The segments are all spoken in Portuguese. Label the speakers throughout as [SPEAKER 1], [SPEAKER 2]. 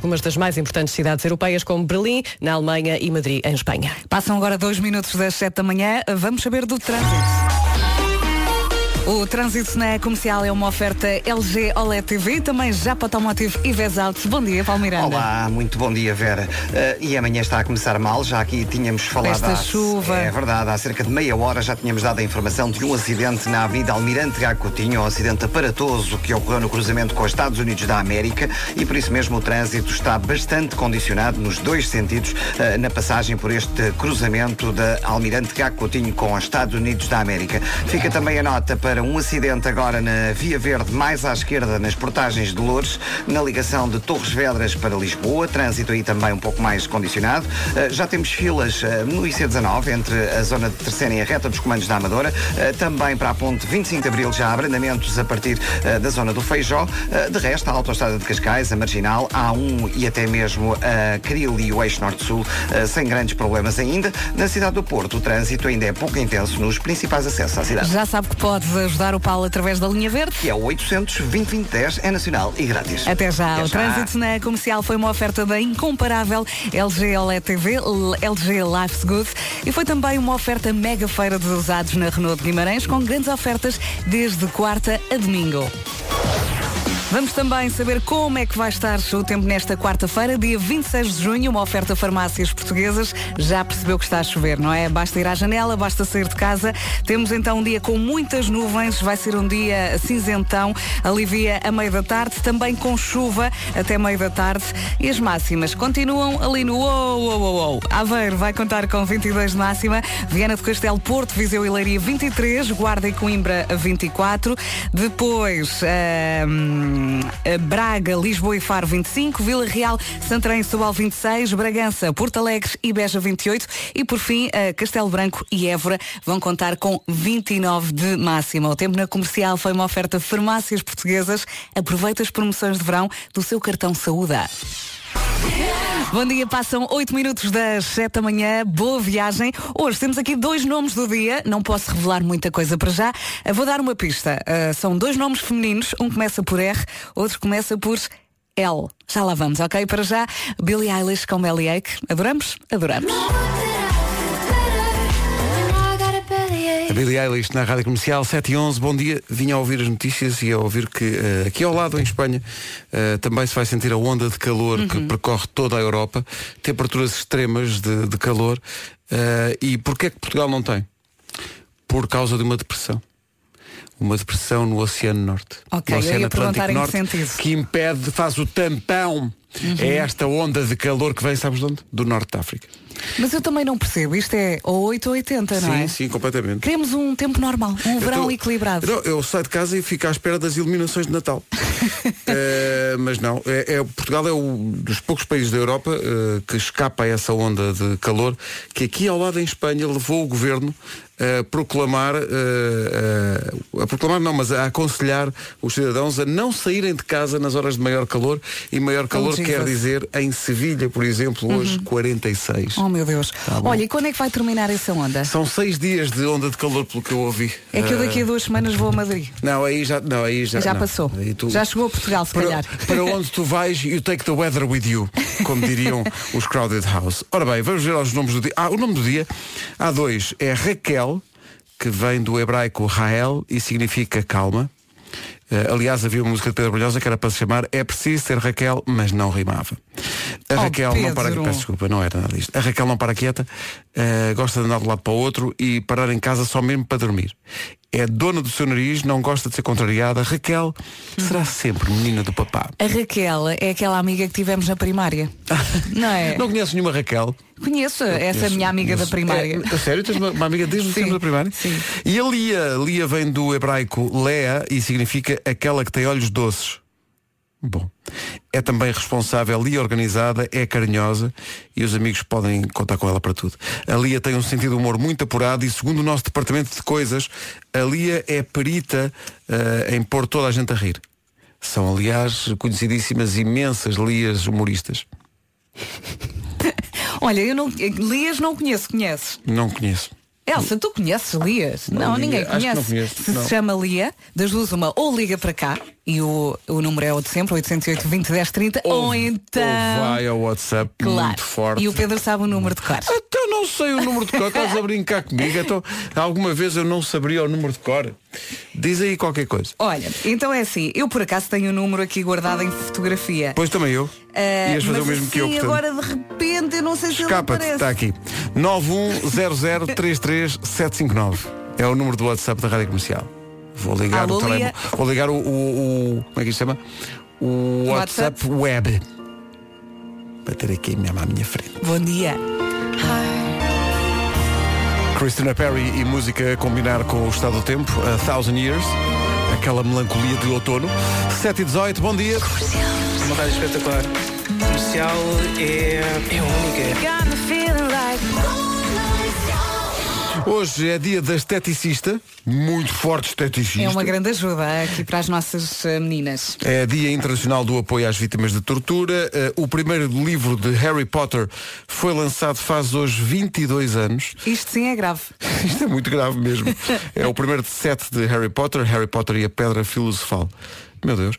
[SPEAKER 1] algumas das mais importantes cidades europeias, como Berlim, na Alemanha e Madrid, em Espanha.
[SPEAKER 2] Passam agora dois minutos das 7 da manhã, vamos saber do trânsito. O trânsito na comercial é uma oferta LG OLED TV, também Japa Automotive e Vesaltes. Bom dia, Palmeiranda.
[SPEAKER 3] Olá, muito bom dia, Vera. Eh, e amanhã está a começar mal, já aqui tínhamos falado.
[SPEAKER 2] Esta
[SPEAKER 3] há-
[SPEAKER 2] chuva.
[SPEAKER 3] É verdade, há cerca de meia hora já tínhamos dado a informação de um acidente na Avenida Almirante Gacotinho, um acidente aparatoso que ocorreu no cruzamento com os Estados Unidos da América e por isso mesmo o trânsito está bastante condicionado nos dois sentidos eh, na passagem por este cruzamento da Almirante Gacotinho com os Estados Unidos da América. Fica também a nota para um acidente agora na Via Verde, mais à esquerda, nas portagens de Loures, na ligação de Torres Vedras para Lisboa, trânsito aí também um pouco mais condicionado. Eh, Já temos filas eh, no IC19, entre a zona de Terceira e a reta dos comandos da Amadora, Eh, também para a ponte 25 de Abril, já há abrandamentos a partir eh, da zona do Feijó. Eh, De resto, a autoestrada de Cascais, a Marginal, A1 e até mesmo a Cril e o Eixo Norte-Sul, eh, sem grandes problemas ainda. Na cidade do Porto, o trânsito ainda é pouco intenso nos principais acessos à cidade.
[SPEAKER 2] Já sabe que pode ajudar o Paulo através da linha verde.
[SPEAKER 3] que é o 800 2010 é nacional e grátis.
[SPEAKER 2] Até já.
[SPEAKER 3] Até
[SPEAKER 2] o trânsito na comercial foi uma oferta da incomparável LG OLED TV, L- LG Life's Good e foi também uma oferta mega feira de usados na Renault de Guimarães com grandes ofertas desde quarta a domingo. Vamos também saber como é que vai estar o tempo nesta quarta-feira, dia 26 de junho, uma oferta a farmácias portuguesas. Já percebeu que está a chover, não é? Basta ir à janela, basta sair de casa. Temos então um dia com muitas nuvens, vai ser um dia cinzentão, alivia a meio da tarde, também com chuva até meio da tarde. E as máximas continuam ali no uou, uou, uou, uou. Aveiro vai contar com 22 de máxima, Viana do Castelo, Porto, Viseu e Leiria 23, Guarda e Coimbra 24, depois ahm, Braga, Lisboa e Faro 25, Vila Real, Santarém e Setúbal 26, Bragança, Porto Alegre e Beja 28 e por fim eh, Castelo Branco e Évora vão contar com 29 de máxima. O tempo na comercial foi uma oferta farmácias portuguesas. Aproveita as promoções de verão do seu cartão Saúde. A. Bom dia, passam 8 minutos das 7 da manhã, boa viagem. Hoje temos aqui dois nomes do dia, não posso revelar muita coisa para já. Eh, Vou dar uma pista. Eh, são dois nomes femininos, um começa por R, outro começa por L. Já lá vamos, ok? Para já, Billie Eilish com Melly Ake. Adoramos? Adoramos.
[SPEAKER 4] A Billie Eilish na Rádio Comercial 7 e 11, bom dia. Vim a ouvir as notícias e a ouvir que eh, aqui ao lado, em Espanha, eh, também se vai sentir a onda de calor que
[SPEAKER 2] Uhum.
[SPEAKER 4] percorre toda a Europa, temperaturas extremas de, de calor. eh, e porquê é que Portugal não tem? Por causa de uma depressão. Uma depressão no Oceano Norte.
[SPEAKER 2] Ok,
[SPEAKER 4] no
[SPEAKER 2] eu
[SPEAKER 4] Oceano
[SPEAKER 2] ia
[SPEAKER 4] Atlântico
[SPEAKER 2] perguntar em que
[SPEAKER 4] Norte,
[SPEAKER 2] sentido. Uhum.
[SPEAKER 4] que impede, faz o tampão. É esta onda de calor que vem, sabes de onde? Do Norte de África.
[SPEAKER 2] Mas eu também não percebo, isto é ou 8 ou 80, não
[SPEAKER 4] sim,
[SPEAKER 2] é?
[SPEAKER 4] sim, completamente.
[SPEAKER 2] Queremos um tempo normal, um
[SPEAKER 4] Eu
[SPEAKER 2] verão
[SPEAKER 4] tô-
[SPEAKER 2] equilibrado.
[SPEAKER 4] Não, eu saio de casa e fico à espera das iluminações de Natal. Eh, mas não, é, é- Portugal é um dos poucos países da Europa eh, que escapa a essa onda de calor que aqui ao lado em Espanha levou o governo a proclamar, eh, eh, a proclamar não, mas a aconselhar os cidadãos a não saírem de casa nas horas de maior calor e maior calor quer
[SPEAKER 2] Jesus. Uhum.
[SPEAKER 4] dizer em Sevilha, por exemplo, hoje 46.
[SPEAKER 2] Oh meu Deus.
[SPEAKER 4] Tá bom.
[SPEAKER 2] Olha, e quando é que vai terminar essa onda?
[SPEAKER 4] São seis dias de onda de calor pelo que eu ouvi.
[SPEAKER 2] É que eu
[SPEAKER 4] Eh,
[SPEAKER 2] daqui a duas semanas vou a Madrid.
[SPEAKER 4] Não, aí já, não, aí já,
[SPEAKER 2] Já
[SPEAKER 4] não.
[SPEAKER 2] passou.
[SPEAKER 4] Aí tu-
[SPEAKER 2] Já chegou a Portugal, se
[SPEAKER 4] para,
[SPEAKER 2] calhar.
[SPEAKER 4] para onde tu vais, you take the weather with you, como diriam os Crowded House. Ora bem, vamos ver aos nomes do dia. Ah, o nome do dia, há dois, é Raquel, que vem do hebraico Rael e significa calma. Eh, aliás, havia uma música de Pedro Brulhosa que era para se chamar É Preciso Ter Raquel, mas não rimava. A
[SPEAKER 2] Oh,
[SPEAKER 4] Raquel não para
[SPEAKER 2] Pedro.
[SPEAKER 4] peço desculpa, não era nada disto. A Raquel não para quieta, eh, gosta de andar de um lado para o outro e parar em casa só mesmo para dormir. É dona do seu nariz, não gosta de ser contrariada. Raquel será sempre menina do papá.
[SPEAKER 2] A Raquel é aquela amiga que tivemos na primária. não é?
[SPEAKER 4] Não conheço nenhuma Raquel.
[SPEAKER 2] Conheço essa é
[SPEAKER 4] Conheço,
[SPEAKER 2] minha amiga da
[SPEAKER 4] conheço.
[SPEAKER 2] primária.
[SPEAKER 4] É, a sério, tens uma, uma amiga desde o
[SPEAKER 2] Sim,
[SPEAKER 4] tempo da primária?
[SPEAKER 2] sim.
[SPEAKER 4] E a Lia, Lia vem do hebraico Lea e significa aquela que tem olhos doces. Bom, é também responsável e organizada, é carinhosa e os amigos podem contar com ela para tudo. A Lia tem um sentido de humor muito apurado e, segundo o nosso departamento de coisas, a Lia é perita eh, em pôr toda a gente a rir. São, aliás, conhecidíssimas imensas Lias humoristas.
[SPEAKER 2] Olha, eu não. Lias não conheço, conheces?
[SPEAKER 4] Não conheço.
[SPEAKER 2] Elsa, tu conheces Lias? Não,
[SPEAKER 4] Lia,
[SPEAKER 2] ninguém
[SPEAKER 4] acho que
[SPEAKER 2] conhece.
[SPEAKER 4] não conheço,
[SPEAKER 2] se
[SPEAKER 4] não.
[SPEAKER 2] se chama Lia, das duas uma, ou liga para cá, e o, o número é o de sempre, 808 20 10 30, ou, então.
[SPEAKER 4] Ou Oh, vai ao WhatsApp
[SPEAKER 2] claro.
[SPEAKER 4] muito forte.
[SPEAKER 2] E o Pedro sabe o número de cor.
[SPEAKER 4] Então não sei o número de cor, estás a brincar comigo? Então, alguma vez eu não saberia o número de cor? Diz aí qualquer coisa.
[SPEAKER 2] Olha, então é assim, eu por acaso tenho o número aqui guardado em fotografia.
[SPEAKER 4] Pois também eu.
[SPEAKER 2] Ah,
[SPEAKER 4] Ias fazer
[SPEAKER 2] mas
[SPEAKER 4] o mesmo que eu,
[SPEAKER 2] assim,
[SPEAKER 4] portanto.
[SPEAKER 2] agora de repente eu não sei se
[SPEAKER 4] Escapa-te,
[SPEAKER 2] ele
[SPEAKER 4] está
[SPEAKER 2] aparece.
[SPEAKER 4] aqui. 910033759. É o número do WhatsApp da Rádio Comercial. Vou ligar
[SPEAKER 2] Alô,
[SPEAKER 4] o
[SPEAKER 2] Lia.
[SPEAKER 4] telemóvel. Vou ligar o, o- o- Como é que isto se chama? O WhatsApp,
[SPEAKER 2] WhatsApp.
[SPEAKER 4] Web. Bater aqui mesmo à minha frente.
[SPEAKER 2] Bom dia.
[SPEAKER 4] Christina Perry e música a combinar com o estado do tempo, a Thousand Years, aquela melancolia de outono. 7 e 18, bom dia.
[SPEAKER 5] Uma rádio É espetacular. Comercial é, é única.
[SPEAKER 4] Hoje é dia da esteticista, muito forte esteticista.
[SPEAKER 2] É uma grande ajuda aqui para as nossas eh, meninas.
[SPEAKER 4] É Dia Internacional do Apoio às Vítimas de Tortura. Eh, o primeiro livro de Harry Potter foi lançado faz hoje 22 anos.
[SPEAKER 2] Isto sim é grave.
[SPEAKER 4] Isto é muito grave mesmo. É o primeiro de sete de Harry Potter, Harry Potter e a Pedra Filosofal. Meu Deus,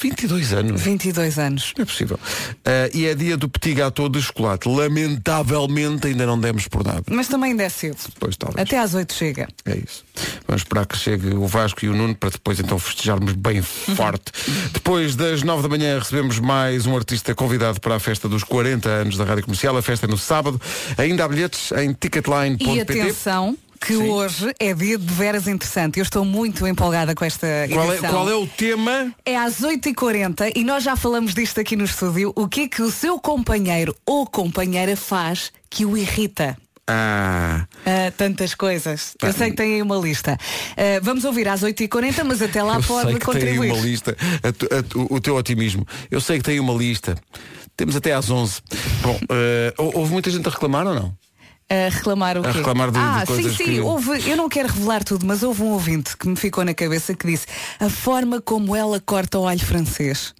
[SPEAKER 4] 22 anos.
[SPEAKER 2] 22 anos.
[SPEAKER 4] Não é possível. Eh, e é dia do petit gâteau de chocolate. Lamentavelmente ainda não demos por nada.
[SPEAKER 2] Mas também desce cedo.
[SPEAKER 4] Pois talvez.
[SPEAKER 2] Até às 8 chega.
[SPEAKER 4] É isso. Vamos esperar que chegue o Vasco e o Nuno para depois então festejarmos bem forte. Depois das 9 da manhã recebemos mais um artista convidado para a festa dos 40 anos da Rádio Comercial. A festa é no sábado. Ainda há bilhetes em
[SPEAKER 2] E
[SPEAKER 4] ticketline.pt.
[SPEAKER 2] atenção que
[SPEAKER 4] Sim.
[SPEAKER 2] hoje é dia de veras interessante. Eu estou muito empolgada com esta
[SPEAKER 4] Qual é,
[SPEAKER 2] edição.
[SPEAKER 4] qual é o tema?
[SPEAKER 2] É às 8h40 e nós já falamos disto aqui no estúdio. O que é que o seu companheiro ou companheira faz que o irrita?
[SPEAKER 4] Ah,
[SPEAKER 2] Ah, tantas coisas. Eu sei que tem aí uma lista. Ah, vamos ouvir às 8h40, mas até lá
[SPEAKER 4] eu
[SPEAKER 2] pode
[SPEAKER 4] sei que tem aí
[SPEAKER 2] contribuir.
[SPEAKER 4] uma lista. A tu- a tu- o teu otimismo. Eu sei que tem uma lista. Temos até às 11. Bom, eh, hou- houve muita gente a reclamar ou não?
[SPEAKER 2] A reclamar o quê?
[SPEAKER 4] A reclamar de- de
[SPEAKER 2] ah,
[SPEAKER 4] coisas
[SPEAKER 2] sim, sim.
[SPEAKER 4] que-
[SPEAKER 2] Houve, eu não quero revelar tudo, mas houve um ouvinte que me ficou na cabeça que disse a forma como ela corta o alho francês.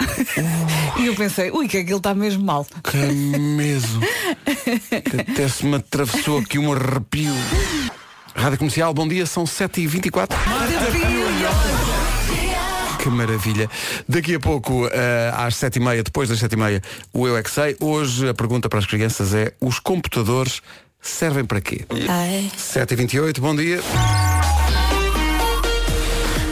[SPEAKER 2] e eu pensei, ui, que aquilo está mesmo mal.
[SPEAKER 4] Que medo. Que Até se me atravessou aqui um arrepio. Rádio Comercial, bom dia, são 7h24. Que maravilha. Daqui a pouco, eh, às 7h30, depois das 7h30, o Eu É Que Sei. Hoje a pergunta para as crianças é: os computadores servem para quê?
[SPEAKER 2] Ah, é?
[SPEAKER 4] 7h28, bom dia.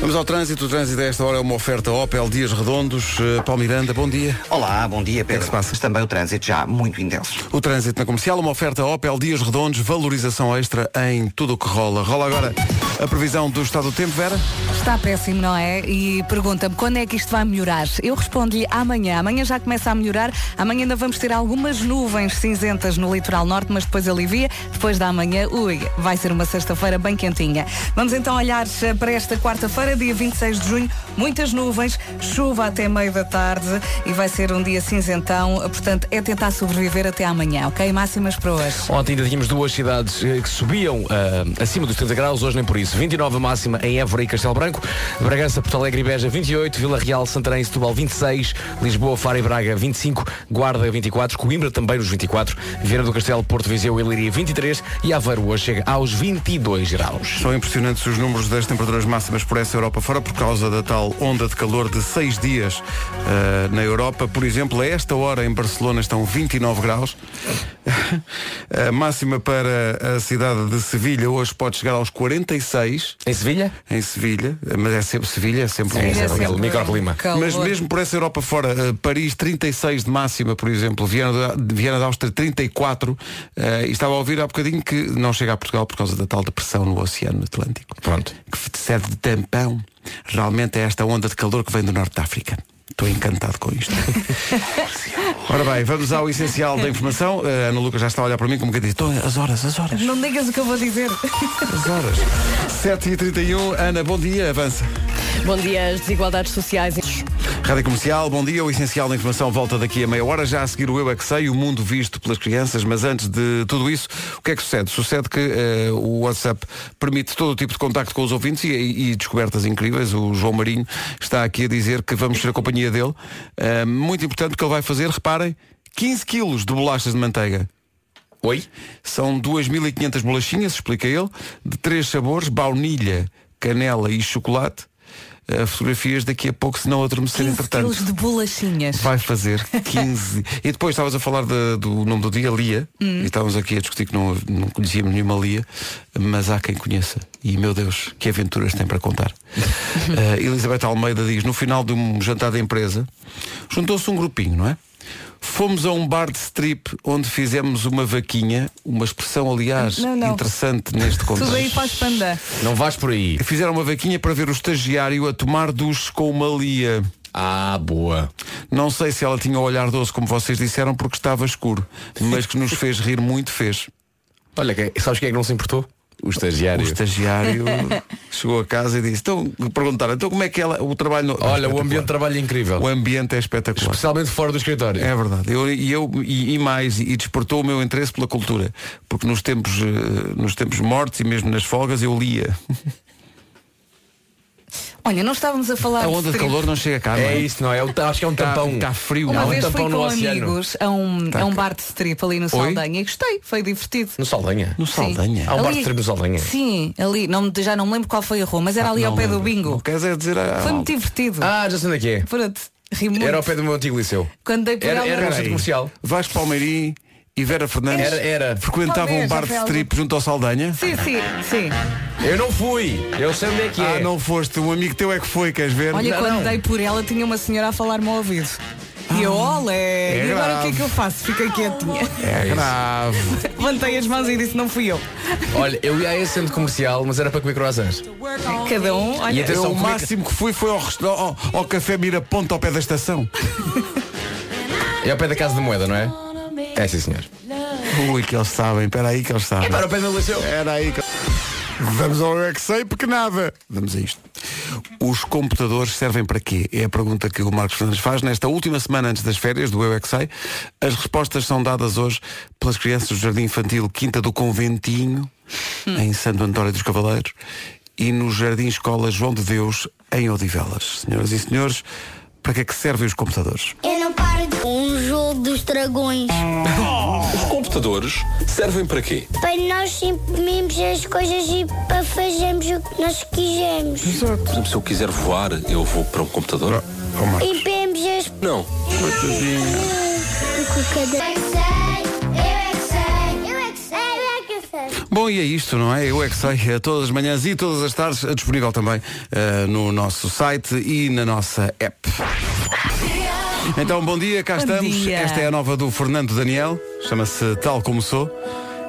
[SPEAKER 4] Vamos ao trânsito. O trânsito a esta hora é uma oferta Opel Dias Redondos. Eh, Paulo Miranda, bom dia.
[SPEAKER 3] Olá, bom dia, Pedro.
[SPEAKER 4] que se passa?
[SPEAKER 3] Também o é trânsito já muito intenso.
[SPEAKER 4] O trânsito na comercial, uma oferta Opel Dias Redondos, valorização extra em tudo o que rola. Rola agora a previsão do estado do tempo, Vera?
[SPEAKER 2] Está péssimo, não é? E pergunta-me quando é que isto vai melhorar? Eu respondo-lhe amanhã. Amanhã já começa a melhorar. Amanhã ainda vamos ter algumas nuvens cinzentas no litoral norte, mas depois alivia. Depois da manhã, ui, vai ser uma sexta-feira bem quentinha. Vamos então olhar eh, para esta quarta-feira, dia 26 de junho. Muitas nuvens, chuva até meio da tarde e vai ser um dia cinzentão. Portanto, é tentar sobreviver até amanhã, ok? Máximas para hoje.
[SPEAKER 6] Ontem ainda tínhamos duas cidades eh, que subiam ah, acima dos 30 graus, hoje nem por isso. 29 a máxima em Évora e Castelo Branco, Bragança, Porto Alegre e Beja 28, Vila Real, Santarém e Setúbal 26, Lisboa, Faro e Braga 25, Guarda 24, Coimbra também nos 24, Viana do Castelo, Porto Viseu e Leiria 23 e Aveiro hoje chega aos 22 graus.
[SPEAKER 4] São impressionantes os números das temperaturas máximas por essa Europa fora por causa da tal onda de calor de seis dias eh, na Europa. Por exemplo, a esta hora em Barcelona estão 29 graus. a máxima para a cidade de Sevilha hoje pode chegar aos 46
[SPEAKER 6] Em Sevilha?
[SPEAKER 4] em Sevilha, mas é sempre Sevilha, é sempre um-
[SPEAKER 6] Sim,
[SPEAKER 2] Ainda
[SPEAKER 6] é
[SPEAKER 2] sempre
[SPEAKER 6] o microclima.
[SPEAKER 2] calor.
[SPEAKER 4] Mas mesmo por essa Europa fora, eh, Paris 36 de máxima, por exemplo, Viana da, Viana da Áustria 34, eh, e estava a ouvir há bocadinho que não chega a Portugal por causa da tal depressão no Oceano Atlântico.
[SPEAKER 6] Pronto.
[SPEAKER 4] Que f- serve de tampão. Realmente é esta onda de calor que vem do Norte de África. Estou encantado com isto. Ora bem, vamos ao essencial da informação. Eh, Ana Lucas já está a olhar para mim como que diz, "Então, as horas, as horas,
[SPEAKER 2] Não digas o que eu vou dizer.
[SPEAKER 4] as horas. 7h31, Ana, bom dia, avança.
[SPEAKER 1] Bom dia, as desigualdades sociais.
[SPEAKER 4] Rádio Comercial, bom dia. O essencial da informação volta daqui a meia hora. Já a seguir o Eu É Que Sei, o mundo visto pelas crianças. Mas antes de tudo isso, o que é que sucede? Sucede que eh, o WhatsApp permite todo o tipo de contacto com os ouvintes e, e descobertas incríveis. O João Marinho está aqui a dizer que vamos ter a companhia dele. Eh, muito importante que ele vai fazer, reparem, 15 quilos de bolachas de manteiga.
[SPEAKER 6] Oi?
[SPEAKER 4] São 2.500 bolachinhas, explica ele, de três sabores, baunilha, canela e chocolate. Eh, fotografias daqui a pouco, se não adormecer
[SPEAKER 2] 15
[SPEAKER 4] entretanto.
[SPEAKER 2] quilos de bolachinhas.
[SPEAKER 4] é Vai fazer 15. e depois estavas a falar da- do nome do dia, Lia,
[SPEAKER 2] Hum.
[SPEAKER 4] e estávamos aqui a discutir que não, não conhecíamos nenhuma Lia, mas há quem conheça. E meu Deus, que aventuras tem para contar. Eh, Elizabeth Almeida diz, no final de um jantar da empresa, juntou-se um grupinho, não é? Fomos a um bar de strip onde fizemos uma vaquinha, uma expressão, aliás,
[SPEAKER 2] Não, não.
[SPEAKER 4] interessante neste contexto.
[SPEAKER 2] Tudo aí faz panda.
[SPEAKER 6] Não vais por aí.
[SPEAKER 4] Fizeram uma vaquinha para ver o estagiário a tomar duche com uma Lia.
[SPEAKER 6] Ah, boa.
[SPEAKER 4] Não sei se ela tinha o olhar doce, como vocês disseram, porque estava escuro, mas que nos fez rir muito, fez.
[SPEAKER 6] Olha, quem- sabes quem é que não se importou? O
[SPEAKER 4] O
[SPEAKER 6] estagiário.
[SPEAKER 4] estagiário chegou a casa e disse, então perguntaram, então como é que ela, o trabalho no...
[SPEAKER 6] Olha, o
[SPEAKER 4] Espetacular.
[SPEAKER 6] ambiente de trabalho é incrível.
[SPEAKER 4] O ambiente é espetacular.
[SPEAKER 6] Especialmente fora do escritório.
[SPEAKER 4] É verdade. Eu- e eu e, e mais e despertou o meu interesse pela cultura, porque nos tempos eh, nos tempos mortos e mesmo nas folgas eu lia.
[SPEAKER 2] Olha, não estávamos a falar
[SPEAKER 4] A
[SPEAKER 2] de
[SPEAKER 4] onda de
[SPEAKER 2] strip.
[SPEAKER 4] calor não chega cá, não
[SPEAKER 6] É
[SPEAKER 4] é?
[SPEAKER 6] isso, não é? É o- Acho que é um
[SPEAKER 4] Tá-
[SPEAKER 6] tampão.
[SPEAKER 4] tá frio,
[SPEAKER 2] Uma
[SPEAKER 4] Há um
[SPEAKER 2] vez fui
[SPEAKER 6] tampão no
[SPEAKER 2] com
[SPEAKER 6] oceano.
[SPEAKER 2] amigos a um, a um bar de strip ali no Saldanha e gostei, foi divertido.
[SPEAKER 6] No Saldanha.
[SPEAKER 4] Tá No Saldanha.
[SPEAKER 6] Há um bar de
[SPEAKER 2] Ali-
[SPEAKER 6] strip no Saldanha.
[SPEAKER 2] Sim, ali, não, me- já não me lembro qual foi a rua, mas era ali ao
[SPEAKER 4] Ah, Não
[SPEAKER 2] pé do
[SPEAKER 4] lembro. Não
[SPEAKER 2] bingo.
[SPEAKER 4] Queres é dizer ah,
[SPEAKER 2] Foi muito divertido.
[SPEAKER 6] Ah, já sei onde é que é.
[SPEAKER 2] Pronto, ri muito.
[SPEAKER 6] Era ao pé do meu antigo liceu.
[SPEAKER 2] Quando dei por
[SPEAKER 6] Era,
[SPEAKER 2] ela,
[SPEAKER 6] era no
[SPEAKER 4] Peraí.
[SPEAKER 6] centro comercial.
[SPEAKER 4] Vasco Palmeirim e Vera Fernandes
[SPEAKER 6] Era- era.
[SPEAKER 4] frequentavam um
[SPEAKER 2] Talvez,
[SPEAKER 4] bar de
[SPEAKER 2] Rafael.
[SPEAKER 4] strip junto ao Saldanha.
[SPEAKER 2] Sim, sim, sim.
[SPEAKER 6] Eu não fui. Eu sei onde é que
[SPEAKER 4] Ah,
[SPEAKER 6] é.
[SPEAKER 4] não foste, um amigo teu é que foi, queres ver?
[SPEAKER 2] Olha,
[SPEAKER 6] Não,
[SPEAKER 2] quando
[SPEAKER 6] não.
[SPEAKER 2] dei por ela, tinha uma senhora a falar-me ao ouvido. E eu,
[SPEAKER 6] Ah.
[SPEAKER 2] olé, e agora o que é que eu faço? Fiquei quietinha.
[SPEAKER 4] é grave.
[SPEAKER 2] Levantei as mãos e disse, não fui eu.
[SPEAKER 6] Olha, eu ia a esse centro comercial, mas era para comer croissants.
[SPEAKER 2] Cada um, olha,
[SPEAKER 6] E
[SPEAKER 4] Eu,
[SPEAKER 6] Atenção, é
[SPEAKER 4] o
[SPEAKER 6] comigo-
[SPEAKER 4] máximo que fui foi ao, resta- ao, ao café Miraponte ao pé da estação.
[SPEAKER 6] É ao pé da Casa de Moeda, não é? É, sim, senhor.
[SPEAKER 4] Ui, que eles sabem, espera aí que eles sabem.
[SPEAKER 6] Para o pé do meu liceu.
[SPEAKER 4] Era aí que... Vamos ao Eu é que sei, porque nada. Vamos a isto. Os computadores servem para quê? É a pergunta que o Marcos Fernandes faz nesta última semana antes das férias do Eu é que sei. As respostas são dadas hoje pelas crianças do Jardim Infantil Quinta do Conventinho, em Santo António dos Cavaleiros, e no Jardim Escola João de Deus, em Odivelas. Senhoras e senhores, para que é que servem os computadores?
[SPEAKER 7] Eu não paro de... Um jogo dos dragões.
[SPEAKER 8] Os computadores servem para quê?
[SPEAKER 7] Para nós imprimirmos as coisas e para fazermos o que nós quisermos.
[SPEAKER 8] Por exemplo, se eu quiser voar, eu vou para um computador?
[SPEAKER 4] Ó, Marcos.
[SPEAKER 7] Imprimimos as... é
[SPEAKER 8] Não.
[SPEAKER 7] Eu é que sei, eu é que sei, eu é que sei, eu é que sei.
[SPEAKER 4] Bom, e é isto, não é? Eu é que sei, eh, todas as manhãs e todas as tardes, eh, disponível também eh, no nosso site e na nossa app. Então, bom dia, cá
[SPEAKER 2] Bom
[SPEAKER 4] estamos.
[SPEAKER 2] dia.
[SPEAKER 4] Esta é a nova do Fernando Daniel, chama-se Tal Como Sou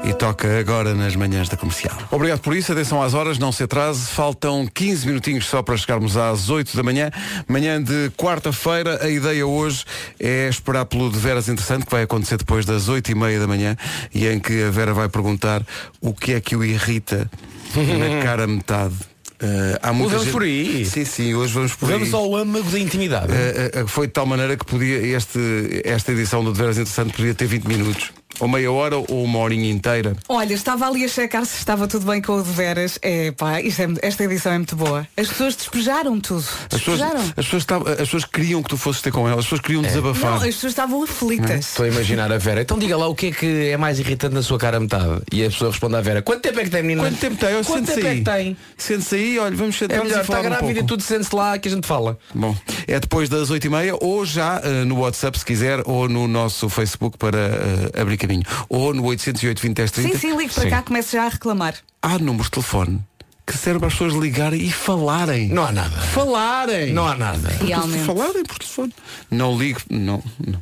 [SPEAKER 4] e toca agora nas manhãs da comercial. Obrigado por isso, atenção às horas, não se atrase, faltam 15 minutinhos só para chegarmos às 8 da manhã. Manhã de quarta-feira, a ideia hoje é esperar pelo de Veras Interessante, que vai acontecer depois das 8 e meia da manhã, e em que a Vera vai perguntar o que é que o irrita na cara metade. Eh, há muita
[SPEAKER 6] vamos
[SPEAKER 4] gente-
[SPEAKER 6] por aí.
[SPEAKER 4] Sim, sim, hoje vamos por aí.
[SPEAKER 6] Vamos ao âmago da intimidade.
[SPEAKER 4] Uh, uh, uh, foi de tal maneira que podia este, esta edição do De Veras Interessante podia ter 20 minutos. Ou meia hora ou uma horinha inteira.
[SPEAKER 2] Olha, estava ali a checar se estava tudo bem com o de veras. É pá, isto é- esta edição é muito boa. As pessoas despejaram tudo.
[SPEAKER 4] As pessoas,
[SPEAKER 2] Despejaram.
[SPEAKER 4] as, pessoas estavam- as pessoas queriam que tu fosses ter com elas, as pessoas queriam
[SPEAKER 2] Não,
[SPEAKER 4] desabafar.
[SPEAKER 2] as pessoas estavam aflitas.
[SPEAKER 6] Estou a imaginar a Vera. Então diga lá o que é que é mais irritante na sua cara a metade. E a pessoa responde à Vera, quanto tempo é que tem, menina?
[SPEAKER 4] Quanto tempo tem? Olha,
[SPEAKER 6] Quanto
[SPEAKER 4] sente-se
[SPEAKER 6] tempo é
[SPEAKER 4] aí.
[SPEAKER 6] que tem?
[SPEAKER 4] Sente-se aí, olha, vamos
[SPEAKER 6] É
[SPEAKER 4] sentar-nos
[SPEAKER 6] melhor,
[SPEAKER 4] e
[SPEAKER 6] está
[SPEAKER 4] falar um
[SPEAKER 6] grávida e
[SPEAKER 4] pouco.
[SPEAKER 6] tudo sente-se lá que a gente fala.
[SPEAKER 4] Bom, é depois das 8h30 ou já eh, no WhatsApp, se quiser, ou no nosso Facebook para eh, abrir caminho. Ou no 808 20 10 30.
[SPEAKER 2] Sim, sim, ligo para cá, começo já a reclamar.
[SPEAKER 4] Há números de telefone que servem para as pessoas ligarem e falarem.
[SPEAKER 6] Não há nada.
[SPEAKER 4] Falarem!
[SPEAKER 6] Não há nada.
[SPEAKER 2] Realmente.
[SPEAKER 4] falarem por telefone. Não ligue, não, não.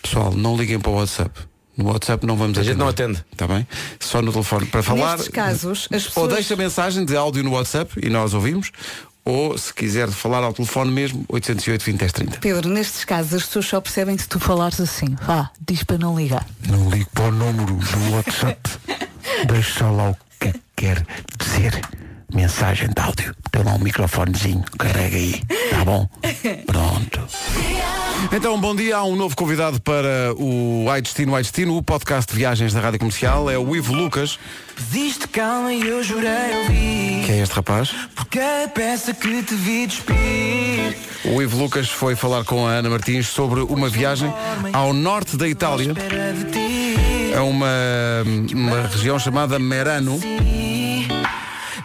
[SPEAKER 4] Pessoal, não liguem para o WhatsApp. No WhatsApp não vamos
[SPEAKER 6] A gente
[SPEAKER 4] atender.
[SPEAKER 6] não atende.
[SPEAKER 4] Está bem? Só no telefone. Para falar.
[SPEAKER 2] Nestes casos, as
[SPEAKER 4] Ou
[SPEAKER 2] pessoas-
[SPEAKER 4] deixa mensagem de áudio no WhatsApp e nós ouvimos. Ou se quiser falar ao telefone mesmo, 808 20 10 30.
[SPEAKER 2] Pedro, nestes casos as pessoas só percebem se tu falares assim. Vá, diz para não ligar.
[SPEAKER 4] Não ligue para o número do WhatsApp. Deixa lá o que quer dizer. Mensagem de áudio. Tem lá um microfonezinho. Carrega aí. Tá bom? Pronto. Então, bom dia. Há um novo convidado para o Ai Destino, Ai Destino, o podcast de viagens da Rádio Comercial. É o Ivo Lucas.
[SPEAKER 9] Pediste calma e eu jurei ouvir
[SPEAKER 4] Que é este rapaz?
[SPEAKER 9] Porque a peça que te vi despir
[SPEAKER 4] O Ivo Lucas foi falar com a Ana Martins sobre uma viagem ao norte da Itália.
[SPEAKER 9] Espera de ti
[SPEAKER 4] a uma, uma região chamada Merano.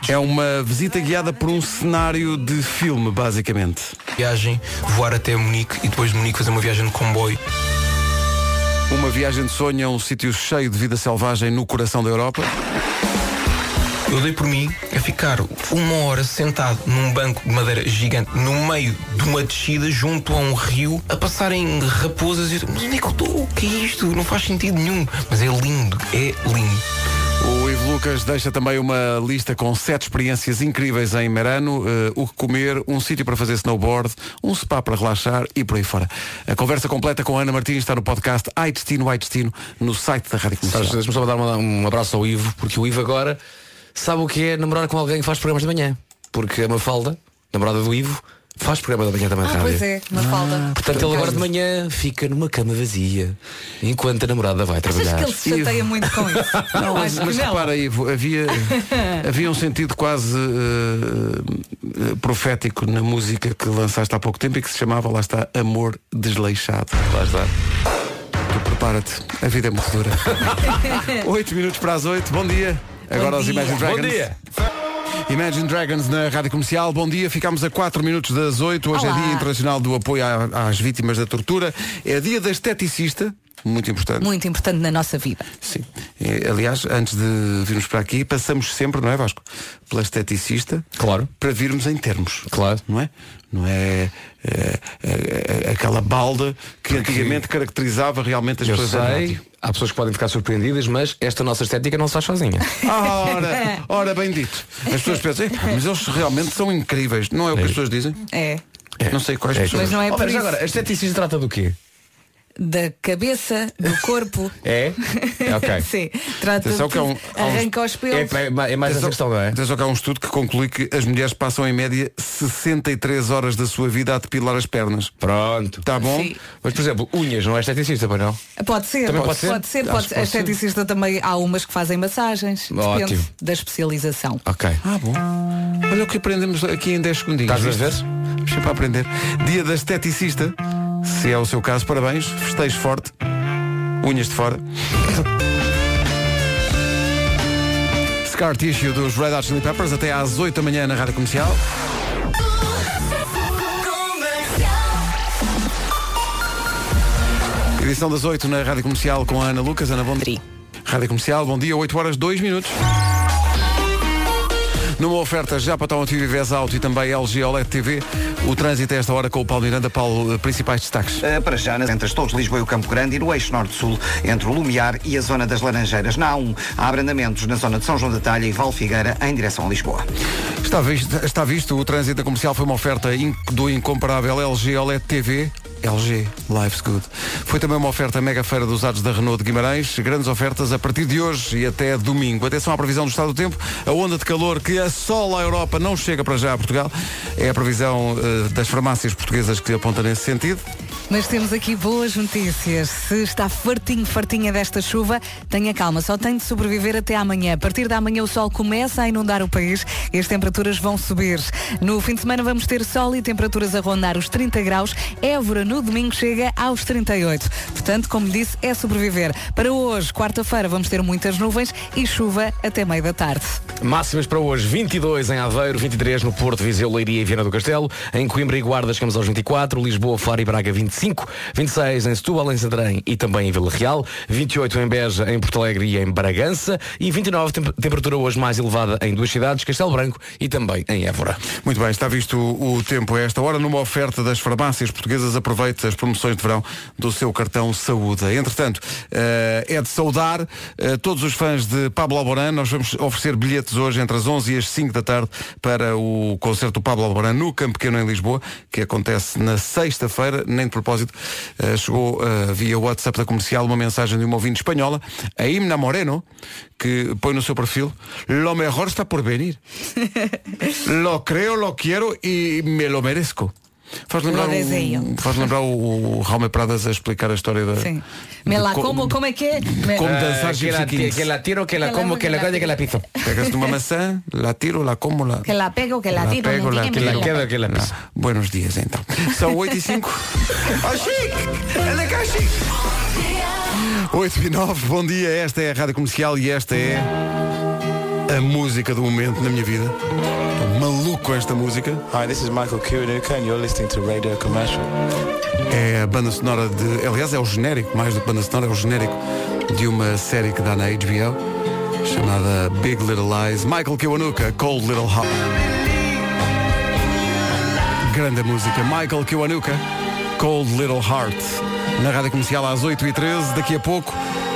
[SPEAKER 4] É uma visita guiada por um cenário de filme, basicamente.
[SPEAKER 5] Viagem, voar até Munique e depois de Munique fazer uma viagem de comboio.
[SPEAKER 4] Uma viagem de sonho a um sítio cheio de vida selvagem no coração da Europa.
[SPEAKER 5] Eu dei por mim a ficar uma hora sentado num banco de madeira gigante, no meio de uma descida, junto a um rio, a passarem raposas e eu, mas onde é que eu estou? O que é isto? Não faz sentido nenhum. Mas é lindo, é lindo.
[SPEAKER 4] O Ivo Lucas deixa também uma lista com sete experiências incríveis em Merano, eh, o que comer, um sítio para fazer snowboard, um spa para relaxar e por aí fora. A conversa completa com a Ana Martins está no podcast Ai Destino, Ai Destino, no site da Rádio Comercial.
[SPEAKER 6] Sabes, deixa-me só dar uma- um abraço ao Ivo, porque o Ivo agora sabe o que é namorar com alguém que faz programas de manhã. Porque a Mafalda, namorada do Ivo, faz programa da manhã também na
[SPEAKER 2] Ah,
[SPEAKER 6] rádio.
[SPEAKER 2] pois é, uma
[SPEAKER 4] Ah,
[SPEAKER 2] falda.
[SPEAKER 6] Portanto, ele agora de manhã fica numa cama vazia, enquanto a namorada vai
[SPEAKER 2] Achas
[SPEAKER 6] trabalhar.
[SPEAKER 2] que ele se chateia muito com isso?
[SPEAKER 4] Não,
[SPEAKER 2] acho
[SPEAKER 4] mas,
[SPEAKER 2] que
[SPEAKER 4] eh, mas
[SPEAKER 2] não.
[SPEAKER 4] repara, Ivo, havia, havia um sentido quase eh, eh, profético na música que lançaste há pouco tempo e que se chamava, lá está, Amor Desleixado.
[SPEAKER 6] Lá está.
[SPEAKER 4] Tu prepara-te, a vida é muito dura. 8 minutos para as 8, bom dia. Agora os Imagine Dragons.
[SPEAKER 6] Bom dia.
[SPEAKER 4] Imagine Dragons na Rádio Comercial, bom dia, ficamos a 4 minutos das 8, hoje é
[SPEAKER 2] Olá.
[SPEAKER 4] Dia Internacional do Apoio à- às Vítimas da Tortura, é dia da esteticista, muito importante.
[SPEAKER 2] Muito importante na nossa vida.
[SPEAKER 4] Sim. Eh, Aliás, antes de virmos para aqui, passamos sempre, não é Vasco? Pela esteticista.
[SPEAKER 6] Claro.
[SPEAKER 4] Para virmos em termos.
[SPEAKER 6] Claro.
[SPEAKER 4] Não é? Não é, eh, eh, eh, aquela balda que antigamente caracterizava realmente as
[SPEAKER 6] Eu
[SPEAKER 4] pessoas. da
[SPEAKER 6] sei,
[SPEAKER 4] rádio.
[SPEAKER 6] há pessoas que podem ficar surpreendidas, mas esta nossa estética não se faz sozinha.
[SPEAKER 4] Ah, ora, ora, bem dito. As pessoas pensam, "Epá, mas eles realmente são incríveis. Não é o que as pessoas dizem?
[SPEAKER 2] É.
[SPEAKER 4] Não sei quais
[SPEAKER 6] É.
[SPEAKER 4] pessoas.
[SPEAKER 2] Mas não é
[SPEAKER 6] Oh,
[SPEAKER 2] por
[SPEAKER 6] mas
[SPEAKER 2] isso.
[SPEAKER 6] agora, a esteticista trata do quê?
[SPEAKER 2] Da cabeça, do corpo.
[SPEAKER 6] É? Ok.
[SPEAKER 2] Sim. Trata de
[SPEAKER 4] Atenção que há um-
[SPEAKER 2] tudo.
[SPEAKER 4] há uns-
[SPEAKER 2] Arranca os
[SPEAKER 6] É,
[SPEAKER 2] pelos.
[SPEAKER 6] é- é mais essa questão, não é?
[SPEAKER 4] Atenção que há um estudo que conclui que as mulheres passam em média 63 horas da sua vida a depilar as pernas.
[SPEAKER 6] Pronto.
[SPEAKER 4] Tá bom?
[SPEAKER 2] Sim.
[SPEAKER 6] Mas, por exemplo, unhas não é esteticista, pois não?
[SPEAKER 2] Ah, Pode ser,
[SPEAKER 6] Também pode ser?
[SPEAKER 2] pode ser.
[SPEAKER 6] Acho
[SPEAKER 2] pode
[SPEAKER 6] que
[SPEAKER 2] ser. A
[SPEAKER 6] pode ser.
[SPEAKER 2] esteticista também há umas que fazem massagens. Depende
[SPEAKER 6] Ótimo.
[SPEAKER 2] da especialização.
[SPEAKER 6] Ok.
[SPEAKER 4] Ah, bom. Olha o que aprendemos aqui em 10 segundinhos.
[SPEAKER 6] Estás a ver?
[SPEAKER 4] Deixa para aprender. Dia da esteticista. Se é o seu caso, parabéns. Festejo forte. Unhas de fora. Scar Tissue dos Red Hot Chili Peppers até às 8 da manhã na Rádio Comercial. Edição das 8 na Rádio Comercial com a Ana Lucas, Ana Bondri. Rádio Comercial, bom dia, 8 horas 2 minutos. Numa oferta já para Tom TV Vez Auto e também LG OLED TV, o trânsito a esta hora com o Paulo Miranda. Paulo, eh, principais destaques.
[SPEAKER 3] Uh, para já, nas- entre as Torres de Lisboa e o Campo Grande e no eixo norte-sul, entre o Lumiar e a zona das Laranjeiras. Na A1, há abrandamentos na zona de São João da Talha e Val Figueira, em direção a Lisboa.
[SPEAKER 4] Está visto, está visto o trânsito da comercial foi uma oferta in- do incomparável LG OLED TV. LG, Life's Good. Foi também uma oferta mega feira dos usados da Renault de Guimarães. Grandes ofertas a partir de hoje e até domingo. Atenção à previsão do estado do tempo. A onda de calor que assola a Europa não chega para já a Portugal. É a previsão eh, das farmácias portuguesas que aponta nesse sentido.
[SPEAKER 2] Mas temos aqui boas notícias. Se está fartinho, fartinha desta chuva, tenha calma, só tem de sobreviver até amanhã. A partir da manhã o sol começa a inundar o país e as temperaturas vão subir. No fim de semana vamos ter sol e temperaturas a rondar os 30 graus. Évora no domingo chega aos 38. Portanto, como disse, é sobreviver. Para hoje, quarta-feira, vamos ter muitas nuvens e chuva até meio da tarde.
[SPEAKER 6] Máximas para hoje, 22 em Aveiro, 23 no Porto, Viseu, Leiria e Viana do Castelo. Em Coimbra e Guarda chegamos aos 24, Lisboa, Faro e Braga 25, 26 em Setúbal, em Santarém e também em Vila Real, 28 em Beja, em Porto Alegre e em Bragança e 29 tem- temperatura hoje mais elevada em duas cidades, Castelo Branco e também em Évora.
[SPEAKER 4] Muito bem, está visto o o tempo a esta hora. Numa oferta das farmácias portuguesas, aproveite as promoções de verão do seu cartão Saúde. Entretanto, eh, é de saudar eh, todos os fãs de Pablo Alborán. Nós vamos oferecer bilhetes hoje entre as 11 e as 5 da tarde para o concerto do Pablo Alborán no Campo Pequeno em Lisboa, que acontece na sexta-feira. Nem de propósito, eh, chegou eh, via WhatsApp da comercial uma mensagem de uma ouvinte espanhola, a Imna Moreno, que põe no seu perfil: Lo mejor está por venir. Lo creo, lo quiero e me lo mereço. Faz lembrar,
[SPEAKER 2] Lo
[SPEAKER 4] um,
[SPEAKER 2] deseo.
[SPEAKER 4] faz lembrar o, o Raume Pradas a explicar a história da.
[SPEAKER 2] Sim.
[SPEAKER 4] de
[SPEAKER 2] Me la
[SPEAKER 4] co-
[SPEAKER 2] como, como é que é? Me-
[SPEAKER 4] Como dançar Gypsy Kings.
[SPEAKER 6] tiro, que
[SPEAKER 2] la como, que la golle, que la
[SPEAKER 6] piso.
[SPEAKER 4] Pegas-te uma maçã, la tiro, la como, la.
[SPEAKER 2] Que la pego, que la
[SPEAKER 4] la
[SPEAKER 2] tiro,
[SPEAKER 4] pego,
[SPEAKER 2] no
[SPEAKER 4] la
[SPEAKER 2] tiene
[SPEAKER 4] tiro.
[SPEAKER 2] memoria.
[SPEAKER 6] queda, que la
[SPEAKER 4] Não.
[SPEAKER 6] piso.
[SPEAKER 4] Buenos dias então. São 8 e 5. oh, Chique! Anda cá, Chique! 8 e 9, bom dia, esta é a Rádio Comercial e esta é a música do momento na minha vida. Estou maluco com esta música.
[SPEAKER 10] Hi, this is Michael Kiwanuka and you're listening to Radio Commercial.
[SPEAKER 4] É a banda sonora de. Aliás, é o genérico, mais do que banda sonora, é o genérico de uma série que dá na HBO chamada Big Little Lies. Michael Kiwanuka, Cold Little Heart. Grande música, Michael Kiwanuka, Cold Little Heart. Na rádio comercial às 8h13, daqui a pouco,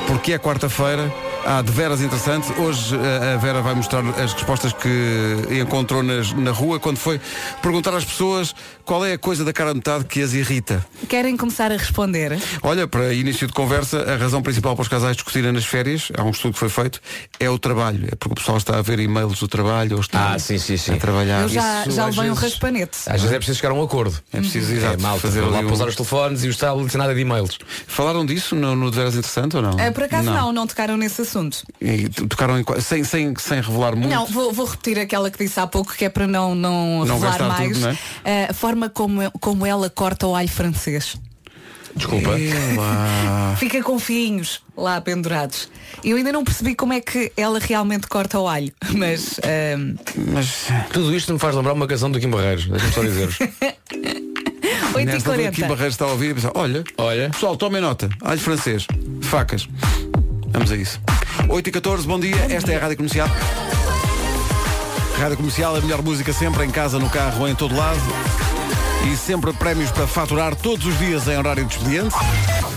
[SPEAKER 4] porque é quarta-feira. Há de veras interessante. Hoje eh, a Vera vai mostrar as respostas que encontrou nas- na rua quando foi perguntar às pessoas qual é a coisa da cara de metade que as irrita.
[SPEAKER 2] Querem começar a responder?
[SPEAKER 4] Olha, para início de conversa, a razão principal para os casais discutirem nas férias, há um estudo que foi feito, é o trabalho. É porque o pessoal está a ver e-mails do trabalho ou está
[SPEAKER 6] Ah, sim, sim, sim.
[SPEAKER 4] a trabalhar.
[SPEAKER 2] Eu já,
[SPEAKER 6] isso
[SPEAKER 2] já
[SPEAKER 6] às
[SPEAKER 2] levei um
[SPEAKER 6] vezes-
[SPEAKER 2] raspanete.
[SPEAKER 6] Às vezes é preciso chegar a um acordo.
[SPEAKER 4] É preciso,
[SPEAKER 6] É
[SPEAKER 4] exato,
[SPEAKER 6] mal,
[SPEAKER 4] fazer
[SPEAKER 6] fazer lá
[SPEAKER 4] ali um-
[SPEAKER 6] pousar os telefones e os tablets e nada de e-mails.
[SPEAKER 4] Falaram disso no, no De Veras Interessante ou não?
[SPEAKER 2] Ah, por acaso não. não, tocaram nesse assunto.
[SPEAKER 4] E t- tocaram em qua- sem, sem, sem revelar muito.
[SPEAKER 2] Não, vou, vou repetir aquela que disse há pouco, que é para não, não,
[SPEAKER 4] Não
[SPEAKER 2] revelar
[SPEAKER 4] gastar
[SPEAKER 2] mais.
[SPEAKER 4] tudo, não é?
[SPEAKER 2] Ah, A forma como, como ela corta o alho francês.
[SPEAKER 6] Desculpa.
[SPEAKER 4] Epá.
[SPEAKER 2] Fica com fiinhos lá pendurados. Eu ainda não percebi como é que ela realmente corta o alho, mas ah, ahm,
[SPEAKER 4] Mas
[SPEAKER 6] Tudo isto me faz lembrar uma canção do Kim Barreiros. Deixa-me só dizer-vos.
[SPEAKER 2] 8 e
[SPEAKER 4] nesta altura
[SPEAKER 2] 40
[SPEAKER 4] aqui Barreiros está a ouvir e pensa, olha,
[SPEAKER 6] Olha.
[SPEAKER 4] pessoal, tomem nota. Alho francês, facas. Vamos a isso. 8 e 14 bom dia. Esta é a Rádio Comercial. Rádio Comercial, a melhor música sempre, em casa, no carro, em todo lado. E sempre prémios para faturar todos os dias em horário de expediente.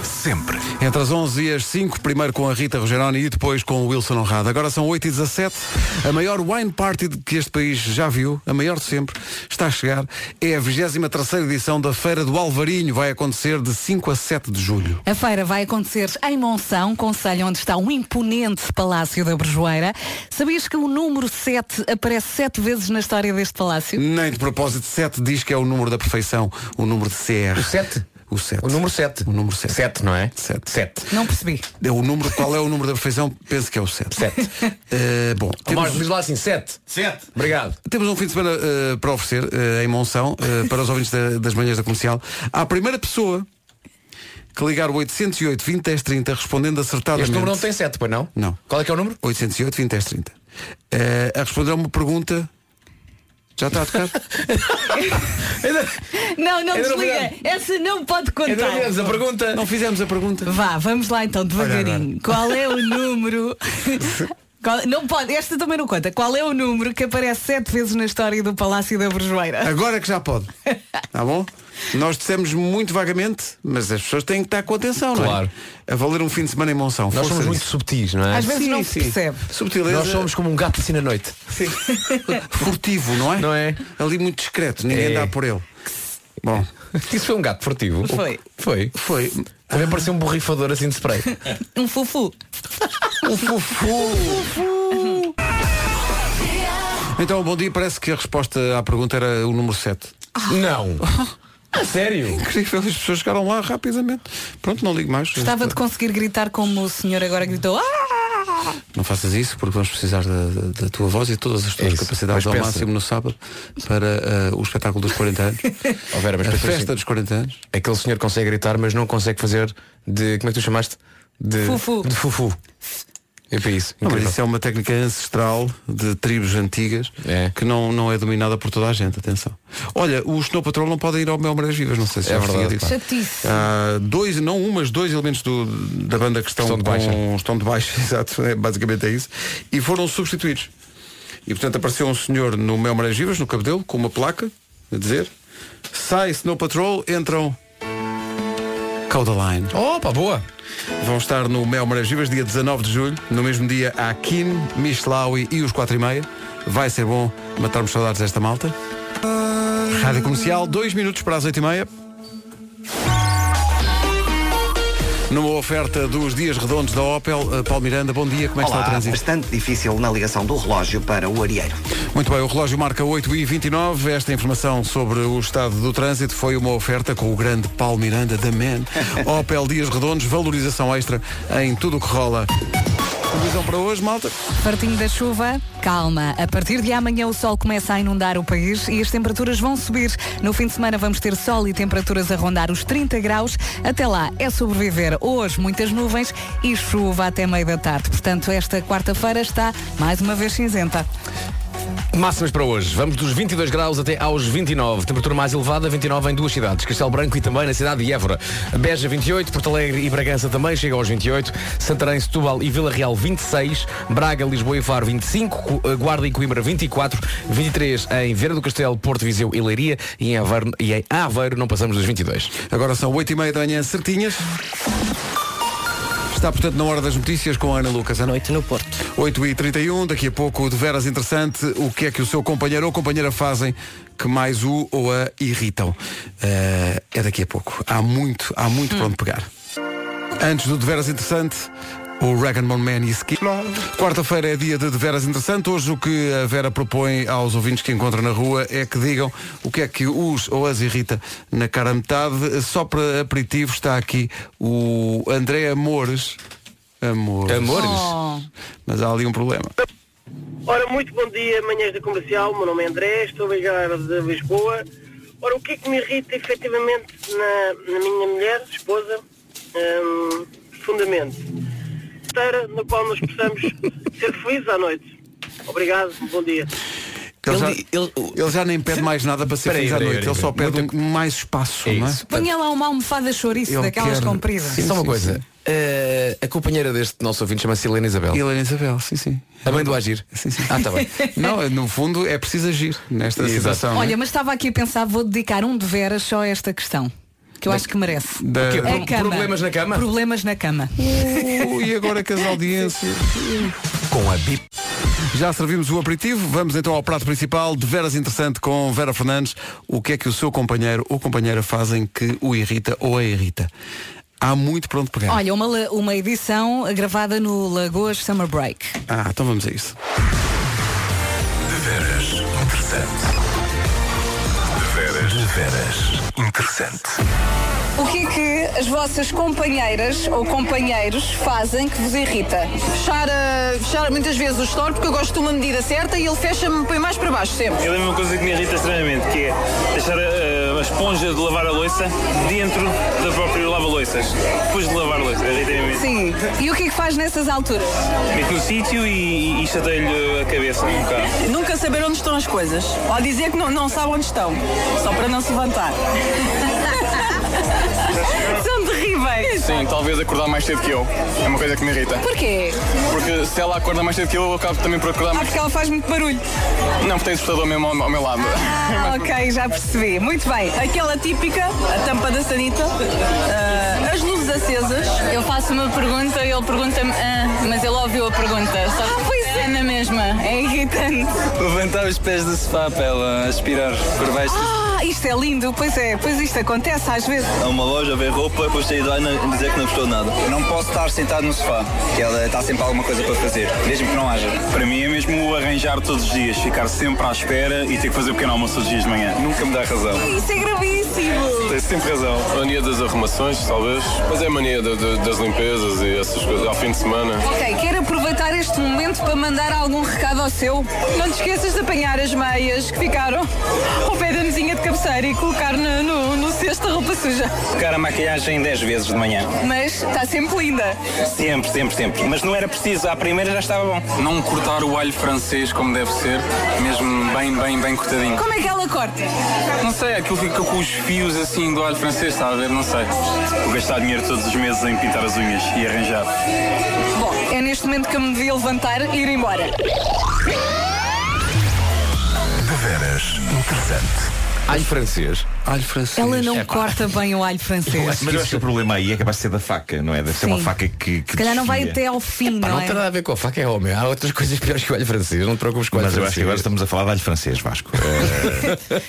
[SPEAKER 9] Sempre.
[SPEAKER 4] Entre as 11 e as 5, primeiro com a Rita Rogeroni e depois com o Wilson Honrado. Agora são 8 e 17 a maior wine party que este país já viu, a maior de sempre, está a chegar. É a 23ª edição da Feira do Alvarinho, vai acontecer de 5 a 7 de julho.
[SPEAKER 2] A feira vai acontecer em Monção, conselho onde está um imponente Palácio da Brejoeira. Sabias que o número 7 aparece sete vezes na história deste palácio?
[SPEAKER 4] Nem de propósito, 7 diz que é o número da perfeição, o número de CR.
[SPEAKER 6] O sete?
[SPEAKER 4] O 7.
[SPEAKER 6] O número 7.
[SPEAKER 4] O número 7.
[SPEAKER 6] 7, não é?
[SPEAKER 4] Sete.
[SPEAKER 6] 7.
[SPEAKER 2] Não percebi.
[SPEAKER 4] É o número, qual é o número da perfeição? Penso que é o 7.
[SPEAKER 6] Sete.
[SPEAKER 4] bom,
[SPEAKER 6] Marcos,
[SPEAKER 4] temos-
[SPEAKER 6] diz lá assim, 7.
[SPEAKER 9] 7.
[SPEAKER 6] Obrigado.
[SPEAKER 4] Temos um fim de semana eh, para oferecer eh, em Monção eh, para os ouvintes da- das manhãs da comercial. À primeira pessoa que ligar o 808 20 10 30 respondendo acertadamente.
[SPEAKER 6] Este número não tem 7, pois não?
[SPEAKER 4] Não.
[SPEAKER 6] Qual é que é o número?
[SPEAKER 4] 808 20 10 30. Eh, a responder a uma pergunta. Já está a tocar?
[SPEAKER 2] Não, não
[SPEAKER 6] Era
[SPEAKER 2] desliga.
[SPEAKER 6] verdade.
[SPEAKER 2] Essa não pode contar.
[SPEAKER 6] a pergunta.
[SPEAKER 4] não fizemos a pergunta.
[SPEAKER 2] Vá, vamos lá então devagarinho. Qual é o número? Qual- Não pode, esta também não conta. Qual é o número que aparece sete vezes na história do Palácio da Brejoeira?
[SPEAKER 4] Agora é que já pode. Tá bom? Nós dissemos muito vagamente, mas as pessoas têm que estar com atenção, não é?
[SPEAKER 6] Claro.
[SPEAKER 4] A valer um fim de semana em Monção.
[SPEAKER 6] Nós
[SPEAKER 4] Força
[SPEAKER 6] somos muito
[SPEAKER 4] nisso.
[SPEAKER 6] subtis, não é?
[SPEAKER 2] Às vezes não se percebe.
[SPEAKER 4] Subtileza.
[SPEAKER 6] Nós somos como um gato assim na noite.
[SPEAKER 4] Sim. Furtivo, não é?
[SPEAKER 6] Não é?
[SPEAKER 4] Ali muito discreto, ninguém
[SPEAKER 6] É.
[SPEAKER 4] dá por ele. Bom,
[SPEAKER 6] Isso foi um gato furtivo.
[SPEAKER 2] Foi.
[SPEAKER 6] Foi.
[SPEAKER 4] foi
[SPEAKER 6] Também parecia um borrifador assim de spray.
[SPEAKER 2] Um fufu.
[SPEAKER 4] o fufu. Então, bom dia, parece que a resposta à pergunta era o número 7.
[SPEAKER 6] não.
[SPEAKER 2] Oh.
[SPEAKER 6] A sério?
[SPEAKER 4] Incrível, as pessoas chegaram lá rapidamente. Pronto, não ligo mais.
[SPEAKER 2] Gostava de conseguir gritar como o senhor agora gritou. Ah!
[SPEAKER 4] Não faças isso porque vamos precisar da, da- da tua voz e todas as tuas
[SPEAKER 6] É isso.
[SPEAKER 4] capacidades
[SPEAKER 6] Mas
[SPEAKER 4] ao
[SPEAKER 6] pensa.
[SPEAKER 4] máximo no sábado para ah, o espetáculo dos 40 anos.
[SPEAKER 6] Oh, Vera, mas
[SPEAKER 4] a
[SPEAKER 6] pensa
[SPEAKER 4] festa
[SPEAKER 6] assim.
[SPEAKER 4] dos 40 anos.
[SPEAKER 6] Aquele senhor consegue gritar, mas não consegue fazer de. Como é que tu chamaste? De
[SPEAKER 2] Fufu.
[SPEAKER 6] De fufu. É para isso.
[SPEAKER 4] Não, mas
[SPEAKER 6] incrível.
[SPEAKER 4] isso é uma técnica ancestral de tribos antigas
[SPEAKER 6] É.
[SPEAKER 4] que não, não é dominada por toda a gente, atenção. Olha, o Snow Patrol não pode ir ao Mel Marés Vivas, não sei se
[SPEAKER 6] É
[SPEAKER 4] já vos tinha
[SPEAKER 6] verdade,
[SPEAKER 4] dito.
[SPEAKER 6] pá.
[SPEAKER 2] Chatice.
[SPEAKER 4] Há dois, não um, mas dois elementos do- da banda que estão,
[SPEAKER 6] Estão de
[SPEAKER 4] com-
[SPEAKER 6] baixa.
[SPEAKER 4] estão de baixa, exato, é, basicamente é isso, e foram substituídos. E portanto apareceu um senhor no Mel Marés Vivas, no cabedelo, com uma placa, a dizer, sai Snow Patrol, entram Caudaline.
[SPEAKER 6] Opa, boa!
[SPEAKER 4] Vão estar no Mel Maragivas, dia 19 de julho. No mesmo dia há Kim, Michelaui e os 4 e meia. Vai ser bom matarmos saudades desta malta. Rádio Comercial, dois minutos para as 8 e meia. Numa oferta dos dias redondos da Opel, eh, Paulo Miranda, bom dia, como é que
[SPEAKER 3] Olá,
[SPEAKER 4] está o trânsito?
[SPEAKER 3] bastante difícil na ligação do relógio para o areeiro.
[SPEAKER 4] Muito bem, o relógio marca 8h29. Esta informação sobre o estado do trânsito foi uma oferta com o grande Paulo Miranda da Man. Opel Dias Redondos, valorização extra em tudo o que rola. Previsão para hoje, malta.
[SPEAKER 2] Fartinho da chuva, calma. A partir de amanhã o sol começa a inundar o país e as temperaturas vão subir. No fim de semana vamos ter sol e temperaturas a rondar os 30 graus. Até lá é sobreviver. Hoje muitas nuvens e chuva até meio da tarde. Portanto, esta quarta-feira está mais uma vez cinzenta.
[SPEAKER 6] Máximas para hoje. Vamos dos 22 graus até aos 29. Temperatura mais elevada, 29 em duas cidades, Castelo Branco e também na cidade de Évora. Beja 28, Porto Alegre e Bragança também chegam aos 28. Santarém, Setúbal e Vila Real 26. Braga, Lisboa e Faro 25. Co- eh, Guarda e Coimbra 24. 23 em Vieira do Castelo, Porto Viseu e Leiria. E em Aveiro, e em Aveiro não passamos dos 22.
[SPEAKER 4] Agora são 8h30 da manhã certinhas. Está, portanto, na hora das notícias com a Ana Lucas. Ana.
[SPEAKER 11] Noite no Porto.
[SPEAKER 4] 8h31, daqui a pouco o de veras interessante, o que é que o seu companheiro ou companheira fazem que mais o ou a irritam. Eh, é daqui a pouco. Há muito, há muito para onde pegar. Antes do de veras interessante, o Dragon Ball Man e Ski. Quarta-feira é dia de de veras interessante. Hoje o que a Vera propõe aos ouvintes que encontra na rua é que digam o que é que os ou as irrita na cara a metade. Só para aperitivo está aqui o André Amores. Amores.
[SPEAKER 6] Amores?
[SPEAKER 2] Oh.
[SPEAKER 4] Mas há ali um problema.
[SPEAKER 3] Ora, muito bom dia, manhãs da comercial. Meu nome é André, estou a ligar de Lisboa. Ora, o que é que me irrita efetivamente na, na minha mulher, esposa, hum, profundamente? Terra na qual nós possamos ser felizes à noite. Obrigado, bom dia.
[SPEAKER 4] Ele, já,
[SPEAKER 6] Ele- ele-
[SPEAKER 4] ele já nem pede mais nada para ser
[SPEAKER 6] Peraí,
[SPEAKER 4] feliz à
[SPEAKER 6] peraí,
[SPEAKER 4] noite, ele
[SPEAKER 6] peraí,
[SPEAKER 4] só
[SPEAKER 6] peraí.
[SPEAKER 4] pede um- mais espaço,
[SPEAKER 6] É
[SPEAKER 4] não é?
[SPEAKER 6] isso.
[SPEAKER 2] Ponha lá uma almofada chouriço,
[SPEAKER 4] Eu
[SPEAKER 2] daquelas
[SPEAKER 4] quero-
[SPEAKER 2] compridas.
[SPEAKER 4] Sim,
[SPEAKER 6] Só uma
[SPEAKER 4] sim,
[SPEAKER 6] coisa.
[SPEAKER 4] sim.
[SPEAKER 6] Eh, a companheira deste nosso ouvinte chama-se Helena Isabel.
[SPEAKER 4] Helena Isabel, sim, sim.
[SPEAKER 6] A mãe do Agir.
[SPEAKER 4] Sim, sim.
[SPEAKER 6] Ah, está bem.
[SPEAKER 4] Não, no fundo é preciso agir nesta
[SPEAKER 6] Exato.
[SPEAKER 4] situação. né?
[SPEAKER 2] Olha, mas estava aqui a pensar, vou dedicar um de veras só a esta questão, que eu acho que merece.
[SPEAKER 4] Da-
[SPEAKER 6] O quê?
[SPEAKER 2] A
[SPEAKER 6] é Pro- problemas na cama?
[SPEAKER 2] Problemas na cama.
[SPEAKER 4] Oh, e agora que as audiências.
[SPEAKER 6] Com a BIP.
[SPEAKER 4] Já servimos o aperitivo, vamos então ao prato principal de Veras Interessante com Vera Fernandes. O que é que o seu companheiro ou companheira fazem que o irrita ou a irrita? Há muito pronto pegar.
[SPEAKER 2] Olha, uma, la- uma edição gravada no Lagoas Summer Break.
[SPEAKER 4] Ah, então vamos a isso.
[SPEAKER 2] O que é que as vossas companheiras ou companheiros fazem que vos irrita?
[SPEAKER 12] fechar, a- fechar muitas vezes o store porque eu gosto de uma medida certa e ele fecha-me põe mais para baixo sempre.
[SPEAKER 13] Eu lembro uma coisa que me irrita extremamente, que é deixar eh, a, a esponja de lavar a louça dentro da própria lava-loiças. Depois de lavar a louça, irrita-me imenso.
[SPEAKER 2] Sim. E o que é que faz nessas alturas?
[SPEAKER 13] Meto no sítio e, e chateio-lhe a cabeça um bocado.
[SPEAKER 12] Nunca saber onde estão as coisas. Ou dizer que não, não sabe onde estão. Só para não se levantar. São terríveis.
[SPEAKER 14] Sim, talvez acordar mais cedo que eu. É uma coisa que me irrita.
[SPEAKER 12] Porquê?
[SPEAKER 14] Porque se ela acorda mais cedo que eu, eu acabo também por acordar
[SPEAKER 12] Ah,
[SPEAKER 14] mais
[SPEAKER 12] porque ela faz muito barulho.
[SPEAKER 14] Não, porque tem despertador mesmo ao, ao meu lado.
[SPEAKER 2] Ah, ok, já percebi. Muito bem.
[SPEAKER 12] Aquela típica, a tampa da sanita, ah, as luzes acesas. Eu faço uma pergunta e ele pergunta-me, "Ah", mas ele ouviu a pergunta. Só ah, pois é. na mesma. É irritante.
[SPEAKER 13] Levantar os pés do sofá para ela aspirar por baixo.
[SPEAKER 2] Ah, isto é lindo. Pois é, pois isto acontece às vezes.
[SPEAKER 13] A uma loja, ver roupa, depois sair de lá e dizer que não gostou de nada. Não posso estar sentado no sofá, que ela está sempre alguma coisa para fazer, mesmo que não haja. Para mim é mesmo o arranjar todos os dias, ficar sempre à espera e ter que fazer o pequeno almoço todos os dias de manhã. Nunca me dá razão.
[SPEAKER 2] Isso é gravíssimo.
[SPEAKER 14] Tem sempre razão. Mania das arrumações, talvez. Mas é mania da- da- das limpezas e essas coisas. Ao fim de semana.
[SPEAKER 2] Ok, quero aproveitar este momento para mandar algum recado ao seu.
[SPEAKER 12] Não te esqueças de apanhar as meias que ficaram ao pé da mesinha de cabeceira e colocar no, no, no cesto a roupa suja.
[SPEAKER 13] Tocar a maquilhagem 10 vezes de manhã.
[SPEAKER 12] Mas está sempre linda.
[SPEAKER 13] Sempre, sempre, sempre. Mas não era preciso, à primeira já estava bom.
[SPEAKER 14] Não cortar o alho francês como deve ser. Mesmo bem, bem, bem cortadinho.
[SPEAKER 12] Como é que ela corta?
[SPEAKER 14] Não sei, aquilo fica com os fios assim do alho francês, está a ver? Não sei.
[SPEAKER 13] Vou gastar dinheiro todos os meses em pintar as unhas e arranjar.
[SPEAKER 12] Bom, é neste momento que eu me devia levantar e ir embora.
[SPEAKER 6] Alho francês.
[SPEAKER 4] Alho francês.
[SPEAKER 2] Ela não corta bem o alho francês.
[SPEAKER 3] Mas eu acho que o problema aí é capaz de ser da faca, não é? Deve ser
[SPEAKER 2] Sim.
[SPEAKER 3] uma faca que. que
[SPEAKER 2] Se calhar não vai
[SPEAKER 3] desfia.
[SPEAKER 2] até ao fim,
[SPEAKER 6] Pá,
[SPEAKER 2] não
[SPEAKER 6] não
[SPEAKER 2] é?
[SPEAKER 6] tem nada a ver com a faca, é homem. Há outras coisas piores que o alho francês. Não te preocupes com o alho
[SPEAKER 3] Mas eu acho que agora
[SPEAKER 6] francês.
[SPEAKER 3] estamos a falar de alho francês, Vasco.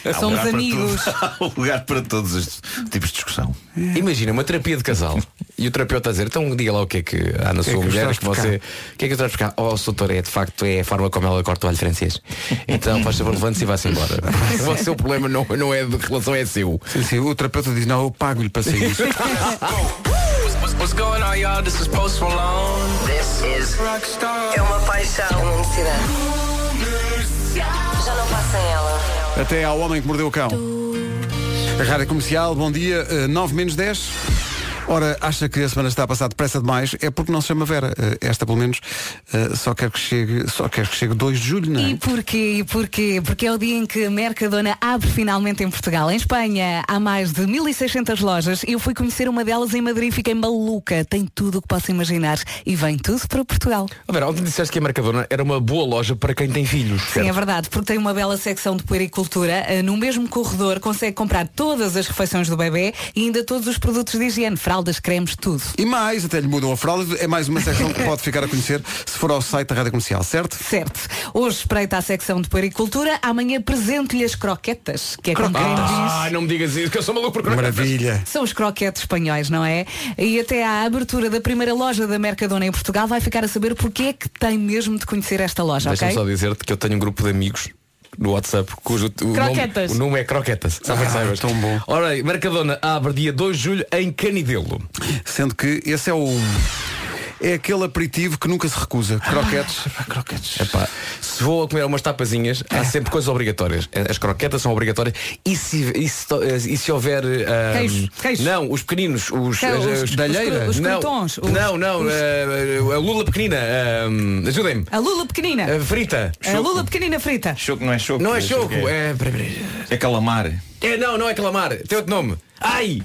[SPEAKER 3] Eh, há
[SPEAKER 2] Somos
[SPEAKER 3] lugar para
[SPEAKER 2] amigos.
[SPEAKER 3] tudo. Há lugar para todos estes tipos de discussão.
[SPEAKER 6] Imagina uma terapia de casal e o terapeuta a dizer, então diga lá o que é que há
[SPEAKER 4] que
[SPEAKER 6] na sua
[SPEAKER 4] é que
[SPEAKER 6] mulher
[SPEAKER 4] estás
[SPEAKER 6] que você. O que é que eu trago buscar? Oh, seu doutor, é de facto é a forma como ela corta o alho francês. Então, faz favor, levante-se e vá-se embora. o seu problema não, não é de relação, é seu.
[SPEAKER 4] Sim, sim, o terapeuta diz, não, eu pago-lhe para sair.
[SPEAKER 15] What's going on, y'all? This is Post Malone. This is Rockstar. É uma paixão. É uma necessidade. Já não passa ela.
[SPEAKER 4] Até ao Homem que Mordeu o Cão. A Rádio Comercial, bom dia, 9 menos 10. Ora, acha que a semana está a passar depressa demais? É porque não se chama Vera. Eh, Esta, pelo menos, eh, só quer que chegue, só quer que chegue 2 de julho, não é?
[SPEAKER 2] E porquê? E porquê? Porque é o dia em que a Mercadona abre finalmente em Portugal. Em Espanha há mais de 1600 lojas. Eu fui conhecer uma delas em Madrid e fiquei maluca. Tem tudo o que posso imaginar. E vem tudo para Portugal.
[SPEAKER 6] Oh, Vera, ontem disseste que a Mercadona era uma boa loja para quem tem filhos.
[SPEAKER 2] Sim, é verdade, porque tem uma bela secção de puericultura. eh, No mesmo corredor consegue comprar todas as refeições do bebê e ainda todos os produtos de higiene, fraldas, cremes, tudo.
[SPEAKER 4] E mais, até lhe mudam a fralda. É mais uma secção que pode ficar a conhecer se for ao site da Rádio Comercial, certo?
[SPEAKER 2] Certo. Hoje espreita a secção de puericultura, amanhã presente-lhe as croquetas, que é com creme de
[SPEAKER 6] Ah, não me digas isso, que eu sou maluco por croquetas.
[SPEAKER 4] Maravilha.
[SPEAKER 2] São os croquetes espanhóis, não é? E até à abertura da primeira loja da Mercadona em Portugal vai ficar a saber porque é que tem mesmo de conhecer esta loja,
[SPEAKER 6] Deixa-me
[SPEAKER 2] ok?
[SPEAKER 6] só dizer-te que eu tenho um grupo de amigos no WhatsApp cujo o nome,
[SPEAKER 2] Croquetas.
[SPEAKER 6] o nome é Croquetas. Sabe que saibas. Tão bom. Ora, aí, Mercadona abre dia 2 de julho em Canidelo.
[SPEAKER 4] Sendo que esse é o. É aquele aperitivo que nunca se recusa. Croquetes. croquetes.
[SPEAKER 6] Epá, se vou a comer umas tapazinhas, há sempre coisas obrigatórias. As croquetas são obrigatórias. E se, e se, to- eh, e se houver. ah,
[SPEAKER 2] Queijo, queijo.
[SPEAKER 6] Não, os pequeninos, os.
[SPEAKER 2] É,
[SPEAKER 6] as-
[SPEAKER 2] os-
[SPEAKER 6] as-
[SPEAKER 2] os Dalheira. cro- os
[SPEAKER 6] não,
[SPEAKER 2] crotons, os-
[SPEAKER 6] não, não. ah, a Lula pequenina. ah, Ajudem-me.
[SPEAKER 2] A lula pequenina.
[SPEAKER 4] Eh,
[SPEAKER 6] A frita.
[SPEAKER 2] É A lula pequenina frita.
[SPEAKER 16] Choco não é choco.
[SPEAKER 6] Não é choco,
[SPEAKER 16] é. É calamar.
[SPEAKER 6] É, não, não é calamar. Tem outro nome. Ai!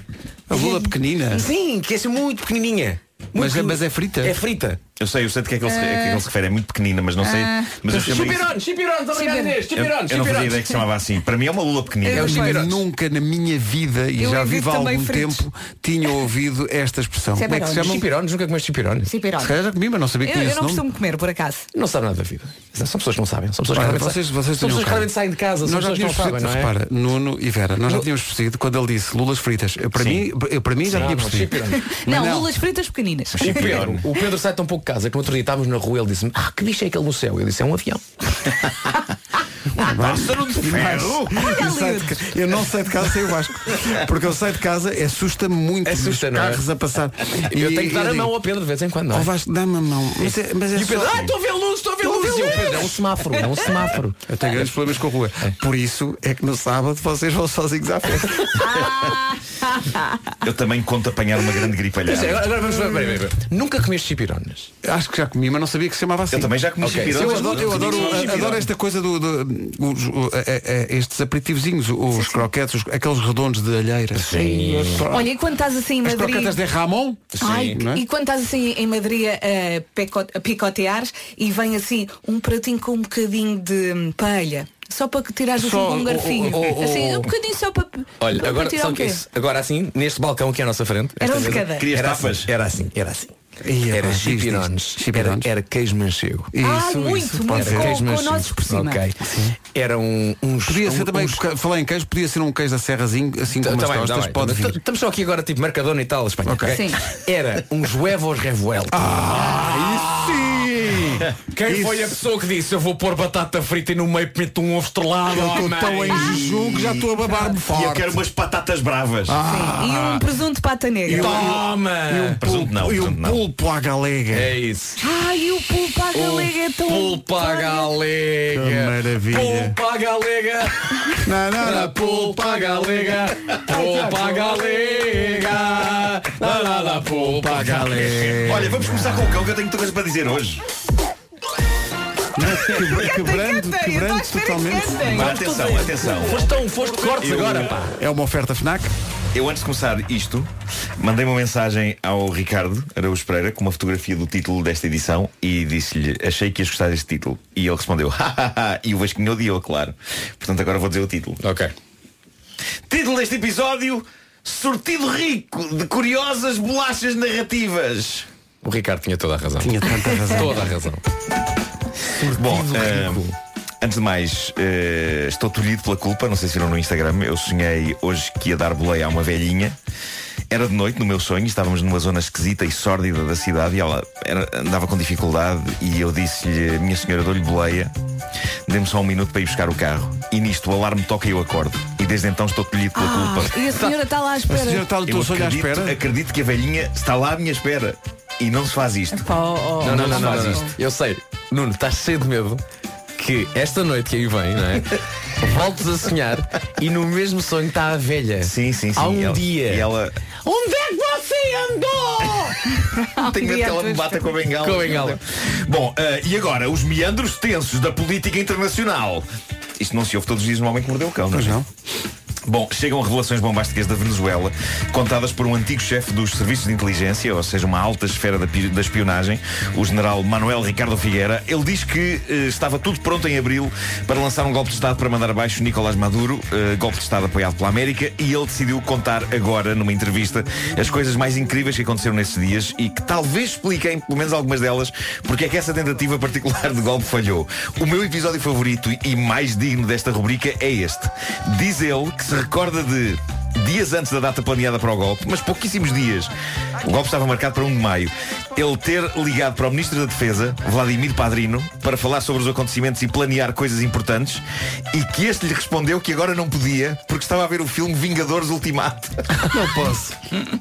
[SPEAKER 4] A lula pequenina.
[SPEAKER 6] Sim, que é assim muito pequenininha.
[SPEAKER 4] Mas, mas é frita?
[SPEAKER 6] É frita.
[SPEAKER 16] Eu sei, eu sei de que é que ele, se, a que é que ele se refere. É muito pequenina, mas não sei.
[SPEAKER 6] Ah.
[SPEAKER 4] é
[SPEAKER 16] mas eu chamo isso.
[SPEAKER 6] Chipirones, chipirones, obrigado
[SPEAKER 2] Chipirones.
[SPEAKER 6] Inês.
[SPEAKER 16] Eu,
[SPEAKER 6] Chipirones,
[SPEAKER 16] eu não fazia
[SPEAKER 6] chipirones.
[SPEAKER 16] ideia que se chamava assim. Para mim é uma lula pequenina.
[SPEAKER 4] Eu nunca na minha vida, e
[SPEAKER 2] Eu
[SPEAKER 4] já
[SPEAKER 2] evito
[SPEAKER 4] vivo há
[SPEAKER 2] também
[SPEAKER 4] algum
[SPEAKER 2] fritos.
[SPEAKER 4] tempo, tinha ouvido esta expressão. Como é que se chama?
[SPEAKER 6] Chipirones, nunca comeste chipirones.
[SPEAKER 2] Chipirones.
[SPEAKER 4] Se calhar já comi, mas não sabia que
[SPEAKER 2] Eu,
[SPEAKER 4] tinha
[SPEAKER 2] eu
[SPEAKER 4] esse
[SPEAKER 2] não
[SPEAKER 4] nome.
[SPEAKER 2] costumo comer, por acaso.
[SPEAKER 6] Não sabe nada da vida. São pessoas que não sabem. São pessoas
[SPEAKER 4] Olha,
[SPEAKER 6] que claramente
[SPEAKER 4] vocês,
[SPEAKER 6] sa-
[SPEAKER 4] vocês
[SPEAKER 6] são
[SPEAKER 4] tinham
[SPEAKER 6] pessoas que
[SPEAKER 4] cara.
[SPEAKER 6] claramente saem de casa. São
[SPEAKER 4] Nós já
[SPEAKER 6] pessoas que não
[SPEAKER 4] tínhamos
[SPEAKER 6] sabem,
[SPEAKER 4] percebido,
[SPEAKER 6] não é?
[SPEAKER 4] repara, Nuno e Vera, nós já tínhamos percebido quando ele disse lulas fritas. Eu, Para mim, eu, para mim já
[SPEAKER 6] Sim,
[SPEAKER 4] tinha
[SPEAKER 6] não,
[SPEAKER 4] percebido.
[SPEAKER 6] chipirones.
[SPEAKER 2] Não,
[SPEAKER 6] Não.
[SPEAKER 2] lulas fritas pequeninas.
[SPEAKER 6] O Pedro, o Pedro sai tão pouco de casa que no outro dia estávamos na rua ele disse-me, ah, que bicho é aquele no céu? Eu disse, é um avião.
[SPEAKER 4] Pássaro de
[SPEAKER 6] ferro?
[SPEAKER 4] Eu, saio de ca- eu não saio de casa sem o Vasco. Porque eu saio de casa, assusta-me muito
[SPEAKER 6] Assusta,
[SPEAKER 4] os
[SPEAKER 6] não é?
[SPEAKER 4] carros a passar.
[SPEAKER 6] Eu tenho que dar a
[SPEAKER 4] digo,
[SPEAKER 6] mão ao Pedro de vez em quando. não é?
[SPEAKER 4] "Ó Vasco, dá-me a mão. Mas é, mas é
[SPEAKER 6] E o Pedro,
[SPEAKER 4] só-
[SPEAKER 6] ah, estou a ver luz, estou a ver luz. E o Pedro, é um semáforo, é um semáforo.
[SPEAKER 4] Eu tenho grandes problemas com a rua. Por isso é que no sábado vocês vão sozinhos à festa.
[SPEAKER 16] Eu também conto apanhar uma grande gripalhada.
[SPEAKER 6] Mas é, agora vamos ver, peraí, peraí, peraí. Nunca comeste chipirones.
[SPEAKER 4] Acho que já comi, mas não sabia que se chamava assim.
[SPEAKER 16] Eu também já comi
[SPEAKER 4] Ok.
[SPEAKER 16] chipirones.
[SPEAKER 4] Eu adoro, eu
[SPEAKER 16] Muito
[SPEAKER 4] adoro,
[SPEAKER 16] bem.
[SPEAKER 4] adoro
[SPEAKER 16] Chipirones.
[SPEAKER 4] esta coisa do, do- os- o- é- é- estes aperitivozinhos, os croquetes, os- aqueles redondos de alheira. Sim.
[SPEAKER 2] Olha, e quando estás assim em
[SPEAKER 4] As
[SPEAKER 2] Madrid.
[SPEAKER 4] croquetas de Ramon?
[SPEAKER 2] Ai,
[SPEAKER 4] Não é?
[SPEAKER 2] E quando estás assim em Madrid a, peco- a picotear e vem assim um pratinho com um bocadinho de hum, paella, só para que tirares assim
[SPEAKER 6] Só
[SPEAKER 2] com
[SPEAKER 6] o-
[SPEAKER 2] um garfinho.
[SPEAKER 6] o- o- o-
[SPEAKER 2] assim, um bocadinho só para.
[SPEAKER 6] Olha,
[SPEAKER 2] para
[SPEAKER 6] agora,
[SPEAKER 2] tirar um o
[SPEAKER 6] sabe o que é
[SPEAKER 2] quê?
[SPEAKER 6] isso? agora assim, neste balcão aqui à nossa frente.
[SPEAKER 2] Era
[SPEAKER 6] esta
[SPEAKER 2] um de
[SPEAKER 6] mesa,
[SPEAKER 2] cada.
[SPEAKER 16] Querias
[SPEAKER 6] Era
[SPEAKER 16] tapas?
[SPEAKER 6] assim, era assim, era assim.
[SPEAKER 4] Ih,
[SPEAKER 6] Era
[SPEAKER 4] rapaz, diz, diz.
[SPEAKER 6] chipirones. Era,
[SPEAKER 4] Chipirones.
[SPEAKER 6] era queijo manchego.
[SPEAKER 2] Ai, muito, ah, muito,
[SPEAKER 6] Era
[SPEAKER 2] com-
[SPEAKER 6] queijo
[SPEAKER 2] com
[SPEAKER 6] manchego.
[SPEAKER 2] nozes por cima.
[SPEAKER 6] Ok. Era um, uns.
[SPEAKER 4] Podia ser
[SPEAKER 6] um-
[SPEAKER 4] também,
[SPEAKER 6] uns-
[SPEAKER 4] porque falei em queijo, podia ser um queijo da serrazinho, assim
[SPEAKER 6] Tá-
[SPEAKER 4] como
[SPEAKER 6] tá
[SPEAKER 4] as
[SPEAKER 6] bem, tá
[SPEAKER 4] tostas,
[SPEAKER 6] bem.
[SPEAKER 4] pode
[SPEAKER 6] Tá-
[SPEAKER 4] vir.
[SPEAKER 6] Estamos só aqui agora tipo Mercadona e tal, Espanha.
[SPEAKER 4] Ok.
[SPEAKER 6] ok?
[SPEAKER 2] Sim.
[SPEAKER 6] Era um uns huevos revueltos.
[SPEAKER 4] Ah,
[SPEAKER 6] sim! Quem foi a pessoa que disse eu vou pôr batata frita e no meio meto um ovo estrelado?
[SPEAKER 4] Eu
[SPEAKER 6] Oh,
[SPEAKER 4] estou
[SPEAKER 6] mãe.
[SPEAKER 4] tão em jejum que já estou a babar-me
[SPEAKER 16] E
[SPEAKER 4] forte.
[SPEAKER 16] eu quero umas batatas bravas.
[SPEAKER 2] E
[SPEAKER 6] Ah.
[SPEAKER 2] um presunto de pata negra.
[SPEAKER 6] Toma!
[SPEAKER 4] E um
[SPEAKER 16] Presunto não,
[SPEAKER 4] pulpo- E um
[SPEAKER 16] presunto não.
[SPEAKER 4] pulpo à galega.
[SPEAKER 6] É isso.
[SPEAKER 2] Ai, o pulpo à galega é tão.
[SPEAKER 6] Pulpa galega.
[SPEAKER 4] Que maravilha.
[SPEAKER 6] Pulpa galega.
[SPEAKER 4] Não, não,
[SPEAKER 6] Para
[SPEAKER 4] não.
[SPEAKER 6] pulpa galega. Pulpa galega. La la la pulpa galega.
[SPEAKER 16] Olha, vamos começar com o cão que eu tenho muita coisa para dizer hoje.
[SPEAKER 4] Quebra- Quebrando,
[SPEAKER 2] cantem, eu
[SPEAKER 4] quebrando
[SPEAKER 2] estou à espera que
[SPEAKER 4] totalmente.
[SPEAKER 2] cantem.
[SPEAKER 16] Mas atenção, atenção.
[SPEAKER 6] Foste tão, foste cortes agora, pá.
[SPEAKER 4] É uma oferta FNAC.
[SPEAKER 16] Eu antes de começar isto, mandei uma mensagem ao Ricardo Araújo Pereira com uma fotografia do título desta edição e disse-lhe, achei que ias gostar deste título. E ele respondeu, hahaha, e o Vasquinho deu, claro. Portanto, agora vou dizer o título.
[SPEAKER 6] Ok.
[SPEAKER 16] Título deste episódio, Sortido Rico de Curiosas Bolachas Narrativas.
[SPEAKER 6] O Ricardo tinha toda a razão.
[SPEAKER 4] Tinha tanta razão.
[SPEAKER 6] Toda a razão.
[SPEAKER 16] Bom, ahm, antes de mais, eh, estou tolhido pela culpa, não sei se viram no Instagram, eu sonhei hoje que ia dar boleia a uma velhinha Era de noite, no meu sonho, estávamos numa zona esquisita e sórdida da cidade e ela era- andava com dificuldade e eu disse-lhe, minha senhora, dou-lhe boleia, dê-me só um minuto para ir buscar o carro. E nisto o alarme toca e eu acordo. E desde então estou colhido pela
[SPEAKER 2] Ah,
[SPEAKER 16] culpa.
[SPEAKER 2] e a senhora está lá à espera.
[SPEAKER 16] Eu acredito- Acredito que a velhinha está lá à minha espera. E não se faz isto.
[SPEAKER 2] Pá, oh, ó, ó.
[SPEAKER 6] Não, não, não,
[SPEAKER 16] se
[SPEAKER 6] não,
[SPEAKER 16] faz
[SPEAKER 6] não, não.
[SPEAKER 16] isto.
[SPEAKER 6] Eu sei, Nuno, estás cheio de medo que esta noite que aí vem, não é? Voltes a sonhar e no mesmo sonho está a velha. Sim, sim,
[SPEAKER 16] sim,
[SPEAKER 6] Há um
[SPEAKER 16] e ela-
[SPEAKER 6] dia.
[SPEAKER 16] e ela-
[SPEAKER 15] Onde é que você andou?
[SPEAKER 16] Tenho medo que ela me bata com a bengala.
[SPEAKER 15] Com a bengala.
[SPEAKER 16] Bom, eh, e agora, os meandros tensos da política internacional. Isto não se ouve todos os dias no Homem que Mordeu o Cão, não é? Bom, chegam revelações bombásticas da Venezuela, contadas por um antigo chefe dos serviços de inteligência, ou seja, uma alta esfera da, pi- da espionagem, o general Manuel Ricardo Figueira. Ele diz que eh, estava tudo pronto em abril para lançar um golpe de Estado para mandar abaixo Nicolás Maduro, eh, golpe de Estado apoiado pela América, e ele decidiu contar agora, numa entrevista, as coisas mais incríveis que aconteceram nesses dias e que talvez expliquem, pelo menos algumas delas, porque é que essa tentativa particular de golpe falhou. O meu episódio favorito e mais digno desta rubrica é este. Diz ele que se recorda de dias antes da data planeada para o golpe, mas pouquíssimos dias. O golpe estava marcado para 1 de maio. Ele ter ligado para o Ministro da Defesa, Vladimir Padrino, para falar sobre os acontecimentos e planear coisas importantes, e que este lhe respondeu que agora não podia, porque estava a ver o filme Vingadores Ultimato. Não posso.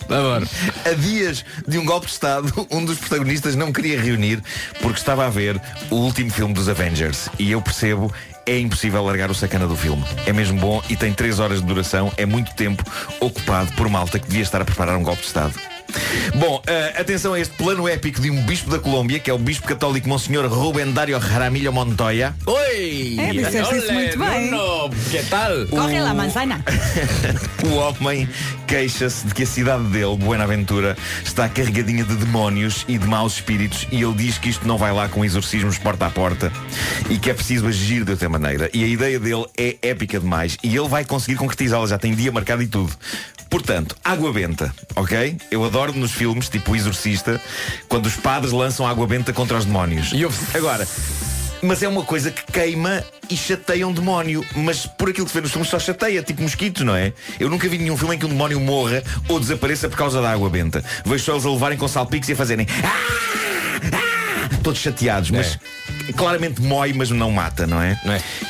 [SPEAKER 16] Agora. A dias de um golpe de Estado, um dos protagonistas não queria reunir, porque estava a ver o último filme dos Avengers. E eu percebo, é impossível largar o sacana do filme. É mesmo bom e tem 3 horas de duração, é muito tempo ocupado por malta que devia estar a preparar um golpe de Estado. Bom, eh, atenção a este plano épico de um bispo da Colômbia, que é o bispo católico Monsenhor Rubén Dario Jaramillo Montoya. Oi!
[SPEAKER 15] É, disseste isso muito bem.
[SPEAKER 16] que tal?
[SPEAKER 15] Corre lá, manzana.
[SPEAKER 16] O homem queixa-se de que a cidade dele, Buenaventura, está carregadinha de demónios e de maus espíritos e ele diz que isto não vai lá com exorcismos porta a porta e que é preciso agir de outra maneira. E a ideia dele é épica demais e ele vai conseguir concretizá-la, já tem dia marcado e tudo. Portanto, água benta, ok? Eu adoro nos filmes, tipo o Exorcista, quando os padres lançam água benta contra os demónios. E Agora, mas é uma coisa que queima e chateia um demónio. Mas por aquilo que se vê nos filmes só chateia, tipo mosquitos, não é? Eu nunca vi nenhum filme em que um demónio morra ou desapareça por causa da água benta. Vejo só eles a levarem com salpicos e a fazerem. "Ah! Ah!" Todos chateados, mas claramente mói, mas não mata, não é?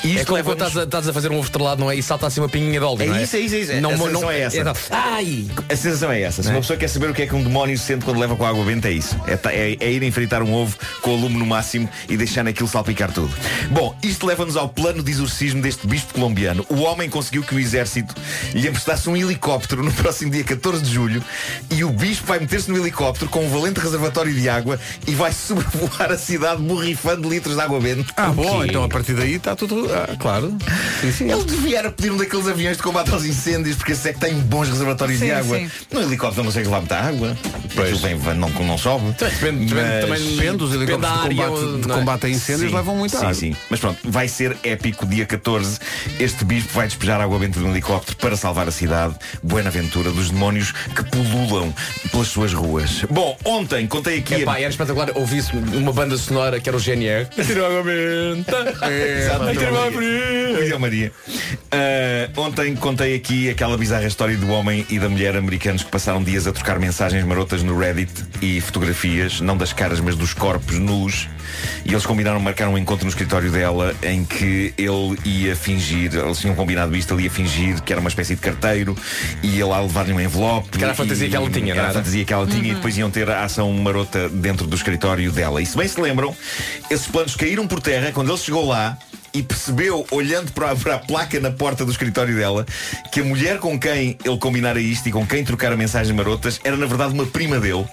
[SPEAKER 16] E
[SPEAKER 6] É. é como quando estás a, estás a fazer um overtrelado, não é? E salta assim uma pinguinha de óleo,
[SPEAKER 16] É
[SPEAKER 6] não é?
[SPEAKER 16] isso, é isso, é isso.
[SPEAKER 6] Não,
[SPEAKER 16] a
[SPEAKER 6] não,
[SPEAKER 16] sensação
[SPEAKER 6] não
[SPEAKER 16] é essa.
[SPEAKER 6] exato.
[SPEAKER 16] Ai! A sensação é essa. Se
[SPEAKER 6] Não é?
[SPEAKER 16] uma pessoa quer saber o que é que um demónio sente quando leva com a água benta, é isso. É, ta- é- é ir enfrentar um ovo com o lume no máximo e deixar naquilo salpicar tudo. Bom, isto leva-nos ao plano de exorcismo deste bispo colombiano. O homem conseguiu que o exército lhe emprestasse um helicóptero no próximo dia 14 de julho e o bispo vai meter-se no helicóptero com um valente reservatório de água e vai sobrevoar a cidade borrifando litros de água benta.
[SPEAKER 4] Ah, bom,
[SPEAKER 16] Ok.
[SPEAKER 4] então a partir daí está tudo. Ah, claro. Sim, sim.
[SPEAKER 16] Ele devia era pedir um daqueles aviões de combate aos incêndios, porque esse é que tem bons reservatórios
[SPEAKER 4] Sim,
[SPEAKER 16] de água.
[SPEAKER 4] sim.
[SPEAKER 16] No helicóptero não consegues lá muita água. Pois. Então, Bem, não, não sobe.
[SPEAKER 4] depende- depende também- Depende dos helicópteros de
[SPEAKER 16] da área,
[SPEAKER 4] combate- de
[SPEAKER 16] não é?
[SPEAKER 4] combate a incêndios,
[SPEAKER 16] Sim,
[SPEAKER 4] levam muita
[SPEAKER 16] sim,
[SPEAKER 4] água.
[SPEAKER 16] Sim, Mas pronto, vai ser épico. Dia 14, este bispo vai despejar água benta de um helicóptero para salvar a cidade, Buenaventura, dos demónios que pululam pelas suas ruas. Bom, ontem contei aqui.
[SPEAKER 6] Epá, era espetacular, ouvi uma banda sonora que era o GNR. Tirou água benta.
[SPEAKER 16] Exato,
[SPEAKER 6] Ai, tirou água
[SPEAKER 16] Miguel É, Maria. Ah, ontem contei aqui aquela bizarra história do homem e da mulher americanos que passaram dias a trocar mensagens marotas no Reddit e fotografias, não das caras, mas dos corpos nus. E eles combinaram marcar um encontro no escritório dela em que ele ia fingir, eles tinham combinado isto, ele ia fingir que era uma espécie de carteiro, ia lá levar-lhe um envelope.
[SPEAKER 6] Que era a fantasia
[SPEAKER 16] e-
[SPEAKER 6] que ela tinha,
[SPEAKER 16] era
[SPEAKER 6] não
[SPEAKER 16] a
[SPEAKER 6] era?
[SPEAKER 16] fantasia que ela tinha e
[SPEAKER 6] Uhum.
[SPEAKER 16] depois depois iam ter a ação marota dentro do escritório dela. E se bem se lembram, esses planos caíram por terra quando ele chegou lá e percebeu, olhando para a, para a placa na porta do escritório dela, que a mulher com quem ele combinara isto e com quem trocara mensagens marotas era na verdade uma prima dele,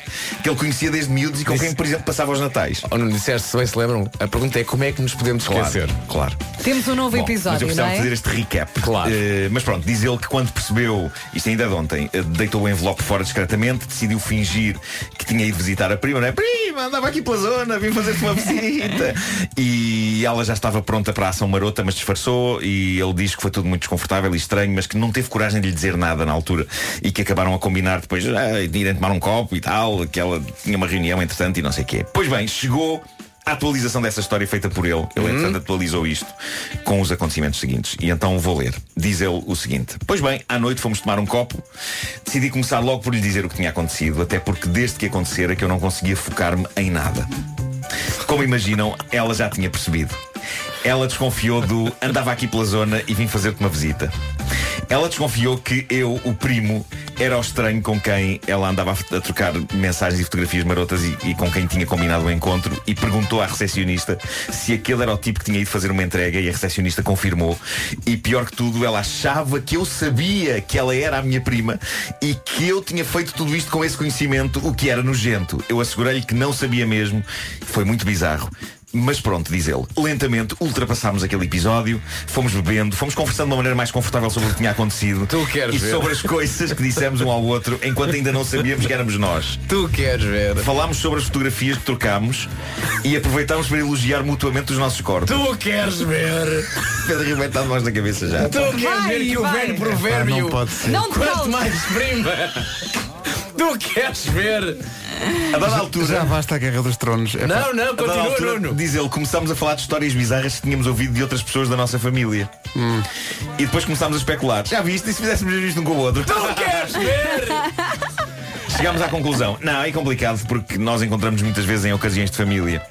[SPEAKER 16] que ele conhecia desde miúdos e com quem, por exemplo, passava os natais.
[SPEAKER 6] Ou não Oh, disseste, se bem se lembram, a pergunta é como é que nos podemos
[SPEAKER 16] Claro,
[SPEAKER 6] esquecer?
[SPEAKER 16] Claro.
[SPEAKER 2] Temos um novo
[SPEAKER 16] Bom, mas eu
[SPEAKER 2] episódio, não
[SPEAKER 16] precisava
[SPEAKER 2] é?
[SPEAKER 16] fazer este recap. Claro. mas pronto, diz ele que quando percebeu, isto ainda de ontem, eh, deitou o envelope fora discretamente, decidiu fingir que tinha ido visitar a prima, não é? Prima, andava aqui pela zona, vim fazer-te uma visita. e ela já estava pronta para a ação marota, mas disfarçou e ele diz que foi tudo muito desconfortável e estranho, mas que não teve coragem de lhe dizer nada na altura e que acabaram a combinar depois, eh, ah, irem tomar um copo e tal, que ela tinha uma reunião entretanto e não sei o quê. Pois bem, chegou a atualização dessa história é feita por ele. Ele, entretanto, atualizou isto com os acontecimentos seguintes. E então vou ler. Diz ele o seguinte. Pois bem, à noite fomos tomar um copo. Decidi começar logo por lhe dizer o que tinha acontecido, até porque desde que acontecera que eu não conseguia focar-me em nada. Como imaginam, ela já tinha percebido. Ela desconfiou do andava aqui pela zona e vim fazer-te uma visita. Ela desconfiou que eu, o primo, era o estranho com quem ela andava a a trocar mensagens e fotografias marotas e, e com quem tinha combinado o encontro e perguntou à recepcionista se aquele era o tipo que tinha ido fazer uma entrega e a recepcionista confirmou. E pior que tudo, ela achava que eu sabia que ela era a minha prima e que eu tinha feito tudo isto com esse conhecimento, o que era nojento. Eu assegurei-lhe que não sabia mesmo. Foi muito bizarro. Mas pronto, diz ele, lentamente ultrapassámos aquele episódio, fomos bebendo, fomos conversando de uma maneira mais confortável sobre o que tinha acontecido e
[SPEAKER 6] ver?
[SPEAKER 16] sobre as coisas que dissemos um ao outro enquanto ainda não sabíamos que éramos nós.
[SPEAKER 6] Tu queres ver?
[SPEAKER 16] Falámos sobre as fotografias que trocámos e aproveitámos para elogiar mutuamente os nossos corpos.
[SPEAKER 6] Tu queres ver?
[SPEAKER 16] Pedro Ribeiro está de mãos na cabeça já.
[SPEAKER 6] Tu queres ver que o velho provérbio
[SPEAKER 16] não pode ser.
[SPEAKER 6] Não Quanto mais prima Tu queres ver
[SPEAKER 16] A dada altura
[SPEAKER 4] Já basta a Guerra dos Tronos. É pá.
[SPEAKER 16] A dada altura, Diz ele, começámos a falar de histórias bizarras que tínhamos ouvido de outras pessoas da nossa família.
[SPEAKER 4] Hum.
[SPEAKER 16] E depois começámos a especular. Já viste? E se fizéssemos isto um com o outro? Chegámos à conclusão. Não, é complicado porque nós encontramos muitas vezes em ocasiões de família.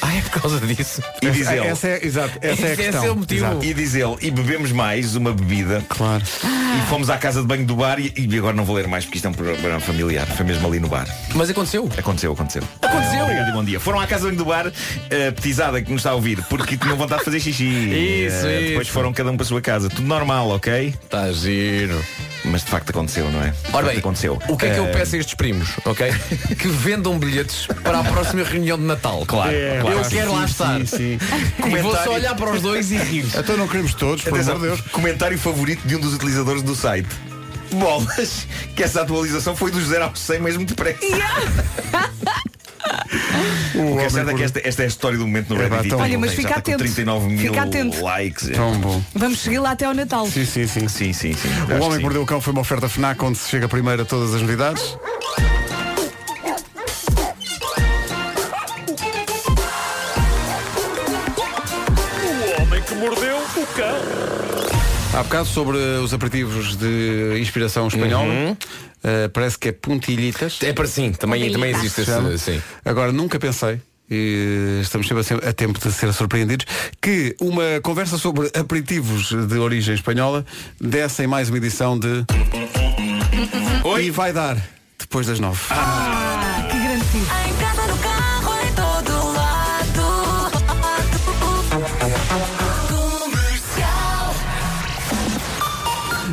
[SPEAKER 6] Ah, é por causa disso.
[SPEAKER 16] E diz
[SPEAKER 4] Essa-
[SPEAKER 16] ele.
[SPEAKER 4] essa é- exato, essa é a Esse- esse questão. é o motivo. Exato.
[SPEAKER 16] E diz ele, e bebemos mais uma bebida.
[SPEAKER 4] Claro.
[SPEAKER 16] E fomos à casa de banho do bar e, e agora não vou ler mais porque isto é um programa familiar. Foi mesmo ali no bar.
[SPEAKER 6] Mas aconteceu?
[SPEAKER 16] Aconteceu, aconteceu. Aconteceu! Obrigado e bom dia. Foram à casa de banho do bar, a petizada que nos está a ouvir, porque tinham vontade de fazer xixi.
[SPEAKER 6] Isso,
[SPEAKER 16] Eh, Depois
[SPEAKER 6] isso.
[SPEAKER 16] foram cada um para a sua casa. Tudo normal, ok?
[SPEAKER 6] Está Tá giro.
[SPEAKER 16] Mas de facto aconteceu, não é? De
[SPEAKER 6] Ora
[SPEAKER 16] facto
[SPEAKER 6] bem,
[SPEAKER 16] aconteceu.
[SPEAKER 6] O que é que eu
[SPEAKER 16] Eh,
[SPEAKER 6] peço a estes primos, ok? Que vendam bilhetes para a próxima reunião de Natal, claro.
[SPEAKER 16] É,
[SPEAKER 6] eu
[SPEAKER 16] claro.
[SPEAKER 6] quero lá
[SPEAKER 16] Sim,
[SPEAKER 6] estar.
[SPEAKER 16] sim, sim.
[SPEAKER 6] E vou só
[SPEAKER 16] Comentário.
[SPEAKER 6] olhar para os dois e rir.
[SPEAKER 4] Então não queremos todos, por
[SPEAKER 16] Atenção,
[SPEAKER 4] amor de Deus.
[SPEAKER 16] Comentário favorito de um dos utilizadores do site. Bolas, que essa atualização foi do 0 ao 100 mesmo depressa. O que é certo é que esta, esta é a história do momento no
[SPEAKER 4] É, pá,
[SPEAKER 16] Reddit.
[SPEAKER 4] tão
[SPEAKER 16] e
[SPEAKER 4] Olha,
[SPEAKER 16] não
[SPEAKER 2] mas
[SPEAKER 16] tem,
[SPEAKER 2] fica
[SPEAKER 16] já está
[SPEAKER 2] atento.
[SPEAKER 16] Com 39 mil
[SPEAKER 2] Fica atento.
[SPEAKER 16] likes.
[SPEAKER 4] Tão bom.
[SPEAKER 2] Vamos seguir lá até ao Natal.
[SPEAKER 4] Sim, sim, sim.
[SPEAKER 16] Sim, sim, sim.
[SPEAKER 4] O Homem que Mordeu o Cão foi uma oferta FNAC onde se chega primeiro a todas as novidades.
[SPEAKER 15] O homem que mordeu o cão.
[SPEAKER 4] Há bocado sobre os aperitivos de inspiração espanhola. Uh, parece que é puntilhitas.
[SPEAKER 6] É para sim, também, também existe esse. Sim.
[SPEAKER 4] Agora, nunca pensei, e estamos sempre a ser- a tempo de ser surpreendidos, que uma conversa sobre aperitivos de origem espanhola desse em mais uma edição de. Oi? E vai dar depois das nove.
[SPEAKER 2] Ah, que grande filho.
[SPEAKER 15] Em casa, no carro, em todo lado.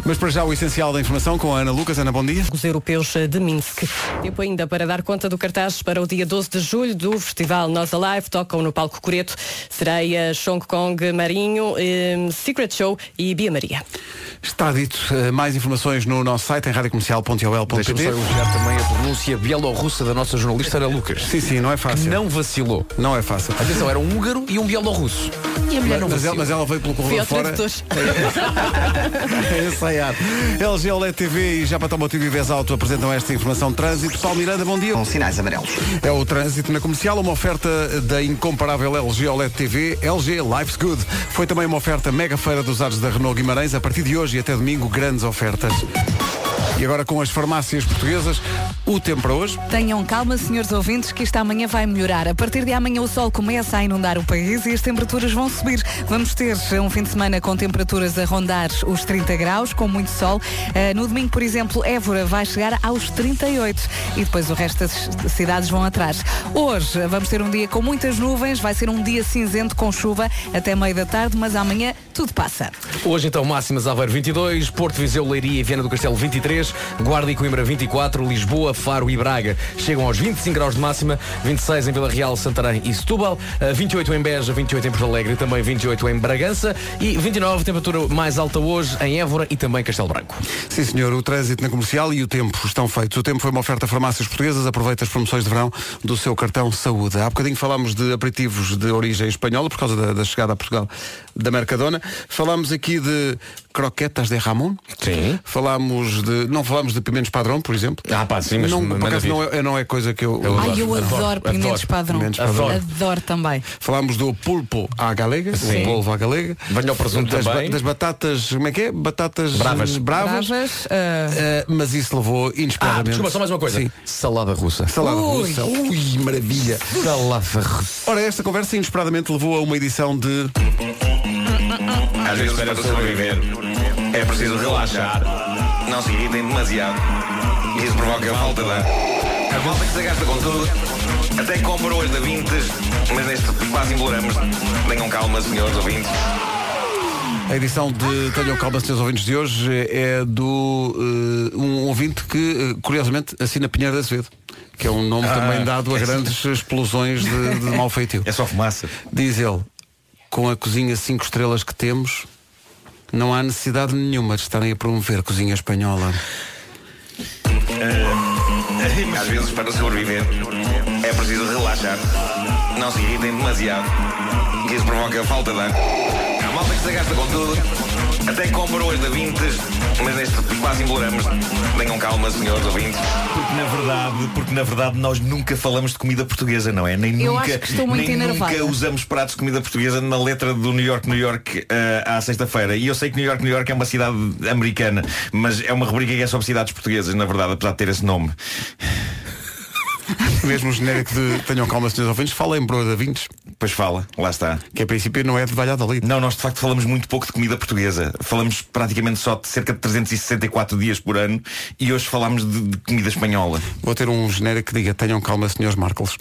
[SPEAKER 4] Mas para já o essencial da informação com a Ana Lucas. Ana, bom dia.
[SPEAKER 1] Os europeus de Minsk. Tempo ainda para dar conta do cartaz para o dia 12 de julho do festival Nós Alive. Tocam no palco Coreto Sereia, Chong Kong, Marinho, eh, Secret Show e Bia Maria.
[SPEAKER 4] Está dito. eh, Mais informações no nosso site em
[SPEAKER 6] Deixa-me só
[SPEAKER 4] radiocomercial.ol.pt.
[SPEAKER 6] elogiar também a pronúncia bielorrussa da nossa jornalista Ana Lucas.
[SPEAKER 4] Sim, sim, não é
[SPEAKER 6] que
[SPEAKER 4] fácil.
[SPEAKER 6] não vacilou.
[SPEAKER 4] Não é fácil.
[SPEAKER 6] Atenção, era um húngaro e um bielorrusso. E a mulher não
[SPEAKER 4] Mas ela,
[SPEAKER 6] vacilou.
[SPEAKER 4] mas ela veio pelo
[SPEAKER 1] Fui
[SPEAKER 4] corredor
[SPEAKER 1] ao
[SPEAKER 4] fora.
[SPEAKER 1] tradutores.
[SPEAKER 4] É ensaiado. LG OLED TV e Japa Automotivo e Vez Auto apresentam esta informação de trânsito. Paulo Miranda, bom dia.
[SPEAKER 3] Com sinais amarelos.
[SPEAKER 4] É o trânsito na comercial, uma oferta da incomparável LG OLED TV, LG Life's Good. Foi também uma oferta mega feira dos ares da Renault Guimarães. A partir de hoje e até domingo, grandes ofertas. E agora com as farmácias portuguesas, o tempo para hoje.
[SPEAKER 2] Tenham calma, senhores ouvintes, que isto amanhã vai melhorar. A partir de amanhã o sol começa a inundar o país e as temperaturas vão subir. Vamos ter um fim de semana com temperaturas a rondar os 30 graus, com muito sol. Eh, no domingo, por exemplo, Évora vai chegar aos 38 e depois o resto das cidades vão atrás. Hoje eh, vamos ter um dia com muitas nuvens, vai ser um dia cinzento com chuva até meio da tarde, mas amanhã tudo passa.
[SPEAKER 6] Hoje então máximas Aveiro 22, Porto Viseu, Leiria e Viana do Castelo 23, Guarda e Coimbra 24, Lisboa, Faro e Braga chegam aos 25 graus de máxima, 26 em Vila Real, Santarém e Setúbal, eh, 28 em Beja, 28 em Porto Alegre e também 28 em Bragança e 29 temperatura mais alta hoje em Évora e também Castelo Branco.
[SPEAKER 4] Sim, senhor, o trânsito na comercial e o tempo estão feitos. O tempo foi uma oferta a farmácias portuguesas. Aproveita as promoções de verão do seu cartão Saúde. Há bocadinho falámos de aperitivos de origem espanhola, por causa da, da chegada a Portugal da Mercadona. Falámos aqui de croquetas de Ramon.
[SPEAKER 6] Sim.
[SPEAKER 4] Falámos de. não falamos de pimentos padrão, por exemplo.
[SPEAKER 6] Ah, pá, sim, mas
[SPEAKER 4] não,
[SPEAKER 6] manda
[SPEAKER 4] por acaso
[SPEAKER 6] vir.
[SPEAKER 4] não é, não é coisa que eu.
[SPEAKER 6] Eu
[SPEAKER 2] Ai, eu adoro, pimentos padrão.
[SPEAKER 4] Pimentos
[SPEAKER 2] Adoro.
[SPEAKER 4] padrão.
[SPEAKER 2] também.
[SPEAKER 4] Falámos do pulpo à galega,
[SPEAKER 2] Sim.
[SPEAKER 4] o polvo à galega.
[SPEAKER 6] Venha ao presunto
[SPEAKER 4] das,
[SPEAKER 6] também.
[SPEAKER 4] das batatas, como é que é? Batatas
[SPEAKER 6] Bravas.
[SPEAKER 4] bravas.
[SPEAKER 2] Bravas, ah,
[SPEAKER 4] Eh, mas isso levou
[SPEAKER 6] Ah,
[SPEAKER 4] inesperadamente.
[SPEAKER 6] desculpa, só mais uma coisa.
[SPEAKER 4] Sim.
[SPEAKER 6] Salada russa.
[SPEAKER 4] Salada
[SPEAKER 6] Ui.
[SPEAKER 4] russa. Ui, maravilha.
[SPEAKER 6] Salada russa.
[SPEAKER 4] Ora, esta conversa inesperadamente levou a uma edição de.
[SPEAKER 16] Às vezes para sobreviver é preciso relaxar, não se irritem demasiado. Isso provoca falta de ar. A malta que se gasta com tudo, até compra hoje da Vintes, mas neste quase embolamos. Tenham calma, senhores ouvintes.
[SPEAKER 4] A edição de Tenham Calma, senhores ouvintes de hoje é do eh, um ouvinte que, eh, curiosamente, assina Pinheiro da Azevedo, que é um nome
[SPEAKER 16] Ah,
[SPEAKER 4] também dado a
[SPEAKER 16] é
[SPEAKER 4] grandes explosões de, de mau feitio.
[SPEAKER 16] É só fumaça.
[SPEAKER 4] Diz ele, com a cozinha 5 estrelas que temos, não há necessidade nenhuma de estarem a promover cozinha espanhola.
[SPEAKER 16] Ah, Às vezes para sobreviver é preciso relaxar, não se irritem demasiado. Isso provoca falta de ar. A malta que se gasta com tudo, até compra hoje da Vintes, mas neste quase embolamos. Tenham calma, senhores ouvintes. Porque na verdade, porque na verdade nós nunca falamos de comida portuguesa, não é? Nem
[SPEAKER 2] Eu
[SPEAKER 16] nunca,
[SPEAKER 2] acho que estou muito
[SPEAKER 16] nem
[SPEAKER 2] enervada.
[SPEAKER 16] nunca usamos pratos de comida portuguesa na letra do New York, New York eh, à sexta-feira. E eu sei que New York, New York é uma cidade americana, mas é uma rubrica que é sobre cidades portuguesas, na verdade, apesar de ter esse nome.
[SPEAKER 4] Mesmo o genérico de Tenham Calma, senhores ouvintes, fala em Broa da Vintes,
[SPEAKER 16] Pois fala, lá está.
[SPEAKER 4] que a princípio não é de Valladolid.
[SPEAKER 16] Não, nós de facto falamos muito pouco de comida portuguesa. Falamos praticamente só de cerca de 364 dias por ano e hoje falámos de, de comida espanhola.
[SPEAKER 4] Vou ter um genérico que diga Tenham Calma, senhores Marcos.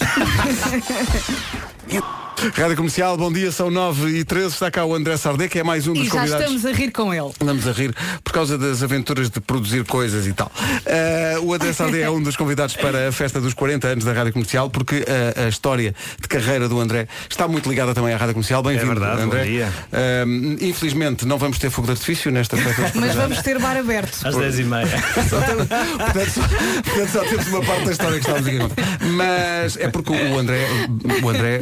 [SPEAKER 4] Rádio Comercial, bom dia, são 9 e 13 está cá o André Sardé, que é mais um dos
[SPEAKER 2] e já
[SPEAKER 4] convidados.
[SPEAKER 2] estamos a rir com ele.
[SPEAKER 4] Andamos a rir por causa das aventuras de produzir coisas e tal. Eh, o André Sade é um dos convidados para a festa dos 40 anos da Rádio Comercial, porque eh, a, história de carreira do André está muito ligada também à Rádio Comercial. Bem-vindo,
[SPEAKER 13] É verdade, bom
[SPEAKER 4] André.
[SPEAKER 13] dia.
[SPEAKER 4] Eh, infelizmente não vamos ter fogo de artifício nesta festa dos 40
[SPEAKER 2] Mas
[SPEAKER 4] anos.
[SPEAKER 2] vamos ter bar aberto.
[SPEAKER 13] Às 10 e meia.
[SPEAKER 4] Portanto, só- portanto, só temos uma parte da história que estamos aqui a contar. Mas é porque o André, o André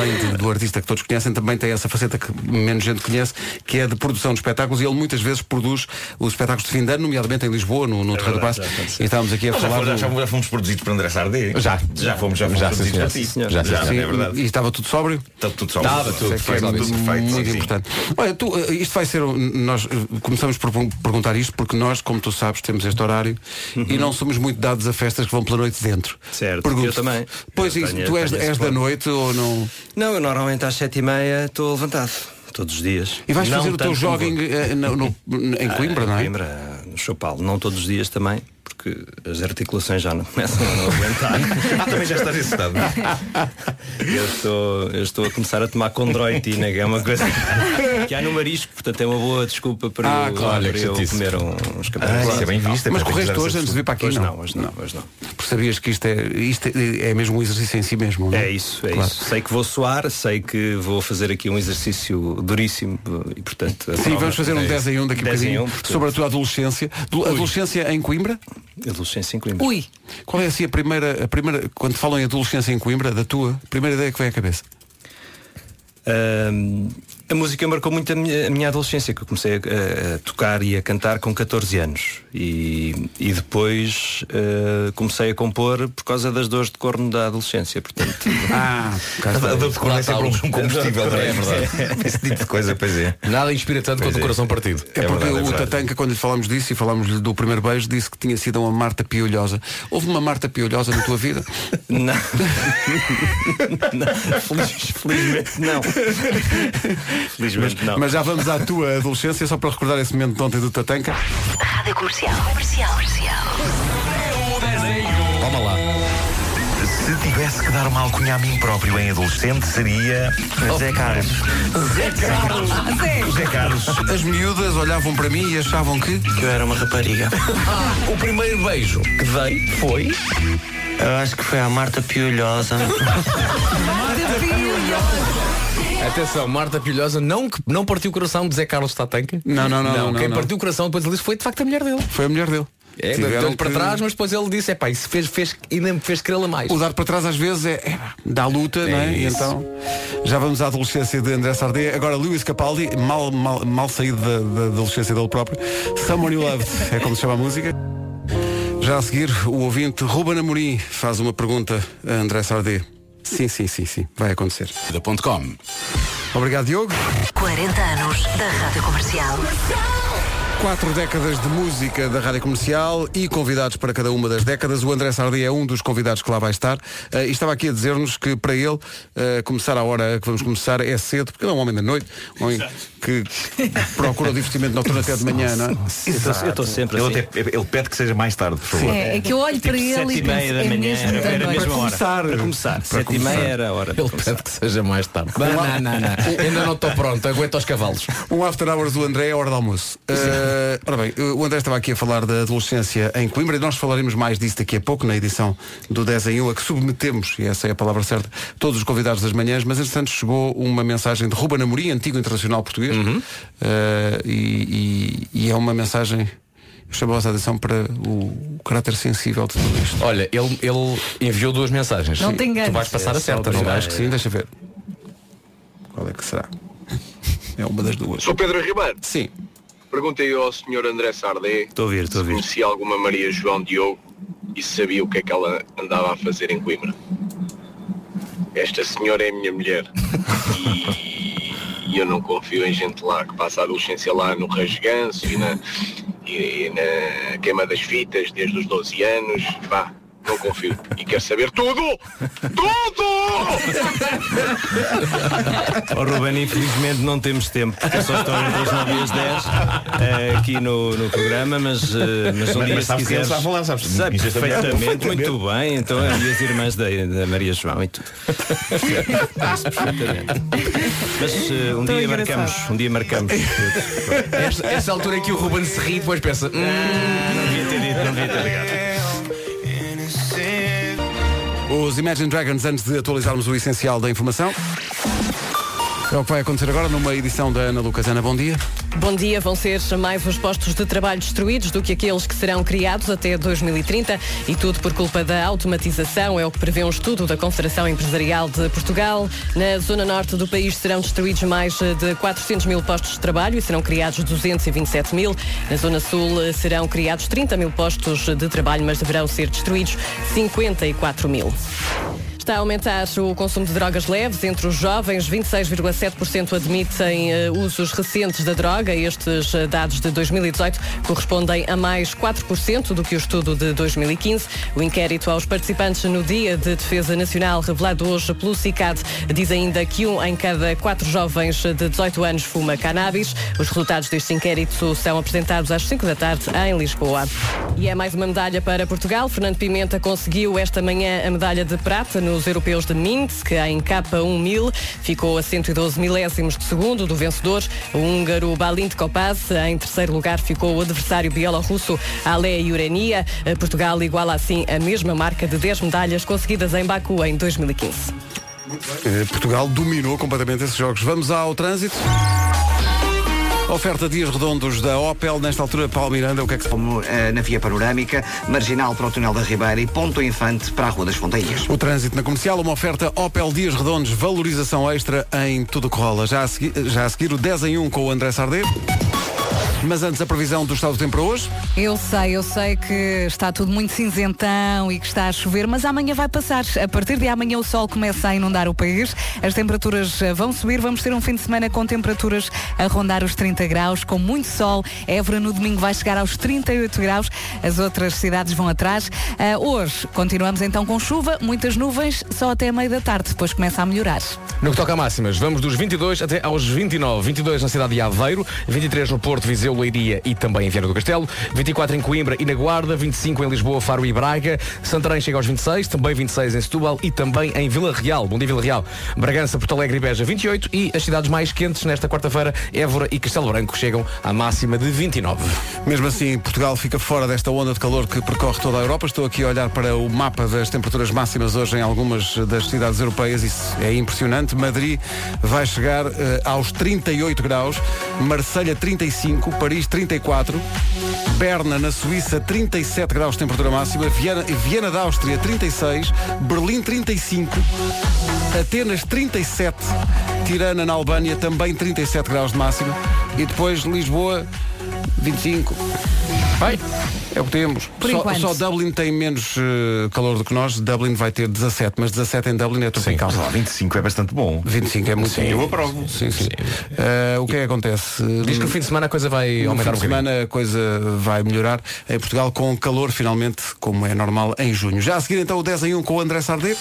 [SPEAKER 4] além de- do artista que todos conhecem, também tem essa faceta que menos gente conhece, que é de produção de espetáculos e ele muitas vezes produz os espetáculos de fim de ano, nomeadamente em Lisboa, no, no Terreiro do Passo. E estávamos aqui a
[SPEAKER 16] Nós É já,
[SPEAKER 4] falar
[SPEAKER 16] fomos, já,
[SPEAKER 4] do...
[SPEAKER 16] fomos, já fomos produzidos por André Sardé.
[SPEAKER 4] Já.
[SPEAKER 16] Já fomos, já fomos
[SPEAKER 6] Já, sim,
[SPEAKER 16] produzidos por
[SPEAKER 6] senhor.
[SPEAKER 16] ti.
[SPEAKER 6] Sim, senhor. Já, sim,
[SPEAKER 16] já,
[SPEAKER 6] senhor.
[SPEAKER 16] é verdade.
[SPEAKER 4] E estava tudo sóbrio?
[SPEAKER 16] Está tudo só.
[SPEAKER 6] Estava tudo,
[SPEAKER 16] Isso é que
[SPEAKER 6] foi
[SPEAKER 16] é
[SPEAKER 6] tudo
[SPEAKER 16] tudo perfeito.
[SPEAKER 4] Muito
[SPEAKER 16] sim, sim.
[SPEAKER 4] importante. Olha, tu, eh, isto vai ser. um- Nós eh, começamos por per- perguntar isto porque nós, como tu sabes, temos este horário e não somos muito dados a festas que vão pela noite dentro.
[SPEAKER 13] Uhum. Certo, eu também.
[SPEAKER 4] Pois
[SPEAKER 13] Eu
[SPEAKER 4] isso,
[SPEAKER 13] tenho-
[SPEAKER 4] tu és,
[SPEAKER 13] tenho esse
[SPEAKER 4] és da
[SPEAKER 13] plano.
[SPEAKER 4] noite ou não.
[SPEAKER 13] Não, eu normalmente às 7 e meia estou levantado. Todos os dias.
[SPEAKER 4] E vais
[SPEAKER 13] Não
[SPEAKER 4] fazer o teu
[SPEAKER 13] tanto como
[SPEAKER 4] jogging
[SPEAKER 13] vou.
[SPEAKER 4] eh, no- no- em
[SPEAKER 13] Ah,
[SPEAKER 4] Coimbra, não é?
[SPEAKER 13] Coimbra, no Chopal. Não todos os dias também, porque as articulações já não começam a não aguentar.
[SPEAKER 16] Ah, também já estás nesse estado.
[SPEAKER 13] Eu estou, eu estou a começar a tomar condroitina, que é uma coisa que há no marisco, portanto é uma boa desculpa para
[SPEAKER 4] Ah,
[SPEAKER 13] eu,
[SPEAKER 4] claro,
[SPEAKER 13] para
[SPEAKER 4] que
[SPEAKER 13] eu
[SPEAKER 4] chatice.
[SPEAKER 13] comer um- uns
[SPEAKER 16] Ah,
[SPEAKER 13] cabelos.
[SPEAKER 16] isso é bem visto, é
[SPEAKER 4] Mas
[SPEAKER 16] para
[SPEAKER 4] correste
[SPEAKER 16] utilizar
[SPEAKER 4] hoje
[SPEAKER 16] esse
[SPEAKER 4] antes de vir para aqui?
[SPEAKER 13] Hoje
[SPEAKER 4] não,
[SPEAKER 13] não, hoje não, hoje não.
[SPEAKER 4] Porque sabias que isto é, isto é, é mesmo um exercício em si mesmo. não
[SPEAKER 13] É isso, é
[SPEAKER 4] Claro.
[SPEAKER 13] isso. Sei que vou suar, sei que vou fazer aqui um exercício duríssimo e portanto. a
[SPEAKER 4] Sim,
[SPEAKER 13] prova
[SPEAKER 4] vamos fazer um
[SPEAKER 13] é
[SPEAKER 4] 10 em 1 daqui a
[SPEAKER 13] 10 em
[SPEAKER 4] bocadinho
[SPEAKER 13] 1, portanto.
[SPEAKER 4] sobre a tua adolescência. Do- Adolescência em Coimbra?
[SPEAKER 13] Adolescência em Coimbra.
[SPEAKER 2] Ui,
[SPEAKER 4] Qual é assim a primeira, a primeira, quando falam em adolescência em Coimbra, da tua, a primeira ideia que vem à cabeça?
[SPEAKER 13] Ahm, a música marcou muito a minha, a minha adolescência, que eu comecei a, a- a tocar e a cantar com 14 anos. E, e depois ah, comecei a compor por causa das dores de corno da adolescência. Portanto,
[SPEAKER 4] Ah,
[SPEAKER 16] A dor de corno é sempre um combustível, não é? É
[SPEAKER 6] É verdade.
[SPEAKER 16] verdade. Esse tipo de coisa, pois é.
[SPEAKER 6] Nada inspira tanto quanto o coração partido.
[SPEAKER 4] É,
[SPEAKER 16] É
[SPEAKER 4] porque
[SPEAKER 16] verdade, é
[SPEAKER 4] o
[SPEAKER 16] verdade.
[SPEAKER 4] Tatanka, quando lhe falámos disso e falámos-lhe do primeiro beijo, disse que tinha sido uma Marta Piolhosa. Houve uma Marta Piolhosa na tua vida?
[SPEAKER 13] não. Não, feliz- felizmente não. Felizmente não.
[SPEAKER 4] Mas já vamos à tua adolescência, só para recordar esse momento de ontem do Tatanka.
[SPEAKER 15] Rádio comercial. Comercial, comercial.
[SPEAKER 6] Toma lá.
[SPEAKER 16] Se tivesse que dar uma alcunha a mim próprio em adolescente, seria
[SPEAKER 13] é
[SPEAKER 16] Zé Carlos. Zé Carlos.
[SPEAKER 4] As miúdas olhavam para mim e achavam que.
[SPEAKER 13] Eu era uma rapariga.
[SPEAKER 6] O primeiro beijo que dei foi.
[SPEAKER 13] Eu acho que foi a Marta Piolhosa.
[SPEAKER 6] Atenção, Marta Pilhosa não, que- não partiu o coração de Zé Carlos Tatanca.
[SPEAKER 4] Não, não, não, não,
[SPEAKER 6] Quem
[SPEAKER 4] não.
[SPEAKER 6] partiu o coração depois ele disse foi de facto a mulher dele.
[SPEAKER 4] Foi a mulher dele.
[SPEAKER 6] É,
[SPEAKER 4] Tiveram
[SPEAKER 6] deu-lhe para
[SPEAKER 4] que-
[SPEAKER 6] trás, mas depois ele disse, é pá, isso fez, fez, ainda me fez querê-la mais.
[SPEAKER 4] O dar para trás às vezes é, é dá luta, não é? E
[SPEAKER 6] isso.
[SPEAKER 4] então já vamos à adolescência de André Sardé. Agora Lewis Capaldi, mal, mal, mal saído da, da adolescência dele próprio. Someone You Loved, é como se chama a música. Já a seguir, o ouvinte Ruben Amorim faz uma pergunta a André Sardê. Sim, sim, sim, sim, vai acontecer. Da.com Obrigado, Diogo.
[SPEAKER 17] 40 anos da Rádio Comercial.
[SPEAKER 4] Quatro décadas de música da Rádio Comercial e convidados para cada uma das décadas. O André Sardé é um dos convidados que lá vai estar. Eh, e estava aqui a dizer-nos que para ele eh, começar a hora que vamos começar é cedo, porque ele é um homem da noite, um homem que procura o divertimento noturno até de manhã, não é?
[SPEAKER 13] Exato. Eu estou sempre
[SPEAKER 16] ele
[SPEAKER 13] assim.
[SPEAKER 16] até- ele pede que seja mais tarde, por favor.
[SPEAKER 2] É, é que eu olho para ele e
[SPEAKER 13] Tipo sete e meia
[SPEAKER 2] penso,
[SPEAKER 13] da
[SPEAKER 2] é
[SPEAKER 13] manhã,
[SPEAKER 2] mesmo
[SPEAKER 13] era-
[SPEAKER 2] da
[SPEAKER 13] era
[SPEAKER 2] noite.
[SPEAKER 13] mesmo hora.
[SPEAKER 4] Para
[SPEAKER 13] começar. Sete e
[SPEAKER 6] começar.
[SPEAKER 13] meia era a hora.
[SPEAKER 6] Ele pede que seja mais tarde. Não, não, não, não. Ainda não estou pronto, aguento aos cavalos.
[SPEAKER 4] Um after hours do André é hora de almoço. Eh, ora bem, o André estava aqui a falar da adolescência em Coimbra e nós falaremos mais disso daqui a pouco na edição do 10 em 1 a que submetemos, e essa é a palavra certa, todos os convidados das manhãs, mas entretanto chegou uma mensagem de Ruben Amorim, antigo internacional português, eh, e, e- e é uma mensagem que chamou a vossa atenção para o, o caráter sensível de tudo isto.
[SPEAKER 6] Olha, ele, ele enviou duas mensagens.
[SPEAKER 4] Não te enganes. É
[SPEAKER 6] Tu vais passar a certa, não
[SPEAKER 4] Eu
[SPEAKER 6] vais?
[SPEAKER 4] acho que sim, deixa ver. Qual é que será? É uma das duas.
[SPEAKER 18] Sou Pedro Ribeiro.
[SPEAKER 4] Sim.
[SPEAKER 18] Perguntei ao Sr. André Sardé
[SPEAKER 13] Estou a ouvir, estou a ouvir.
[SPEAKER 18] se alguma Maria João Diogo e se sabia o que é que ela andava a fazer em Coimbra. Esta senhora é a minha mulher e, e eu não confio em gente lá que passa a adolescência lá no rasganço e na, e- e na queima das fitas desde os 12 anos. Vá, não confio. E quero saber tudo! Tudo!
[SPEAKER 13] Oh, Ruben, infelizmente não temos tempo, porque é só estão as 9 e as 10 eh, aqui no, no programa, mas, eh, mas um
[SPEAKER 16] Mas-
[SPEAKER 13] dia
[SPEAKER 16] mas sabes
[SPEAKER 13] se
[SPEAKER 16] quem
[SPEAKER 13] quiseres...
[SPEAKER 16] eles estavam lá, sabes? é
[SPEAKER 6] é
[SPEAKER 13] Sabe
[SPEAKER 16] Isto também-
[SPEAKER 13] perfeitamente, muito bem, então e as irmãs da, da Maria João e tudo. Sabe perfeitamente. Mas eh, um
[SPEAKER 6] Tão
[SPEAKER 13] dia
[SPEAKER 6] engraçado.
[SPEAKER 13] marcamos, um dia marcamos.
[SPEAKER 6] Esta, esta altura em que o Ruben se ri e depois pensa. "Hum,
[SPEAKER 13] Não devia ter dito, não devia ter ligado.
[SPEAKER 4] Os Imagine Dragons, antes de atualizarmos o essencial da informação. É o que vai acontecer agora numa edição da Ana Lucas. Ana, bom dia.
[SPEAKER 1] Bom dia, vão ser mais os postos de trabalho destruídos do que aqueles que serão criados até 2030 e tudo por culpa da automatização, é o que prevê um estudo da Confederação Empresarial de Portugal. Na zona norte do país serão destruídos mais de 400 mil postos de trabalho e serão criados 227 mil. Na zona sul eh, serão criados 30 mil postos de trabalho, mas deverão ser destruídos 54 mil. Está a aumentar o consumo de drogas leves entre os jovens. 26,7% admitem eh, usos recentes da droga. Estes eh, dados de 2018 correspondem a mais 4% do que o estudo de 2015. O inquérito aos participantes no Dia de Defesa Nacional, revelado hoje pelo CICAD, diz ainda que um em cada quatro jovens de 18 anos fuma cannabis. Os resultados deste inquérito são apresentados às 5 da tarde em Lisboa. E é mais uma medalha para Portugal. Fernando Pimenta conseguiu esta manhã a medalha de prata nos europeus de Minsk, em K1000. Ficou a 112 milésimos de segundo do vencedor, o húngaro Balint Kopacz. Em terceiro lugar ficou o adversário bielorrusso Ale Yurenia. Portugal iguala assim a mesma marca de 10 medalhas conseguidas em Baku em 2015.
[SPEAKER 4] Eh, Portugal dominou completamente esses jogos. Vamos ao trânsito. Oferta Dias Redondos da Opel. Nesta altura, Paulo Miranda, o que é que se...
[SPEAKER 3] eh, na via panorâmica, marginal para o túnel da Ribeira e ponto infante para a Rua das Fontanhas.
[SPEAKER 4] O trânsito na comercial, uma oferta Opel Dias Redondos, valorização extra em tudo o que rola. Já a seguir, já a seguir o 10 em 1 com o André Sardê. Mas antes, a previsão do estado do tempo para hoje.
[SPEAKER 2] Eu sei, eu sei que está tudo muito cinzentão e que está a chover, mas amanhã vai passar. A partir de amanhã o sol começa a inundar o país, as temperaturas eh, vão subir, vamos ter um fim de semana com temperaturas a rondar os 30 graus, com muito sol. Évora no domingo vai chegar aos 38 graus, as outras cidades vão atrás. Ah, hoje continuamos então com chuva, muitas nuvens, só até a meia da tarde, depois começa a melhorar.
[SPEAKER 6] No que toca a máximas, vamos dos 22 até aos 29. 22 na cidade de Aveiro, 23 no Porto, Viseu, Leiria e também em Viana do Castelo, 24 em Coimbra e na Guarda, 25 em Lisboa, Faro e Braga, Santarém chega aos 26, também 26 em Setúbal e também em Vila Real. Bom dia, Vila Real. Bragança, Porto Alegre e Beja, 28 e as cidades mais quentes nesta quarta-feira, Évora e Castelo Branco, chegam à máxima de 29.
[SPEAKER 4] Mesmo assim, Portugal fica fora desta onda de calor que percorre toda a Europa. Estou aqui a olhar para o mapa das temperaturas máximas hoje em algumas das cidades europeias. Isso é impressionante. Madrid vai chegar eh, aos 38 graus, Marselha 35, Paris 34, Berna na Suíça 37 graus de temperatura máxima, Viena, Viena da Áustria 36, Berlim 35, Atenas 37, Tirana na Albânia também 37 graus de máxima e depois Lisboa 25. Bem, é o que temos.
[SPEAKER 2] Por
[SPEAKER 4] só,
[SPEAKER 2] enquanto.
[SPEAKER 4] só Dublin tem menos eh, calor do que nós. Dublin vai ter 17, mas 17 em Dublin é tropical.
[SPEAKER 16] Lá, 25 é bastante bom.
[SPEAKER 4] 25 é muito
[SPEAKER 16] Sim,
[SPEAKER 4] bom.
[SPEAKER 16] eu aprovo.
[SPEAKER 4] Sim, sim. Eh, o que é que acontece?
[SPEAKER 6] Diz que no fim de semana a coisa vai
[SPEAKER 4] No
[SPEAKER 6] aumentar
[SPEAKER 4] fim de
[SPEAKER 6] um bocadinho.
[SPEAKER 4] semana a coisa vai melhorar em Portugal com calor finalmente, como é normal, em junho. Já a seguir então o 10 em 1 com o André Sardê.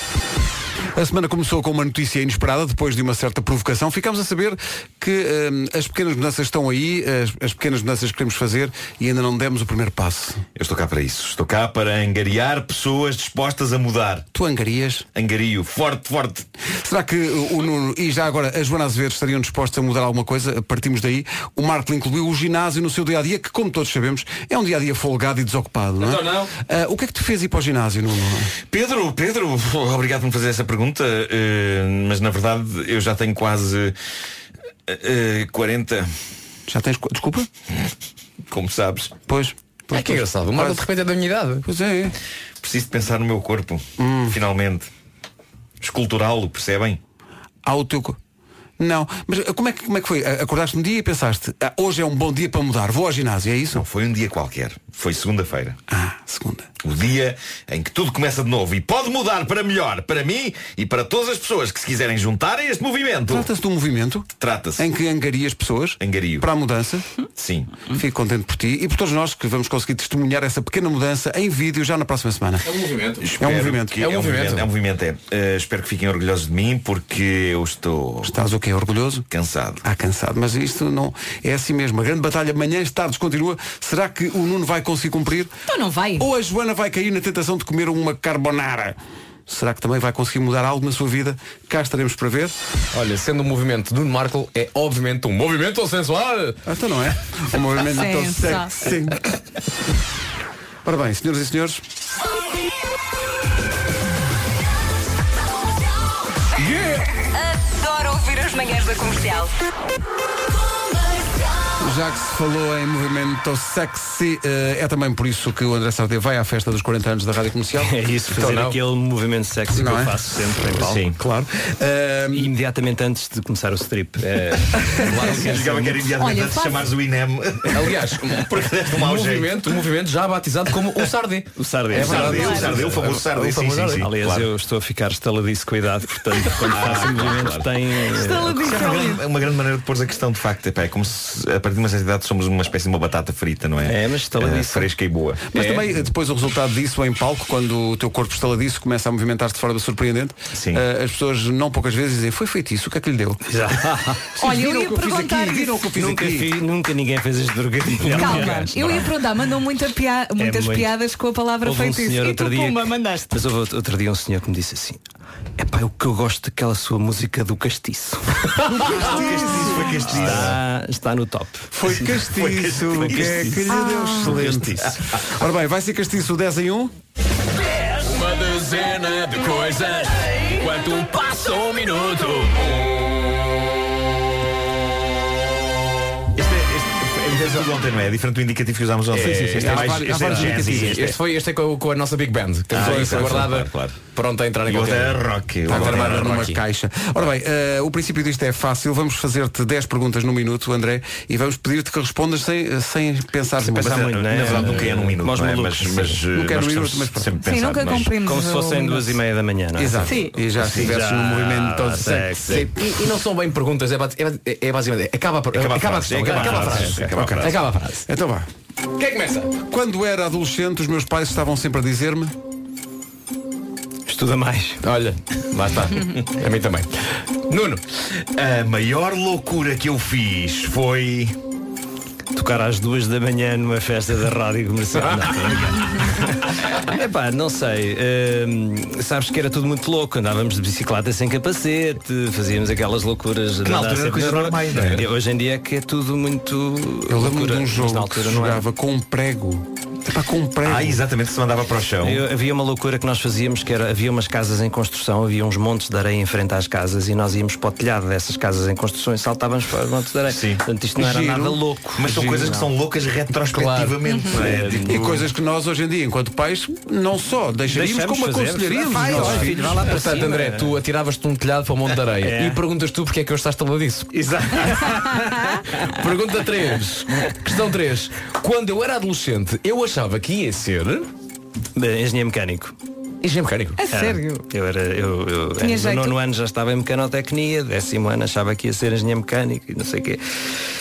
[SPEAKER 4] A semana começou com uma notícia inesperada, depois de uma certa provocação. Ficámos a saber que hum, as pequenas mudanças estão aí, eh, as, as pequenas mudanças que queremos fazer e ainda não demos o primeiro passo.
[SPEAKER 16] Eu estou cá para isso. Estou cá para angariar pessoas dispostas a mudar.
[SPEAKER 4] Tu angarias?
[SPEAKER 16] Angario. Forte, forte.
[SPEAKER 4] Será que o o Nuno e já agora a Joana Azevedo estariam dispostos a mudar alguma coisa? Partimos daí. O Marco incluiu o ginásio no seu dia a dia, que como todos sabemos, é um dia a dia folgado e desocupado, não é?
[SPEAKER 16] Então não.
[SPEAKER 4] Ah, o que é que te fez ir para o ginásio, Nuno?
[SPEAKER 16] Pedro, Pedro, obrigado por me fazer essa pergunta, eh, mas na verdade eu já tenho quase eh, 40.
[SPEAKER 4] Já tens. qu- Desculpa?
[SPEAKER 16] Como sabes.
[SPEAKER 4] Pois.
[SPEAKER 6] É que é engraçado. O Marco de
[SPEAKER 16] Quase.
[SPEAKER 6] repente é da minha idade.
[SPEAKER 4] Pois é.
[SPEAKER 16] Preciso de pensar no meu corpo. Finalmente. Esculturá-lo, percebem?
[SPEAKER 4] Há o teu. co- Não, mas ah, como é que, como é que foi? Ah, Acordaste um dia e pensaste, "Ah, hoje é um bom dia para mudar, vou ao ginásio, é isso? Não,
[SPEAKER 16] foi um dia qualquer. Foi segunda-feira.
[SPEAKER 4] Ah, segunda.
[SPEAKER 16] O dia em que tudo começa de novo e pode mudar para melhor, para mim e para todas as pessoas que se quiserem juntar a este movimento.
[SPEAKER 4] Trata-se de um movimento
[SPEAKER 16] Trata-se.
[SPEAKER 4] em que angarias pessoas
[SPEAKER 16] Angario.
[SPEAKER 4] para a mudança.
[SPEAKER 16] Sim.
[SPEAKER 4] Uhum. Fico contente por ti e por todos nós que vamos conseguir testemunhar essa pequena mudança em vídeo já na próxima semana. É um
[SPEAKER 16] movimento.
[SPEAKER 4] É um movimento.
[SPEAKER 16] é, um movimento. É um movimento, é. Eh, espero que fiquem orgulhosos de mim porque eu estou.
[SPEAKER 4] Estás o quê? Orgulhoso?
[SPEAKER 16] Cansado.
[SPEAKER 4] Ah, cansado, mas isto não é assim mesmo. A grande batalha amanhã às tardes continua. Será que o Nuno vai conseguir cumprir?
[SPEAKER 2] Então não vai.
[SPEAKER 4] Ou a Joana vai cair na tentação de comer uma carbonara? Será que também vai conseguir mudar algo na sua vida? Cá estaremos para ver.
[SPEAKER 6] Olha, sendo um movimento do Marco, é obviamente um movimento sensual.
[SPEAKER 4] Então não é? Um movimento tão
[SPEAKER 6] Sensa.
[SPEAKER 4] sexy. Ora bem, senhoras e senhores.
[SPEAKER 17] Adoro ouvir as manhãs da comercial.
[SPEAKER 4] Já que se falou em movimento sexy, eh, é também por isso que o André Sardé vai à festa dos 40 anos da Rádio Comercial.
[SPEAKER 13] É isso, fazer
[SPEAKER 4] Então não.
[SPEAKER 13] aquele movimento sexy
[SPEAKER 4] Não
[SPEAKER 13] que
[SPEAKER 4] é?
[SPEAKER 13] eu faço sempre em palco.
[SPEAKER 16] Sim,
[SPEAKER 4] claro. E
[SPEAKER 13] imediatamente antes de começar o strip. É...
[SPEAKER 16] Claro que eu jogava que era imediatamente
[SPEAKER 13] Olha,
[SPEAKER 16] antes de
[SPEAKER 13] faz-
[SPEAKER 16] chamares o INEM.
[SPEAKER 6] Aliás,
[SPEAKER 16] porque deste um
[SPEAKER 6] um
[SPEAKER 16] mau jeito.
[SPEAKER 6] movimento, um movimento já batizado como o Sardê.
[SPEAKER 13] O Sardê.
[SPEAKER 6] É verdade.
[SPEAKER 16] Sardê, o Sardê, o famoso Sardê, sim, sim, sim,
[SPEAKER 13] Aliás,
[SPEAKER 16] claro.
[SPEAKER 13] eu estou a ficar estaladiço com a idade, portanto, quando faço movimentos tem... eh,
[SPEAKER 16] Isso é uma grande- é uma grande maneira de pôr a questão, de facto. Epá, É como se, a partir de uma certa idade, somos uma espécie de uma batata frita, não é?
[SPEAKER 13] É, mas
[SPEAKER 16] Eh,
[SPEAKER 13] estaladiço.
[SPEAKER 16] Fresca e boa.
[SPEAKER 4] Mas
[SPEAKER 16] É.
[SPEAKER 4] também eh, depois o resultado disso em palco, quando o teu corpo estaladiço começa a movimentar-se de forma surpreendente, eh, as pessoas não poucas vezes dizem, foi feitiço, o que é que lhe deu?
[SPEAKER 2] Olha, eu
[SPEAKER 4] viram
[SPEAKER 2] ia
[SPEAKER 4] o que eu fiz
[SPEAKER 2] perguntar
[SPEAKER 4] aqui, viram o que eu fiz
[SPEAKER 13] nunca,
[SPEAKER 4] aqui.
[SPEAKER 13] fi- nunca ninguém fez este trocadilho.
[SPEAKER 2] Calma,
[SPEAKER 13] Aliás,
[SPEAKER 2] eu ia perguntar, mandam muita pia- muitas
[SPEAKER 13] É muito.
[SPEAKER 2] piadas com a palavra
[SPEAKER 13] Houve um
[SPEAKER 2] feitiço.
[SPEAKER 13] senhor
[SPEAKER 2] e tu,
[SPEAKER 13] outro dia
[SPEAKER 2] pumba,
[SPEAKER 13] que-
[SPEAKER 2] mandaste.
[SPEAKER 13] Mas houve outro outro dia um senhor que me disse assim É pá, o que eu gosto daquela sua música do castiço
[SPEAKER 16] Foi castiço.
[SPEAKER 13] Está, está no top
[SPEAKER 4] Foi castiço,
[SPEAKER 13] Foi
[SPEAKER 4] que é
[SPEAKER 13] castiço.
[SPEAKER 4] querido
[SPEAKER 2] Ah.
[SPEAKER 13] Foi
[SPEAKER 4] excelente. Ora bem, vai ser castiço o 10 em 1.
[SPEAKER 15] Uma dezena de coisas. Quanto um passo, um minuto.
[SPEAKER 16] Este é- este- é diferente do ontem, não é? É diferente do indicativo que usámos ontem.
[SPEAKER 6] É,
[SPEAKER 16] Este
[SPEAKER 6] há
[SPEAKER 16] é mais.
[SPEAKER 6] vários-
[SPEAKER 16] Este
[SPEAKER 6] há
[SPEAKER 16] é
[SPEAKER 6] vários
[SPEAKER 16] jazzy.
[SPEAKER 6] indicativos.
[SPEAKER 16] Este é-
[SPEAKER 6] Este foi este é com, com a nossa Big Band. Temos
[SPEAKER 16] Ah,
[SPEAKER 6] ah,
[SPEAKER 16] isso,
[SPEAKER 6] isso guardada
[SPEAKER 16] claro, claro.
[SPEAKER 6] pronta a entrar em
[SPEAKER 16] E outra
[SPEAKER 6] qualquer.
[SPEAKER 16] é rock.
[SPEAKER 13] Tá,
[SPEAKER 4] Está
[SPEAKER 16] Outra
[SPEAKER 4] gravada
[SPEAKER 16] é
[SPEAKER 4] numa
[SPEAKER 16] rock.
[SPEAKER 4] caixa. Ora bem, eh, o princípio disto é fácil. Vamos fazer-te 10 perguntas num minuto, André, e vamos pedir-te que respondas sem, sem pensar
[SPEAKER 13] Sem pensar
[SPEAKER 4] muito.
[SPEAKER 13] muito, né?
[SPEAKER 16] Na verdade, nunca é num minuto.
[SPEAKER 13] Nós
[SPEAKER 16] não é?
[SPEAKER 13] malucos,
[SPEAKER 16] Mas- mas,
[SPEAKER 13] sim.
[SPEAKER 16] eh,
[SPEAKER 4] Nunca é
[SPEAKER 16] nós
[SPEAKER 4] num minuto,
[SPEAKER 16] estamos
[SPEAKER 4] mas pronto.
[SPEAKER 16] sempre é?
[SPEAKER 2] Sim,
[SPEAKER 16] pensado,
[SPEAKER 2] nunca
[SPEAKER 16] mas-
[SPEAKER 2] cumprimos
[SPEAKER 13] Como se fossem
[SPEAKER 2] o-
[SPEAKER 13] duas e meia da manhã, não é?
[SPEAKER 4] eh, Exato.
[SPEAKER 2] Sim.
[SPEAKER 4] E já estivesse num movimento
[SPEAKER 13] Ah,
[SPEAKER 4] todo sexy.
[SPEAKER 6] E, e não são bem perguntas, é, ba- é, é basicamente. Acaba, a per-
[SPEAKER 16] Acaba a
[SPEAKER 6] acaba a
[SPEAKER 16] frase,
[SPEAKER 6] questão,
[SPEAKER 16] acaba a
[SPEAKER 6] acaba a
[SPEAKER 16] frase,
[SPEAKER 6] frase.
[SPEAKER 16] acaba a
[SPEAKER 6] Ok.
[SPEAKER 16] frase.
[SPEAKER 6] Acaba a frase.
[SPEAKER 4] Então vá.
[SPEAKER 6] Quem começa?
[SPEAKER 4] Quando era adolescente, os meus pais estavam sempre a dizer-me
[SPEAKER 13] Estuda mais
[SPEAKER 6] Olha, lá está. a mim também.
[SPEAKER 2] um-
[SPEAKER 6] Nuno,
[SPEAKER 16] A maior loucura que eu fiz foi.
[SPEAKER 13] Tocar às duas da manhã numa festa da rádio comercial Não, tô brincando. Epá, não sei Hum, Sabes que era tudo muito louco Andávamos de bicicleta sem capacete Fazíamos aquelas loucuras
[SPEAKER 16] Que na altura era coisas normais, não era?
[SPEAKER 13] Hoje em dia é que é tudo muito
[SPEAKER 4] Eu lembro-me
[SPEAKER 13] loucura,
[SPEAKER 4] de um
[SPEAKER 13] mas na
[SPEAKER 4] jogo que
[SPEAKER 13] altura
[SPEAKER 4] se
[SPEAKER 13] não era.
[SPEAKER 4] jogava com um prego. Epá, com um prego.
[SPEAKER 13] Ah,
[SPEAKER 16] exatamente, se mandava para o chão.
[SPEAKER 13] havia uma loucura que nós fazíamos, que era, havia umas casas em construção, havia uns montes de areia em frente às casas e nós íamos para o telhado dessas casas em construção e saltávamos para os montes de areia. Sim. Portanto, isto não era
[SPEAKER 4] Giro.
[SPEAKER 13] nada louco.
[SPEAKER 4] Mas são coisas que são
[SPEAKER 16] loucas retrospectivamente,
[SPEAKER 13] Claro.
[SPEAKER 16] não é? Tipo-
[SPEAKER 4] E coisas que nós hoje em dia, enquanto pais, não só deixaríamos,
[SPEAKER 6] Deixamos
[SPEAKER 4] como
[SPEAKER 13] é
[SPEAKER 6] fazer.
[SPEAKER 4] aconselharíamos.
[SPEAKER 6] Vai,
[SPEAKER 4] os nossos
[SPEAKER 6] olha,
[SPEAKER 4] filhos.
[SPEAKER 6] filho, vai lá para Portanto, cima. André, tu atiravas-te num telhado para o monte de areia
[SPEAKER 4] É.
[SPEAKER 6] e perguntas tu porque é que eu estás tão disso.
[SPEAKER 16] Exato.
[SPEAKER 6] Pergunta 3. Questão 3. Quando eu era adolescente, eu achava que ia ser.
[SPEAKER 13] Engenheiro mecânico.
[SPEAKER 6] Engenheiro mecânico.
[SPEAKER 13] É sério? Eu era, eu, eu
[SPEAKER 6] Tinha
[SPEAKER 13] em
[SPEAKER 6] jeito?
[SPEAKER 13] nono ano já estava em mecanotecnia, décimo ano achava que ia ser engenheiro mecânico e não sei o quê.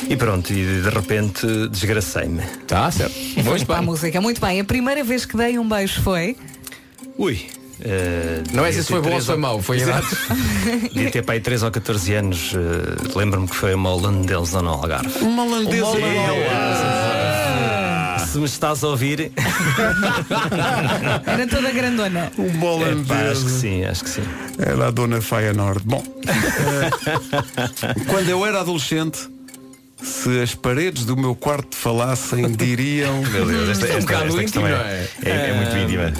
[SPEAKER 13] E pronto, e de repente desgracei-me.
[SPEAKER 6] Tá, certo.
[SPEAKER 2] Vamos para a música. é Muito bem. A primeira vez que dei um beijo foi.
[SPEAKER 13] Ui. eh,
[SPEAKER 6] Não é se
[SPEAKER 13] devia
[SPEAKER 6] isso foi
[SPEAKER 13] ter
[SPEAKER 6] bom ou
[SPEAKER 13] três
[SPEAKER 6] foi
[SPEAKER 13] ou-
[SPEAKER 6] mau, foi errado.
[SPEAKER 13] Devia ter para aí 3 ou 14 anos. eh, Lembro-me que foi uma holandesa no Algarve.
[SPEAKER 4] Uma holandesa.
[SPEAKER 13] Uma Se me estás a ouvir.
[SPEAKER 2] Era toda grandona.
[SPEAKER 4] O um bola
[SPEAKER 13] Epá, acho que sim, acho que sim.
[SPEAKER 4] Era a É dona Faia Norte. Bom, eh, quando eu era adolescente, se as paredes do meu quarto falassem, diriam.
[SPEAKER 16] Meu Deus, esta, esta, esta questão é, é, é muito íntima.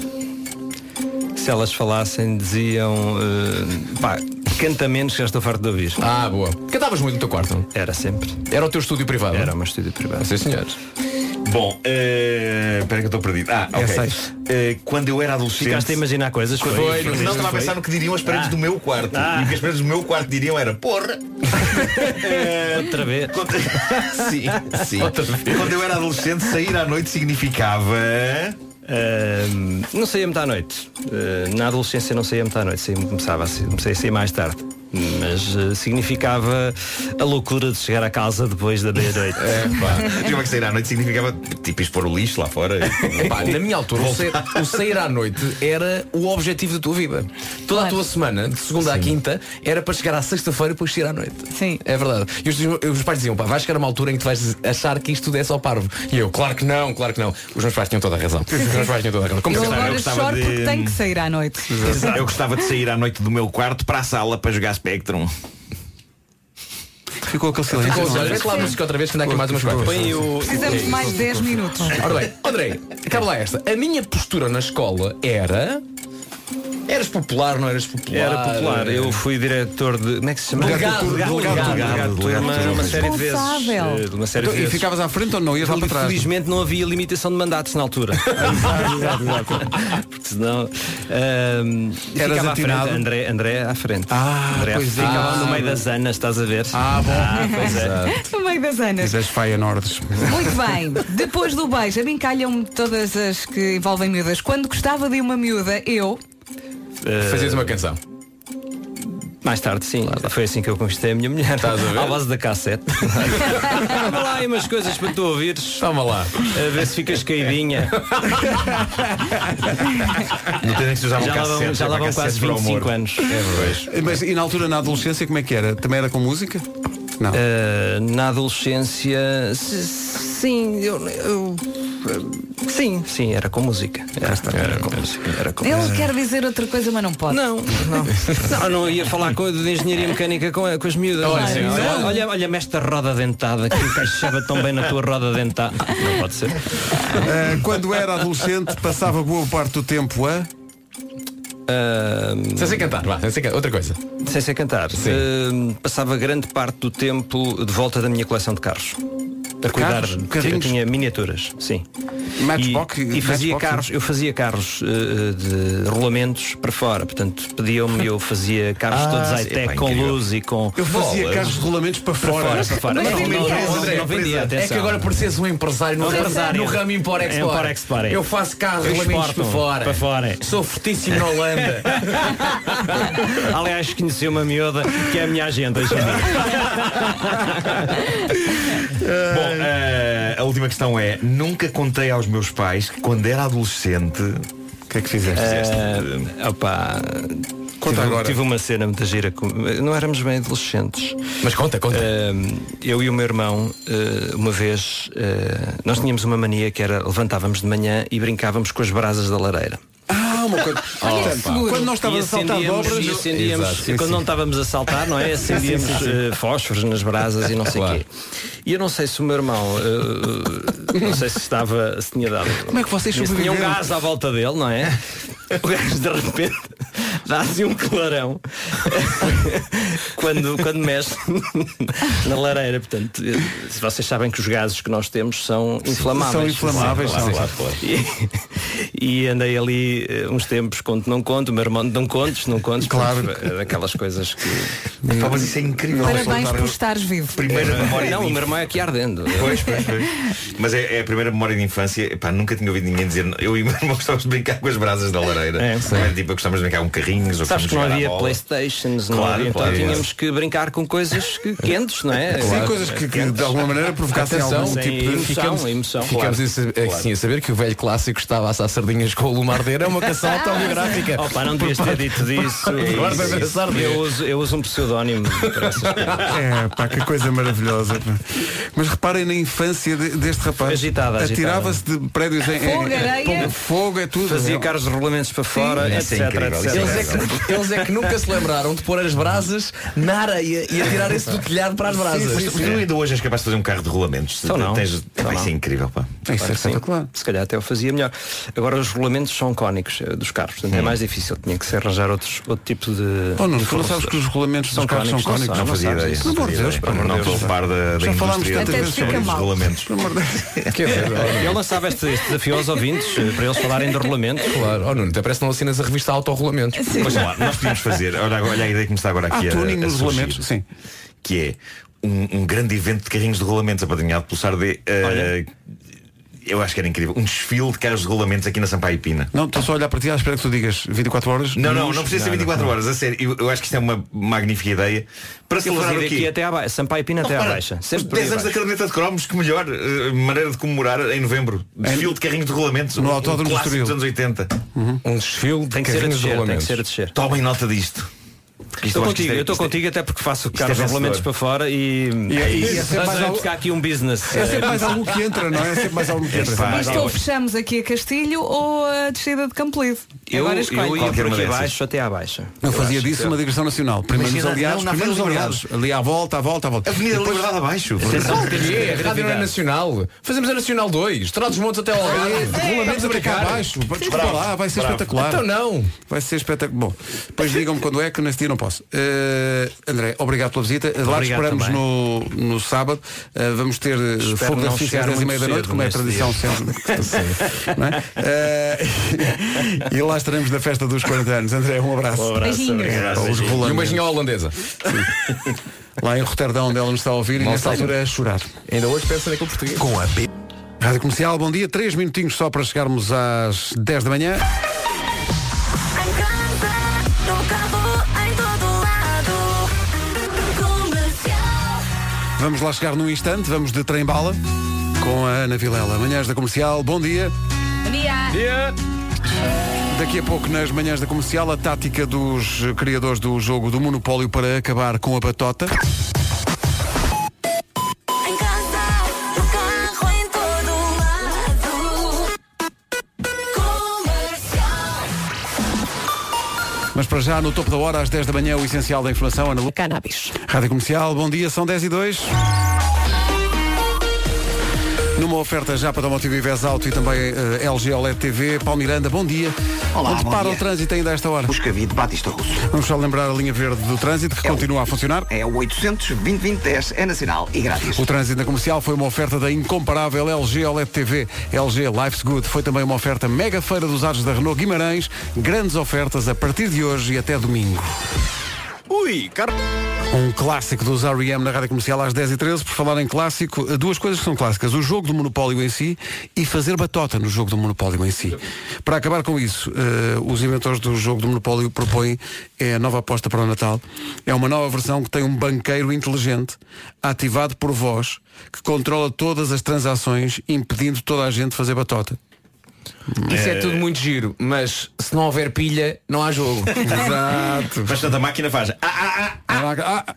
[SPEAKER 13] Se elas falassem, diziam. eh, pá, canta menos que já estou farto de ouvir.
[SPEAKER 6] Ah, boa. Cantavas muito no teu quarto?
[SPEAKER 13] Era sempre.
[SPEAKER 6] Era o teu estúdio privado? Era
[SPEAKER 13] o meu estúdio privado.
[SPEAKER 6] Sim, senhores.
[SPEAKER 16] Bom, eh, espera que eu estou perdido. Ah, ok.
[SPEAKER 13] seis.
[SPEAKER 16] Eh, quando eu era adolescente.
[SPEAKER 13] Ficaste a imaginar coisas, foi? Foi,
[SPEAKER 16] não,
[SPEAKER 13] foi,
[SPEAKER 16] estava a
[SPEAKER 13] foi.
[SPEAKER 16] pensar no que diriam as paredes
[SPEAKER 13] Ah.
[SPEAKER 16] do meu quarto.
[SPEAKER 13] Ah.
[SPEAKER 16] E o que as paredes do meu quarto diriam era porra!
[SPEAKER 13] Outra vez.
[SPEAKER 16] sim, sim. Quando eu era adolescente, sair à noite significava.
[SPEAKER 13] Ahm, não saía muito à noite. Ah, na adolescência não saía muito à noite, saía, começava a sair, comecei a sair mais tarde. Mas ah, significava a loucura de chegar a casa depois da meia-noite.
[SPEAKER 16] É, pá. Tinha que sair à noite significava tipo expor o lixo lá fora.
[SPEAKER 6] Pá, na minha altura, o sair, o sair à noite era o objetivo da tua vida. Toda a tua semana, de segunda à quinta, era para chegar à sexta-feira e depois sair à noite. Sim. É verdade. E os, os pais diziam, pá, vais chegar a uma altura em que tu vais achar que isto tudo é só parvo. E eu, claro que não, claro que não. Os meus pais tinham toda a razão. Os meus pais tinham toda a razão. Como
[SPEAKER 2] eu
[SPEAKER 6] sempre,
[SPEAKER 2] agora
[SPEAKER 6] eu gostava
[SPEAKER 2] choro
[SPEAKER 16] de-
[SPEAKER 2] porque tenho que sair à noite.
[SPEAKER 16] Exato. Eu gostava de sair à noite do meu quarto para a sala para jogar Spectrum.
[SPEAKER 4] Ficou aquele
[SPEAKER 6] silêncio. Ficou, olha, vê-te lá a música outra vez, que ainda há aqui mais umas quatro. Põe o-
[SPEAKER 2] Precisamos de mais 10 minutos.
[SPEAKER 6] Ora bem, André, acaba lá esta. A minha postura na escola era. Eras popular, não eras popular?
[SPEAKER 13] Era popular. Eu fui diretor de. Como é que se chama?
[SPEAKER 6] Delegado,
[SPEAKER 13] delegado,
[SPEAKER 6] delegado, delegado,
[SPEAKER 13] delegado, turma,
[SPEAKER 6] delegado.
[SPEAKER 13] uma série de vezes.
[SPEAKER 6] Responsável.
[SPEAKER 13] eh, Uma série
[SPEAKER 6] Então,
[SPEAKER 13] de
[SPEAKER 6] e
[SPEAKER 13] vezes.
[SPEAKER 6] ficavas à frente ou não? Ias lá para trás?
[SPEAKER 13] Infelizmente não havia limitação de mandatos na altura. Porque senão. ah, ahm, e
[SPEAKER 4] Eras
[SPEAKER 13] ficava à
[SPEAKER 4] atinado?
[SPEAKER 13] frente. André, André é à frente.
[SPEAKER 4] Ah,
[SPEAKER 13] André à
[SPEAKER 4] pois
[SPEAKER 13] frente.
[SPEAKER 4] é.
[SPEAKER 13] Ficava no
[SPEAKER 4] Ah.
[SPEAKER 13] meio das anas, estás a ver?
[SPEAKER 4] Ah, bom.
[SPEAKER 13] pois é.
[SPEAKER 2] No meio das anas.
[SPEAKER 4] Diz as Faia Nortes.
[SPEAKER 2] Muito bem, depois do beijo, a mim calham-me todas as que envolvem miúdas. Quando gostava de uma miúda, eu.
[SPEAKER 6] Fazias uma canção.
[SPEAKER 13] Mais tarde, sim. Foi assim que eu conquistei a minha mulher.
[SPEAKER 6] Estás a ver?
[SPEAKER 13] À base da cassete. Toma lá aí umas coisas para tu ouvires.
[SPEAKER 6] Toma lá.
[SPEAKER 13] A ver se ficas caidinha.
[SPEAKER 16] Não tem nem que se usar um
[SPEAKER 13] Já lá vão-
[SPEAKER 16] cassete.
[SPEAKER 13] já lá
[SPEAKER 16] para
[SPEAKER 13] vão
[SPEAKER 16] cassete
[SPEAKER 13] quase
[SPEAKER 16] para o
[SPEAKER 13] 25
[SPEAKER 16] amor.
[SPEAKER 13] anos.
[SPEAKER 16] É,
[SPEAKER 4] Mas e na altura, na adolescência, como é que era? Também era com música? Não.
[SPEAKER 13] Eh, na adolescência, s- sim, eu, eu- sim, sim, era com música. Era, era com música. Era com
[SPEAKER 2] Ele
[SPEAKER 13] música.
[SPEAKER 2] quer dizer outra coisa, mas não pode.
[SPEAKER 13] Não, não. Não, eu não ia falar com, de engenharia mecânica com, com as miúdas.
[SPEAKER 2] Olha,
[SPEAKER 13] Não,
[SPEAKER 2] sim,
[SPEAKER 13] não.
[SPEAKER 2] sim.
[SPEAKER 13] olha, olha, olha-me esta roda dentada que encaixava tão bem na tua roda dentada. Ah, Não pode ser.
[SPEAKER 4] Eh, quando era adolescente, passava boa parte do tempo a.
[SPEAKER 13] Ahm,
[SPEAKER 6] Sem ser cantar, vá, sem ser cantar. Outra coisa.
[SPEAKER 13] Ah, sem ser cantar. Ahm, passava grande parte do tempo de volta da minha coleção de carros. A cuidar,
[SPEAKER 4] carros?
[SPEAKER 13] eu
[SPEAKER 4] Carrinhos?
[SPEAKER 13] tinha miniaturas, sim.
[SPEAKER 4] Matchbox?
[SPEAKER 13] E, e fazia
[SPEAKER 4] Matchbox?
[SPEAKER 13] carros, eu fazia carros eh, eh, de rolamentos para fora, portanto pediam-me, eu fazia carros
[SPEAKER 4] Ah,
[SPEAKER 13] todos
[SPEAKER 4] sim,
[SPEAKER 13] high-tech
[SPEAKER 4] pá,
[SPEAKER 13] com
[SPEAKER 4] incrível.
[SPEAKER 13] luz e com.
[SPEAKER 4] Eu fazia
[SPEAKER 13] Bolas.
[SPEAKER 4] carros de rolamentos para
[SPEAKER 13] Para
[SPEAKER 4] fora.
[SPEAKER 13] fora, para fora. Mas Não, não, vendia. não, não, não vendia,
[SPEAKER 6] É que
[SPEAKER 13] atenção.
[SPEAKER 6] agora pareces um empresário no,
[SPEAKER 13] Um empresário.
[SPEAKER 6] no ramo Import
[SPEAKER 13] É,
[SPEAKER 6] Export.
[SPEAKER 13] Import Export, é.
[SPEAKER 6] Eu faço carros
[SPEAKER 13] Eu
[SPEAKER 6] rolamentos
[SPEAKER 13] exporto
[SPEAKER 6] para fora.
[SPEAKER 13] para fora.
[SPEAKER 6] Sou fortíssimo na Holanda.
[SPEAKER 13] É Aliás, conheci uma miúda que é a minha agenda. hoje em dia.
[SPEAKER 16] Bom, eh, a última questão é, nunca contei aos meus pais que quando era adolescente. O
[SPEAKER 4] que é que fizeste?
[SPEAKER 13] Ah, opa, tive, um-
[SPEAKER 16] agora.
[SPEAKER 13] tive uma cena muito gira. com- Não éramos bem adolescentes.
[SPEAKER 6] Mas conta, conta.
[SPEAKER 13] eu e o meu irmão, ah, uma vez, eh, ah, nós tínhamos uma mania que era levantávamos de manhã e brincávamos com as brasas da lareira.
[SPEAKER 4] Ah, há uma coisa. Portanto, quando nós estávamos
[SPEAKER 13] E
[SPEAKER 4] a saltar
[SPEAKER 13] acendíamos-
[SPEAKER 4] dobras,
[SPEAKER 13] e acendíamos- quando não estávamos a saltar, não é? Acendíamos
[SPEAKER 4] Sim, sim, sim.
[SPEAKER 13] eh, fósforos nas brasas e não sei o quê. E eu não sei se o meu irmão, eh, não sei se estava, se tinha dado.
[SPEAKER 4] Como é que vocês
[SPEAKER 13] se tinha um
[SPEAKER 4] sobreviveram?
[SPEAKER 13] gás à volta dele, não é? O gajo de repente dá assim um clarão quando, quando mexe na lareira. Portanto, eh, se vocês sabem que os gases que nós temos são
[SPEAKER 4] Sim,
[SPEAKER 13] inflamáveis.
[SPEAKER 4] são inflamáveis,
[SPEAKER 13] Claro,
[SPEAKER 4] são.
[SPEAKER 13] claro, claro. E, e andei ali eh, uns tempos, conto, não conto, o meu irmão, não contes, não contes. Claro. Aquelas coisas que.
[SPEAKER 16] Pá, mas isso é incrível.
[SPEAKER 2] Parabéns por estares vivo.
[SPEAKER 16] Primeira memória
[SPEAKER 13] Não,
[SPEAKER 16] de
[SPEAKER 13] o meu irmão é aqui ardendo.
[SPEAKER 16] Pois, pois, pois. Mas é, é a primeira memória de infância. Pá, nunca tinha ouvido ninguém dizer. Eu e o meu irmão gostávamos de brincar com as brasas da lareira.
[SPEAKER 13] É,
[SPEAKER 16] Não era tipo, gostávamos de brincar com carrinhos ou
[SPEAKER 13] Sabes que não
[SPEAKER 16] gostávamos de
[SPEAKER 13] havia
[SPEAKER 16] jogar à bola.
[SPEAKER 13] Playstations, não
[SPEAKER 16] Claro,
[SPEAKER 13] havia, então
[SPEAKER 16] claro.
[SPEAKER 13] tínhamos que brincar com coisas que- quentes, não é?
[SPEAKER 4] Sim, coisas que, que, de
[SPEAKER 13] Quentes.
[SPEAKER 4] alguma maneira provocassem
[SPEAKER 13] Atenção,
[SPEAKER 4] algum
[SPEAKER 13] sem
[SPEAKER 4] tipo de
[SPEAKER 13] emoção,
[SPEAKER 4] ficamos-
[SPEAKER 13] emoção,
[SPEAKER 4] ficamos
[SPEAKER 13] claro.
[SPEAKER 4] em sa-
[SPEAKER 6] É que sim, a saber que o velho clássico estava a assar sardinhas com o lume a arder é uma canção autobiográfica.
[SPEAKER 13] Opa, não devias ter dito disso.
[SPEAKER 6] É isso,
[SPEAKER 13] Guarda
[SPEAKER 6] é isso.
[SPEAKER 13] essa ardente. Eu uso, eu uso um pseudónimo para essas coisas.
[SPEAKER 4] É, pá, que coisa maravilhosa. pá. Mas reparem na infância de- deste rapaz.
[SPEAKER 13] Agitada, agitada.
[SPEAKER 4] Atirava-se de prédios em. em-
[SPEAKER 13] Fogo,
[SPEAKER 4] em-
[SPEAKER 13] areia.
[SPEAKER 4] Fogo é tudo.
[SPEAKER 13] Fazia
[SPEAKER 4] É-
[SPEAKER 13] carros de rolamentos para fora,
[SPEAKER 4] Sim.
[SPEAKER 13] etc,
[SPEAKER 4] Isso é incrível,
[SPEAKER 13] etc.
[SPEAKER 4] isso é
[SPEAKER 6] Eles é, que, eles é que nunca se lembraram de pôr as brasas na areia e atirarem-se do telhado para as brasas.
[SPEAKER 16] Mas tu ainda hoje és capaz de fazer um carro de rolamentos.
[SPEAKER 13] Então não.
[SPEAKER 16] Tens...
[SPEAKER 13] Então
[SPEAKER 16] Pá,
[SPEAKER 13] não.
[SPEAKER 16] isso é incrível, pá.
[SPEAKER 13] Claro que sim. Se calhar até eu fazia melhor. Agora os rolamentos são cónicos eh, dos carros, portanto é mais difícil. Tinha que se arranjar outros, outro tipo de.
[SPEAKER 4] Oh, Nuno,
[SPEAKER 13] de
[SPEAKER 4] tu não sabes
[SPEAKER 13] fornecedores.
[SPEAKER 4] que os regulamentos dos carros são cónicos?
[SPEAKER 16] Não fazia
[SPEAKER 13] sabes
[SPEAKER 16] ideia.
[SPEAKER 13] isso.
[SPEAKER 16] Não
[SPEAKER 4] Pelo amor de
[SPEAKER 16] fazia
[SPEAKER 4] Deus,
[SPEAKER 16] ideia.
[SPEAKER 4] pelo amor
[SPEAKER 16] Não
[SPEAKER 4] de
[SPEAKER 16] estou
[SPEAKER 4] Deus.
[SPEAKER 16] a par da, da
[SPEAKER 4] Já falámos
[SPEAKER 16] indústria
[SPEAKER 4] tantas
[SPEAKER 16] dos
[SPEAKER 4] vezes sobre isso.
[SPEAKER 16] regulamentos.
[SPEAKER 4] Pelo amor de Deus.
[SPEAKER 13] Eu lançava este, este desafio aos ouvintes eh, para eles falarem de rolamento.
[SPEAKER 6] Claro, oh Nuno, até parece que não assinas a revista Autorrolamentos.
[SPEAKER 16] Mas lá, nós podíamos fazer, olha, olha a ideia que me está agora aqui
[SPEAKER 4] Há
[SPEAKER 16] a,
[SPEAKER 4] Ah, tuning
[SPEAKER 16] a
[SPEAKER 4] nos
[SPEAKER 16] surgir,
[SPEAKER 4] rolamentos, sim.
[SPEAKER 16] Que é um, um grande evento de carrinhos de rolamentos apadrinhado pelo Sardê. eh, eu acho que era incrível. Um desfile de carros de rolamentos aqui na Sampaio Pina.
[SPEAKER 4] Não, estou só a olhar para ti à espera que tu digas 24 horas.
[SPEAKER 16] Não, não,
[SPEAKER 4] Nos-
[SPEAKER 16] não precisa ser 24 horas, a sério. Eu, eu acho que isto é uma magnífica ideia. Para
[SPEAKER 13] Eles
[SPEAKER 16] celebrar
[SPEAKER 13] iam
[SPEAKER 16] o
[SPEAKER 13] daqui
[SPEAKER 16] quê?
[SPEAKER 13] até à baixa. Sampaio Pina até à
[SPEAKER 16] Repara,
[SPEAKER 13] baixa.
[SPEAKER 16] Os
[SPEAKER 13] Sempre por aí
[SPEAKER 16] 10 anos da
[SPEAKER 13] abaixo.
[SPEAKER 16] caderneta de cromos, que melhor eh, maneira de comemorar em novembro. Desfile de carrinhos de rolamentos.
[SPEAKER 4] No
[SPEAKER 16] um- um
[SPEAKER 4] Autódromo do
[SPEAKER 16] clássico
[SPEAKER 4] Estoril.
[SPEAKER 16] dos anos 80.
[SPEAKER 6] Um desfile de
[SPEAKER 13] Tem que ser a
[SPEAKER 6] carrinhos de
[SPEAKER 13] descer, tem que
[SPEAKER 6] rolamentos.
[SPEAKER 13] ser a descer.
[SPEAKER 16] Tomem nota disto. Isto
[SPEAKER 13] Estou
[SPEAKER 16] eu acho que
[SPEAKER 13] contigo,
[SPEAKER 16] isto é-
[SPEAKER 13] eu estou
[SPEAKER 16] isto é-
[SPEAKER 13] contigo até porque faço
[SPEAKER 16] é
[SPEAKER 13] carros de regulamentos para
[SPEAKER 16] vencedor.
[SPEAKER 13] fora e.
[SPEAKER 4] é isso.
[SPEAKER 13] Nós
[SPEAKER 4] É mais
[SPEAKER 13] vamos
[SPEAKER 4] algo-
[SPEAKER 13] buscar aqui um business.
[SPEAKER 4] É sempre mais algo que entra, não é? É sempre mais algo que
[SPEAKER 16] É
[SPEAKER 4] entra.
[SPEAKER 16] pá,
[SPEAKER 2] Isto ou fechamos aqui a Castilho ou a descida de Campolide.
[SPEAKER 13] Eu,
[SPEAKER 2] Agora
[SPEAKER 13] eu
[SPEAKER 2] escolhe.
[SPEAKER 13] ia
[SPEAKER 16] é Qualquer
[SPEAKER 13] por
[SPEAKER 16] uma
[SPEAKER 13] aqui
[SPEAKER 16] dessas.
[SPEAKER 13] abaixo até à baixa.
[SPEAKER 4] Eu
[SPEAKER 13] Eu
[SPEAKER 4] fazia
[SPEAKER 13] acho
[SPEAKER 4] disso
[SPEAKER 13] que-
[SPEAKER 4] uma digressão nacional. Primeiros
[SPEAKER 16] Imagina,
[SPEAKER 4] aliados,
[SPEAKER 16] não, na
[SPEAKER 4] primeiros
[SPEAKER 16] Avenida
[SPEAKER 4] aliados. Ali à volta, à volta, à volta.
[SPEAKER 16] Avenida da Liberdade abaixo.
[SPEAKER 6] Atenção, o
[SPEAKER 13] temos que
[SPEAKER 6] quê? A rádio não é
[SPEAKER 13] acreditar.
[SPEAKER 6] nacional. Fazemos a Nacional 2. Traz os montes até
[SPEAKER 13] Ah,
[SPEAKER 6] ao
[SPEAKER 13] é,
[SPEAKER 6] Algarve. Rolamentos
[SPEAKER 4] Vamos
[SPEAKER 6] a
[SPEAKER 4] até cá
[SPEAKER 6] brincar.
[SPEAKER 4] abaixo. Desculpa
[SPEAKER 16] Bravo,
[SPEAKER 4] lá, vai ser
[SPEAKER 16] bravo.
[SPEAKER 4] espetacular.
[SPEAKER 6] Então não.
[SPEAKER 4] Vai ser espetacular. Bom, depois digam-me quando é que nesse dia não posso. Eh, André, obrigado pela visita. Lá te
[SPEAKER 13] Obrigado
[SPEAKER 4] esperamos
[SPEAKER 13] também.
[SPEAKER 4] no, no sábado. Eh, vamos ter eh,
[SPEAKER 13] Espero
[SPEAKER 4] fogo de
[SPEAKER 13] não
[SPEAKER 4] artifício às
[SPEAKER 13] chegar
[SPEAKER 4] 10 e meia
[SPEAKER 13] muito
[SPEAKER 4] da noite,
[SPEAKER 13] cedo
[SPEAKER 4] como é
[SPEAKER 13] neste
[SPEAKER 4] tradição sempre. Não é? Eh, e lá estaremos na festa dos 40 anos. André, um abraço.
[SPEAKER 13] Um abraço,
[SPEAKER 2] Beijinhos.
[SPEAKER 13] obrigado.
[SPEAKER 4] Os
[SPEAKER 6] E
[SPEAKER 4] rolandos.
[SPEAKER 6] um beijinho à holandesa.
[SPEAKER 4] Lá em Roterdão, onde ela nos está a ouvir, e
[SPEAKER 6] Não
[SPEAKER 4] nesta
[SPEAKER 6] sei.
[SPEAKER 4] altura é a chorar.
[SPEAKER 6] Ainda hoje pensa naquele português.
[SPEAKER 4] Com a B. Rádio Comercial, bom dia. Três minutinhos só para chegarmos às 10 da manhã. Vamos lá chegar num instante, vamos de trem-bala com a Ana Vilela. Manhãs da Comercial, bom dia. Daqui a pouco, nas manhãs da comercial, a tática dos eh, criadores do jogo do Monopólio para acabar com a batota. Mas para já, no topo da hora, às 10 da manhã, o essencial da informação, Ana Lu.
[SPEAKER 1] Cannabis.
[SPEAKER 4] Rádio Comercial, bom dia, são 10 e 2. Numa oferta já para Automotivo e Vez Auto e também eh, LG OLED TV, Paulo Miranda, bom dia.
[SPEAKER 3] Olá,
[SPEAKER 4] Onde
[SPEAKER 3] bom
[SPEAKER 4] para
[SPEAKER 3] dia.
[SPEAKER 4] o trânsito ainda a esta hora?
[SPEAKER 3] Buscavido, Batista Russo.
[SPEAKER 4] Vamos só lembrar a linha verde do trânsito que
[SPEAKER 3] É o-
[SPEAKER 4] continua a funcionar.
[SPEAKER 3] É o 800 2010 é nacional e grátis.
[SPEAKER 4] O trânsito na comercial foi uma oferta da incomparável LG OLED TV. LG Life's Good foi também uma oferta mega feira dos ares da Renault Guimarães. Grandes ofertas a partir de hoje e até domingo.
[SPEAKER 15] Ui, car...
[SPEAKER 4] Um clássico dos R.E.M. na Rádio Comercial às 10h13. Por falar em clássico, duas coisas que são clássicas. O jogo do monopólio em si e fazer batota no jogo do monopólio em si. Para acabar com isso, eh, os inventores do jogo do monopólio propõem é a nova aposta para o Natal. É uma nova versão que tem um banqueiro inteligente, ativado por voz, que controla todas as transações, impedindo toda a gente de fazer batota.
[SPEAKER 6] Isso é
[SPEAKER 4] Eh,
[SPEAKER 6] tudo muito giro, mas se não
[SPEAKER 2] É
[SPEAKER 6] houver pilha, não há jogo.
[SPEAKER 4] Exato.
[SPEAKER 16] Mas portanto, a máquina faz. Ah, ah, ah.
[SPEAKER 4] Ah, ah,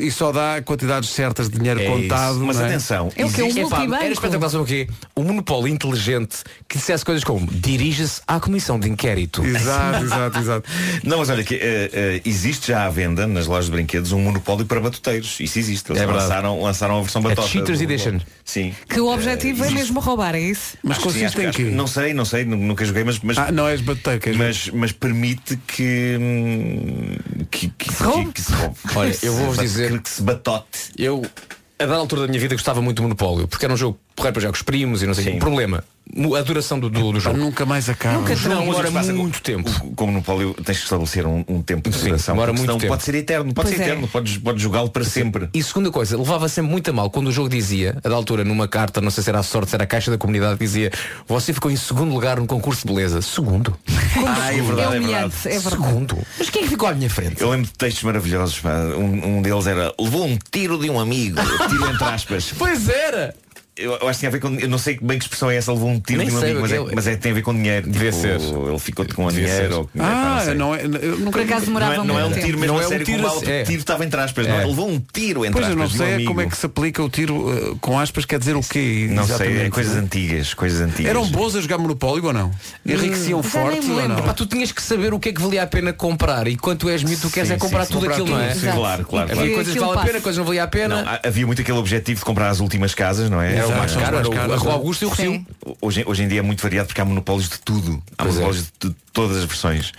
[SPEAKER 4] E só dá quantidades certas de dinheiro contado.
[SPEAKER 16] Mas
[SPEAKER 4] não é?
[SPEAKER 16] atenção,
[SPEAKER 2] É o quê? Um
[SPEAKER 6] Epá,
[SPEAKER 2] multibanco?
[SPEAKER 6] Era espetacular saber o quê? Um monopólio inteligente que dissesse coisas como dirige-se à comissão de inquérito.
[SPEAKER 4] Exato, exato, exato.
[SPEAKER 16] Não, mas olha, que, eh, eh, existe já à venda nas lojas de brinquedos um monopólio para batuteiros. Isso existe. Eles
[SPEAKER 6] É verdade.
[SPEAKER 16] lançaram, lançaram a versão
[SPEAKER 6] É
[SPEAKER 16] batota.
[SPEAKER 6] Cheaters
[SPEAKER 16] do-
[SPEAKER 6] Edition.
[SPEAKER 16] Sim.
[SPEAKER 2] Que o
[SPEAKER 16] Eh,
[SPEAKER 2] objetivo é
[SPEAKER 16] existe.
[SPEAKER 2] mesmo roubar, é isso?
[SPEAKER 4] Mas
[SPEAKER 16] Acho que sim,
[SPEAKER 4] consiste
[SPEAKER 16] acho que-
[SPEAKER 4] em
[SPEAKER 16] acho que-
[SPEAKER 4] quê?
[SPEAKER 16] Não sei, não sei, nu- nunca joguei, mas. mas
[SPEAKER 4] Ah, não és batuteica.
[SPEAKER 16] mas, mas permite que, hum, que, que, que, que se roube.
[SPEAKER 6] Olha, eu vou-vos
[SPEAKER 16] Que-
[SPEAKER 6] dizer-
[SPEAKER 16] Que se batote.
[SPEAKER 6] Eu, a dada altura da minha vida, gostava muito do Monopólio, porque era um jogo porreiro para jogar com os primos e não sei o quê. Problema, mu- a duração do, do, do
[SPEAKER 4] Pá,
[SPEAKER 6] jogo.
[SPEAKER 4] nunca mais acaba.
[SPEAKER 6] Nunca
[SPEAKER 16] Não, mas o que
[SPEAKER 6] demora
[SPEAKER 16] se passa
[SPEAKER 6] muito tempo.
[SPEAKER 16] Como no polio tens que estabelecer um, um tempo de
[SPEAKER 6] Sim,
[SPEAKER 16] duração.
[SPEAKER 6] demora
[SPEAKER 16] porque
[SPEAKER 6] muito
[SPEAKER 16] senão
[SPEAKER 6] tempo.
[SPEAKER 16] Pode ser eterno, pode
[SPEAKER 2] Pois
[SPEAKER 16] ser
[SPEAKER 2] é.
[SPEAKER 16] eterno, podes, podes jogá-lo para sempre.
[SPEAKER 6] E segunda coisa, levava sempre muito a mal quando o jogo dizia, a da altura numa carta, não sei se era a sorte, se era a caixa da comunidade, dizia você ficou em segundo lugar num concurso de beleza. Segundo.
[SPEAKER 16] Ah, é verdade,
[SPEAKER 2] é
[SPEAKER 16] é verdade.
[SPEAKER 2] humilhante, é verdade.
[SPEAKER 6] Segundo. Mas quem é que ficou à minha frente?
[SPEAKER 16] Eu lembro de textos maravilhosos. pá. Um, um deles era levou um tiro de um amigo. Tiro entre aspas.
[SPEAKER 6] Pois era!
[SPEAKER 16] Eu, eu acho que tem a ver com. Eu não sei que bem que expressão é essa. Levou um tiro
[SPEAKER 6] Nem
[SPEAKER 16] de um
[SPEAKER 6] sei
[SPEAKER 16] amigo.
[SPEAKER 6] o
[SPEAKER 16] Mas,
[SPEAKER 6] que
[SPEAKER 16] é,
[SPEAKER 6] é.
[SPEAKER 16] mas é, tem a ver com dinheiro.
[SPEAKER 6] Devia
[SPEAKER 16] tipo,
[SPEAKER 6] ser.
[SPEAKER 16] Ele ficou com
[SPEAKER 6] Devia
[SPEAKER 16] dinheiro.
[SPEAKER 6] ser.
[SPEAKER 16] Ou,
[SPEAKER 4] Ah,
[SPEAKER 16] epá, sei.
[SPEAKER 4] não é. Eu nunca...
[SPEAKER 2] Por acaso
[SPEAKER 16] Não é,
[SPEAKER 2] demorava
[SPEAKER 16] não é um
[SPEAKER 2] muito
[SPEAKER 16] tiro
[SPEAKER 2] tempo.
[SPEAKER 16] mesmo
[SPEAKER 6] Não
[SPEAKER 16] a
[SPEAKER 6] é um
[SPEAKER 16] sério,
[SPEAKER 6] tiro
[SPEAKER 16] como
[SPEAKER 6] a
[SPEAKER 16] o
[SPEAKER 6] sé- é.
[SPEAKER 16] tiro estava entre aspas, não é?
[SPEAKER 6] É.
[SPEAKER 16] Levou um tiro entre
[SPEAKER 4] Pois eu
[SPEAKER 16] aspas.
[SPEAKER 4] não
[SPEAKER 16] de um
[SPEAKER 4] sei
[SPEAKER 16] amigo.
[SPEAKER 4] como é que se aplica o tiro eh, com aspas, quer dizer o quê?
[SPEAKER 16] Não sei, é
[SPEAKER 4] exatamente?
[SPEAKER 16] coisas antigas, coisas antigas.
[SPEAKER 4] Eram bons a jogar Monopólio ou não? Enriqueciam
[SPEAKER 2] Hum, já
[SPEAKER 4] forte
[SPEAKER 2] nem me
[SPEAKER 4] ou
[SPEAKER 2] lembro.
[SPEAKER 4] não?
[SPEAKER 6] Pá, tu tinhas que saber o que é que valia a pena comprar e quanto és mito, tu queres
[SPEAKER 16] Sim,
[SPEAKER 6] é comprar
[SPEAKER 16] sim,
[SPEAKER 6] tudo
[SPEAKER 4] comprar
[SPEAKER 6] aquilo, não é?
[SPEAKER 4] tudo,
[SPEAKER 16] sim,
[SPEAKER 2] Exato.
[SPEAKER 16] claro, claro,
[SPEAKER 2] E
[SPEAKER 16] claro.
[SPEAKER 6] Havia coisas que
[SPEAKER 2] aquilo
[SPEAKER 6] valiam a
[SPEAKER 2] passa.
[SPEAKER 6] pena, coisas que não valia a
[SPEAKER 16] Não,
[SPEAKER 6] pena.
[SPEAKER 16] há- havia muito aquele objetivo de comprar as últimas casas, não é?
[SPEAKER 6] Era o
[SPEAKER 4] Exato.
[SPEAKER 6] mais caro,
[SPEAKER 4] Era
[SPEAKER 6] era o,
[SPEAKER 4] o
[SPEAKER 6] a Rua
[SPEAKER 4] mais
[SPEAKER 6] Augusto e o
[SPEAKER 2] Sim.
[SPEAKER 6] Rio.
[SPEAKER 16] Hoje, hoje em dia é muito variado porque há monopólios de tudo. Há
[SPEAKER 6] Pois é.
[SPEAKER 16] monopólios de, tu- todas as versões.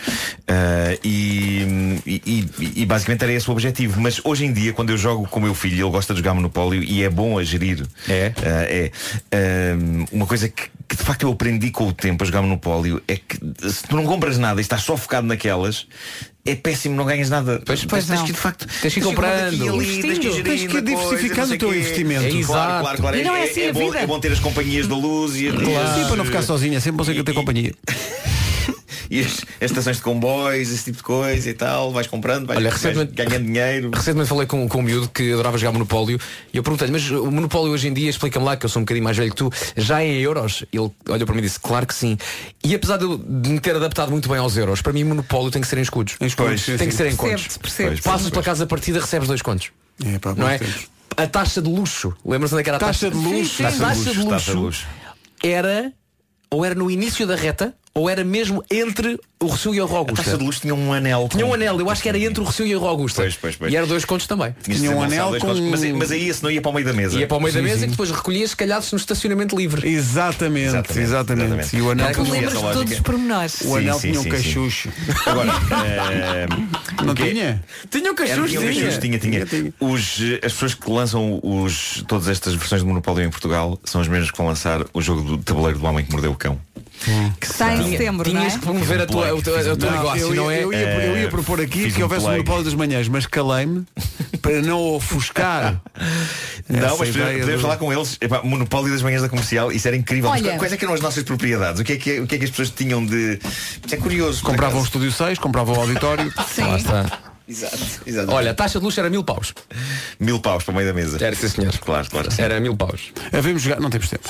[SPEAKER 16] Ah, e, e- e- e basicamente era esse o objetivo. Mas hoje em dia, quando eu jogo com o meu filho, ele gosta de jogar monopólio e é bom a gerir.
[SPEAKER 6] É?
[SPEAKER 16] Ah, é. Ah, uma coisa que, que de facto eu aprendi com o tempo a jogar monopólio é que se tu não compras nada e estás só focado naquelas. É péssimo, não ganhas nada.
[SPEAKER 6] Pois- pois
[SPEAKER 16] tens
[SPEAKER 2] não.
[SPEAKER 16] que de facto
[SPEAKER 6] Tens que ir comprando.
[SPEAKER 16] daqui e ali, tens que ir
[SPEAKER 2] Investindo.
[SPEAKER 16] gerindo
[SPEAKER 4] Tens que
[SPEAKER 16] a coisa,
[SPEAKER 4] diversificar
[SPEAKER 16] não sei
[SPEAKER 4] o teu
[SPEAKER 16] quê.
[SPEAKER 4] investimento.
[SPEAKER 16] É
[SPEAKER 6] Exato.
[SPEAKER 16] Claro, claro, claro.
[SPEAKER 2] E não é assim a
[SPEAKER 16] bom-
[SPEAKER 2] vida.
[SPEAKER 16] é bom ter as companhias da luz e as,
[SPEAKER 4] Sim, para não ficar sozinha, sempre você que ter companhia.
[SPEAKER 16] e as, as estações de comboios, esse tipo de coisa e tal, vais comprando, vais,
[SPEAKER 6] Olha,
[SPEAKER 16] vais
[SPEAKER 6] recentemente-
[SPEAKER 16] ganhando dinheiro.
[SPEAKER 6] Recentemente falei com, com um miúdo que adorava jogar Monopólio e eu perguntei-lhe, mas o Monopólio hoje em dia, explica-me lá, que eu sou um bocadinho mais velho que tu, já é em euros? Ele olhou para mim e disse, claro que sim. E apesar de eu de me ter adaptado muito bem aos euros, para mim Monopólio tem que ser em escudos.
[SPEAKER 4] Em escudos, sim,
[SPEAKER 6] tem que
[SPEAKER 4] sim.
[SPEAKER 6] ser em
[SPEAKER 2] Percebes,
[SPEAKER 6] contos.
[SPEAKER 2] percebes.
[SPEAKER 6] Passas para casa a partida, recebes dois contos.
[SPEAKER 4] É, pá,
[SPEAKER 6] não
[SPEAKER 4] bons
[SPEAKER 6] é?
[SPEAKER 4] tempos.
[SPEAKER 6] A taxa de luxo, lembra-se onde é que era a
[SPEAKER 4] Taxa
[SPEAKER 6] taxa?
[SPEAKER 4] de luxo.
[SPEAKER 6] A taxa de luxo,
[SPEAKER 16] taxa de luxo.
[SPEAKER 6] era, ou era no início da reta, ou era mesmo entre o Recio e a Rua
[SPEAKER 16] A
[SPEAKER 6] Augusta.
[SPEAKER 16] taxa de luz tinha um anel.
[SPEAKER 6] Tinha um anel, eu acho que era entre o Recio e a Rua Augusta.
[SPEAKER 16] Pois, pois, pois.
[SPEAKER 6] E era dois contos também.
[SPEAKER 4] Tinha um anel com-
[SPEAKER 16] Mas, mas aí esse não ia para o meio da mesa.
[SPEAKER 6] Ia para o meio da
[SPEAKER 4] Sim,
[SPEAKER 6] mesa
[SPEAKER 4] sim.
[SPEAKER 6] e depois recolhias, se calhar, no estacionamento livre.
[SPEAKER 4] Exatamente, exatamente,
[SPEAKER 16] Exatamente, exatamente.
[SPEAKER 4] E o anel,
[SPEAKER 16] Era
[SPEAKER 2] Tu
[SPEAKER 16] como-
[SPEAKER 2] lembras de
[SPEAKER 16] Essa
[SPEAKER 2] todos
[SPEAKER 16] lógica.
[SPEAKER 2] os pormenores.
[SPEAKER 4] o anel
[SPEAKER 16] Sim, sim,
[SPEAKER 4] tinha um
[SPEAKER 16] sim,
[SPEAKER 4] cachucho.
[SPEAKER 16] Agora, eh,
[SPEAKER 4] Não
[SPEAKER 16] o quê?
[SPEAKER 4] tinha?
[SPEAKER 6] Tinha um
[SPEAKER 16] Era,
[SPEAKER 6] cachorro,
[SPEAKER 16] tinha, tinha, tinha, tinha. Os, eh, as pessoas que lançam os, todas estas versões de Monopólio em Portugal são as mesmas que vão lançar o jogo do tabuleiro do homem que mordeu o cão.
[SPEAKER 2] Que está em setembro, não é?
[SPEAKER 6] Tinhas que promover a tua, o teu, o teu
[SPEAKER 4] Não, eu,
[SPEAKER 6] negócio,
[SPEAKER 4] ia,
[SPEAKER 6] não é?
[SPEAKER 4] eu, ia, eu ia
[SPEAKER 16] Eh,
[SPEAKER 4] propor aqui
[SPEAKER 16] fiz
[SPEAKER 4] que
[SPEAKER 16] um
[SPEAKER 4] houvesse um
[SPEAKER 16] play.
[SPEAKER 4] monopólio das manhãs, mas calei-me para não ofuscar.
[SPEAKER 16] Não,
[SPEAKER 4] essa ideia
[SPEAKER 16] mas podemos,
[SPEAKER 4] do-
[SPEAKER 16] podemos falar com eles. Epá, monopólio das manhãs da comercial, isso era incrível. Mas
[SPEAKER 2] Olha.
[SPEAKER 16] qu- Quais é que eram as nossas propriedades? O que é que, o que, é que as pessoas tinham de. Isso é curioso. por
[SPEAKER 4] Compravam o
[SPEAKER 16] acaso.
[SPEAKER 4] estúdio 6, compravam o auditório.
[SPEAKER 6] Lá
[SPEAKER 2] Sim.
[SPEAKER 6] está.
[SPEAKER 16] Exato, exato.
[SPEAKER 6] Olha, a taxa de luxo era mil paus.
[SPEAKER 16] Mil paus para o meio da mesa.
[SPEAKER 6] Era, sim, senhor.
[SPEAKER 16] Claro, claro.
[SPEAKER 6] Era mil paus.
[SPEAKER 4] Havemos jogar. Não temos tempo.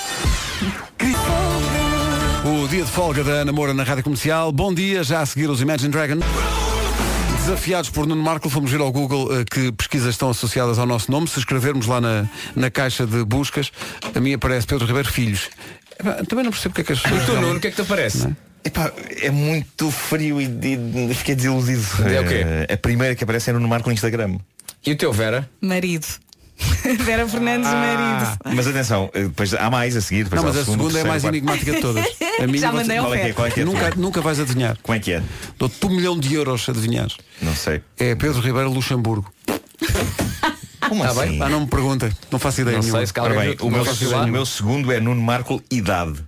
[SPEAKER 4] O dia de folga da Ana Moura na Rádio Comercial. Bom dia, já a seguir os Imagine Dragon. Desafiados por Nuno Marco, fomos ver ao Google eh, que pesquisas estão associadas ao nosso nome. Se escrevermos lá na, na caixa de buscas, a mim aparece Pedro Ribeiro Filhos. Epá, Também não percebo porque é que as pessoas.
[SPEAKER 6] E tu, Nuno,
[SPEAKER 4] realmente-
[SPEAKER 6] o que é que te aparece?
[SPEAKER 16] Epá, é muito frio e de- fiquei desiludido.
[SPEAKER 6] É o quê?
[SPEAKER 16] Eh, A primeira que aparece era no Marco no Instagram.
[SPEAKER 6] E o teu, Vera?
[SPEAKER 2] Marido. Vera Fernandes, marido.
[SPEAKER 16] Mas atenção, eh, depois há mais a seguir. depois
[SPEAKER 4] Não,
[SPEAKER 16] há
[SPEAKER 4] mas
[SPEAKER 16] o
[SPEAKER 4] a
[SPEAKER 16] segundo,
[SPEAKER 4] segunda é
[SPEAKER 16] terceiro,
[SPEAKER 4] mais
[SPEAKER 16] quarto.
[SPEAKER 4] enigmática de todas. A minha
[SPEAKER 2] Já
[SPEAKER 4] você-
[SPEAKER 2] mandei ao
[SPEAKER 16] Qual é que é?
[SPEAKER 2] ferro.
[SPEAKER 16] Qual é que é?
[SPEAKER 4] nunca, nunca vais adivinhar.
[SPEAKER 16] Como é que é?
[SPEAKER 4] Dou-te um milhão de euros a adivinhar.
[SPEAKER 16] Não sei.
[SPEAKER 4] É Pedro Ribeiro Luxemburgo.
[SPEAKER 16] Como
[SPEAKER 6] Tá bem.
[SPEAKER 16] assim?
[SPEAKER 4] Ah, não me perguntem. Não faço ideia
[SPEAKER 6] Não
[SPEAKER 4] nenhuma.
[SPEAKER 6] sei, se
[SPEAKER 16] Ora
[SPEAKER 6] calhar
[SPEAKER 16] bem,
[SPEAKER 6] alguém-
[SPEAKER 16] o meu,
[SPEAKER 6] alguém-
[SPEAKER 16] o meu segundo é Nuno Marco Idade.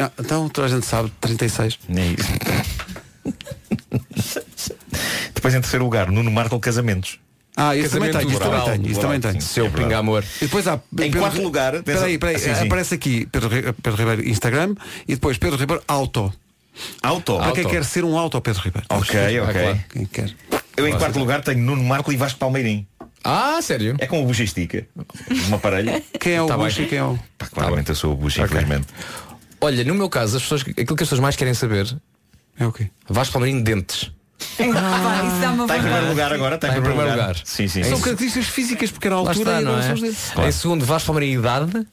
[SPEAKER 4] Ah, então, toda a gente sabe, 36.
[SPEAKER 16] É isso. Depois em terceiro lugar, Nuno Marco Casamentos.
[SPEAKER 4] Ah, isso também
[SPEAKER 6] Casamento
[SPEAKER 4] tenho, isso também
[SPEAKER 6] rural,
[SPEAKER 4] tenho, isso
[SPEAKER 16] rural,
[SPEAKER 4] também tenho.
[SPEAKER 16] sim.
[SPEAKER 6] Seu
[SPEAKER 16] É verdade.
[SPEAKER 6] pinga-amor.
[SPEAKER 4] E depois há Pedro
[SPEAKER 16] quarto
[SPEAKER 4] Ri-
[SPEAKER 16] lugar, atenção.
[SPEAKER 4] peraí, peraí,
[SPEAKER 16] Sim, sim.
[SPEAKER 4] aparece aqui Pedro, Ri- Pedro Ribeiro Instagram e depois Pedro Ribeiro Auto.
[SPEAKER 16] Auto.
[SPEAKER 4] Para
[SPEAKER 6] Auto.
[SPEAKER 4] quem quer ser um auto, Pedro Ribeiro?
[SPEAKER 16] Ok,
[SPEAKER 6] Ah, claro.
[SPEAKER 16] ok.
[SPEAKER 4] Quem quer?
[SPEAKER 16] Eu em quarto lugar tenho Nuno Marco e Vasco Palmeirim.
[SPEAKER 6] Ah, sério?
[SPEAKER 16] É com o Buxistica. Uma parelha.
[SPEAKER 4] Quem é o
[SPEAKER 6] Tá bem.
[SPEAKER 4] Buxa e quem é o.
[SPEAKER 16] Pá, claramente eu sou o Buxa, infelizmente.
[SPEAKER 6] Olha, no meu caso, as pessoas, aquilo que as pessoas mais querem saber,
[SPEAKER 4] É o quê?
[SPEAKER 6] Vasco Palmeirinho Dentes.
[SPEAKER 2] Pá, isso dá uma
[SPEAKER 16] Está Tá em primeiro
[SPEAKER 2] vontade.
[SPEAKER 16] lugar agora, está Tá em primeiro lugar. um Sim, sim,
[SPEAKER 6] São
[SPEAKER 16] sim.
[SPEAKER 4] características físicas, porque era a
[SPEAKER 6] Lá
[SPEAKER 4] altura
[SPEAKER 6] está,
[SPEAKER 4] e
[SPEAKER 6] não
[SPEAKER 4] agora
[SPEAKER 6] é?
[SPEAKER 4] são os dedos.
[SPEAKER 6] Em segundo, vais para a minha idade.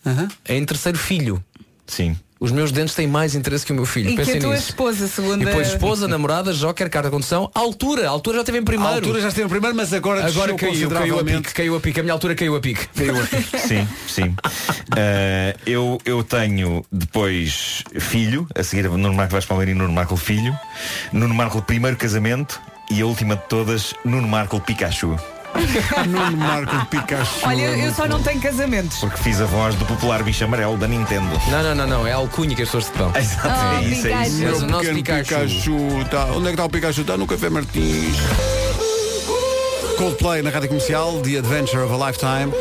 [SPEAKER 6] Em terceiro, filho.
[SPEAKER 16] Sim.
[SPEAKER 6] Os meus dentes têm mais interesse que o meu filho.
[SPEAKER 2] E que
[SPEAKER 6] Pensem
[SPEAKER 2] a tua
[SPEAKER 6] nisso.
[SPEAKER 2] esposa, segundo
[SPEAKER 6] E
[SPEAKER 2] a-
[SPEAKER 6] depois esposa, namorada, joker, carta de condução, altura. A altura já esteve em primeiro.
[SPEAKER 4] A altura já esteve em primeiro, mas agora
[SPEAKER 6] Agora
[SPEAKER 4] desceu
[SPEAKER 6] caiu, caiu a
[SPEAKER 4] consideravelmente.
[SPEAKER 6] pique, caiu a pique. A minha altura caiu a pique.
[SPEAKER 4] Caiu a pique.
[SPEAKER 16] Sim, sim. Eh, eu, eu tenho depois filho, a seguir a Nuno Marco Vaz Palmeira e Nuno Marco Filho, Nuno Marco primeiro casamento e a última de todas, Nuno Marco Pikachu.
[SPEAKER 4] Nuno Marco Pikachu.
[SPEAKER 2] Olha, eu- eu só não tenho casamentos.
[SPEAKER 16] Porque fiz a voz do popular bicho amarelo da Nintendo.
[SPEAKER 6] Não, não, não, não. É alcunha que as pessoas de pão.
[SPEAKER 16] Exato,
[SPEAKER 2] Oh,
[SPEAKER 16] é isso, é isso.
[SPEAKER 2] Pikachu.
[SPEAKER 6] Mas o nosso
[SPEAKER 4] Pequeno
[SPEAKER 6] Pikachu.
[SPEAKER 4] tá. Onde é que está o Pikachu? Está no Café Martins. Coldplay na rádio comercial, The Adventure of a Lifetime,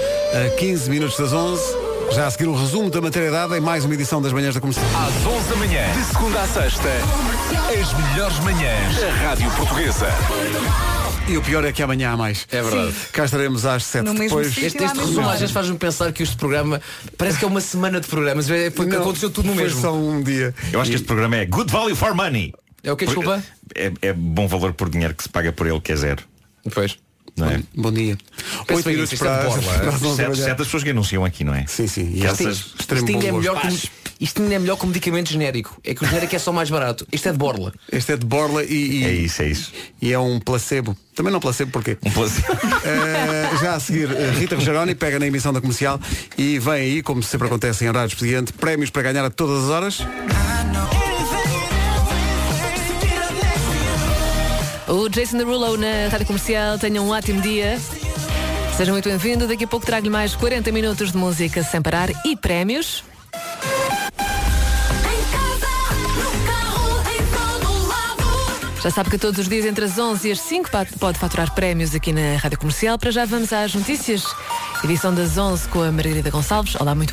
[SPEAKER 4] a 15 minutos das 11. Já a seguir o resumo da matéria dada em mais uma edição das manhãs da comercial.
[SPEAKER 6] Ah.
[SPEAKER 3] Às 11 da manhã, de segunda à sexta, as melhores manhãs da Rádio Portuguesa.
[SPEAKER 4] E o pior é que amanhã há mais. É
[SPEAKER 6] verdade.
[SPEAKER 4] Cá estaremos às 7
[SPEAKER 2] No mesmo
[SPEAKER 4] depois.
[SPEAKER 2] sítio,
[SPEAKER 6] Este, este resumo às vezes faz-me pensar que este programa parece que é uma semana de programas. É, Foi que
[SPEAKER 4] Não,
[SPEAKER 6] aconteceu tudo no
[SPEAKER 4] foi
[SPEAKER 6] mesmo.
[SPEAKER 4] só um dia.
[SPEAKER 16] Eu acho que este programa é Good Value for Money.
[SPEAKER 6] É o que,
[SPEAKER 16] Por-
[SPEAKER 6] desculpa?
[SPEAKER 16] É, é bom valor por dinheiro que se paga por ele, que é zero.
[SPEAKER 6] Depois.
[SPEAKER 16] Não é?
[SPEAKER 4] Bom dia.
[SPEAKER 6] Pensa
[SPEAKER 4] 8
[SPEAKER 6] bem
[SPEAKER 4] minutos
[SPEAKER 6] nisso, isto é
[SPEAKER 4] para,
[SPEAKER 6] de borla,
[SPEAKER 4] para as 11 da
[SPEAKER 16] Exceto,
[SPEAKER 4] manhã.
[SPEAKER 16] exceto as pessoas que anunciam aqui, não é?
[SPEAKER 4] Sim, sim. E
[SPEAKER 16] Que
[SPEAKER 4] este-
[SPEAKER 16] essas-
[SPEAKER 4] extremo
[SPEAKER 6] Isto ainda, é
[SPEAKER 4] bom
[SPEAKER 6] melhor
[SPEAKER 4] gosto.
[SPEAKER 6] que, isto ainda é melhor que um medicamento genérico. É que o genérico é só mais barato. Isto é de borla.
[SPEAKER 4] Este é de borla e, e-
[SPEAKER 16] É isso, é isso.
[SPEAKER 4] e é um placebo. Também não placebo porque
[SPEAKER 16] Um prazer.
[SPEAKER 4] Eh, já a seguir, eh, Rita Rogeroni pega na emissão da comercial e vem aí, como sempre acontece em horário expediente, prémios para ganhar a todas as horas.
[SPEAKER 1] O Jason Derulo na Rádio Comercial. Tenha um ótimo dia. Seja muito bem-vindo. Daqui a pouco trago-lhe mais 40 minutos de música sem parar e prémios. Já sabe que todos os dias entre as 11 e as 5 pa- pode faturar prémios aqui na Rádio Comercial. Para já vamos às notícias. Edição das 11 com a Margarida Gonçalves. Olá, muito boa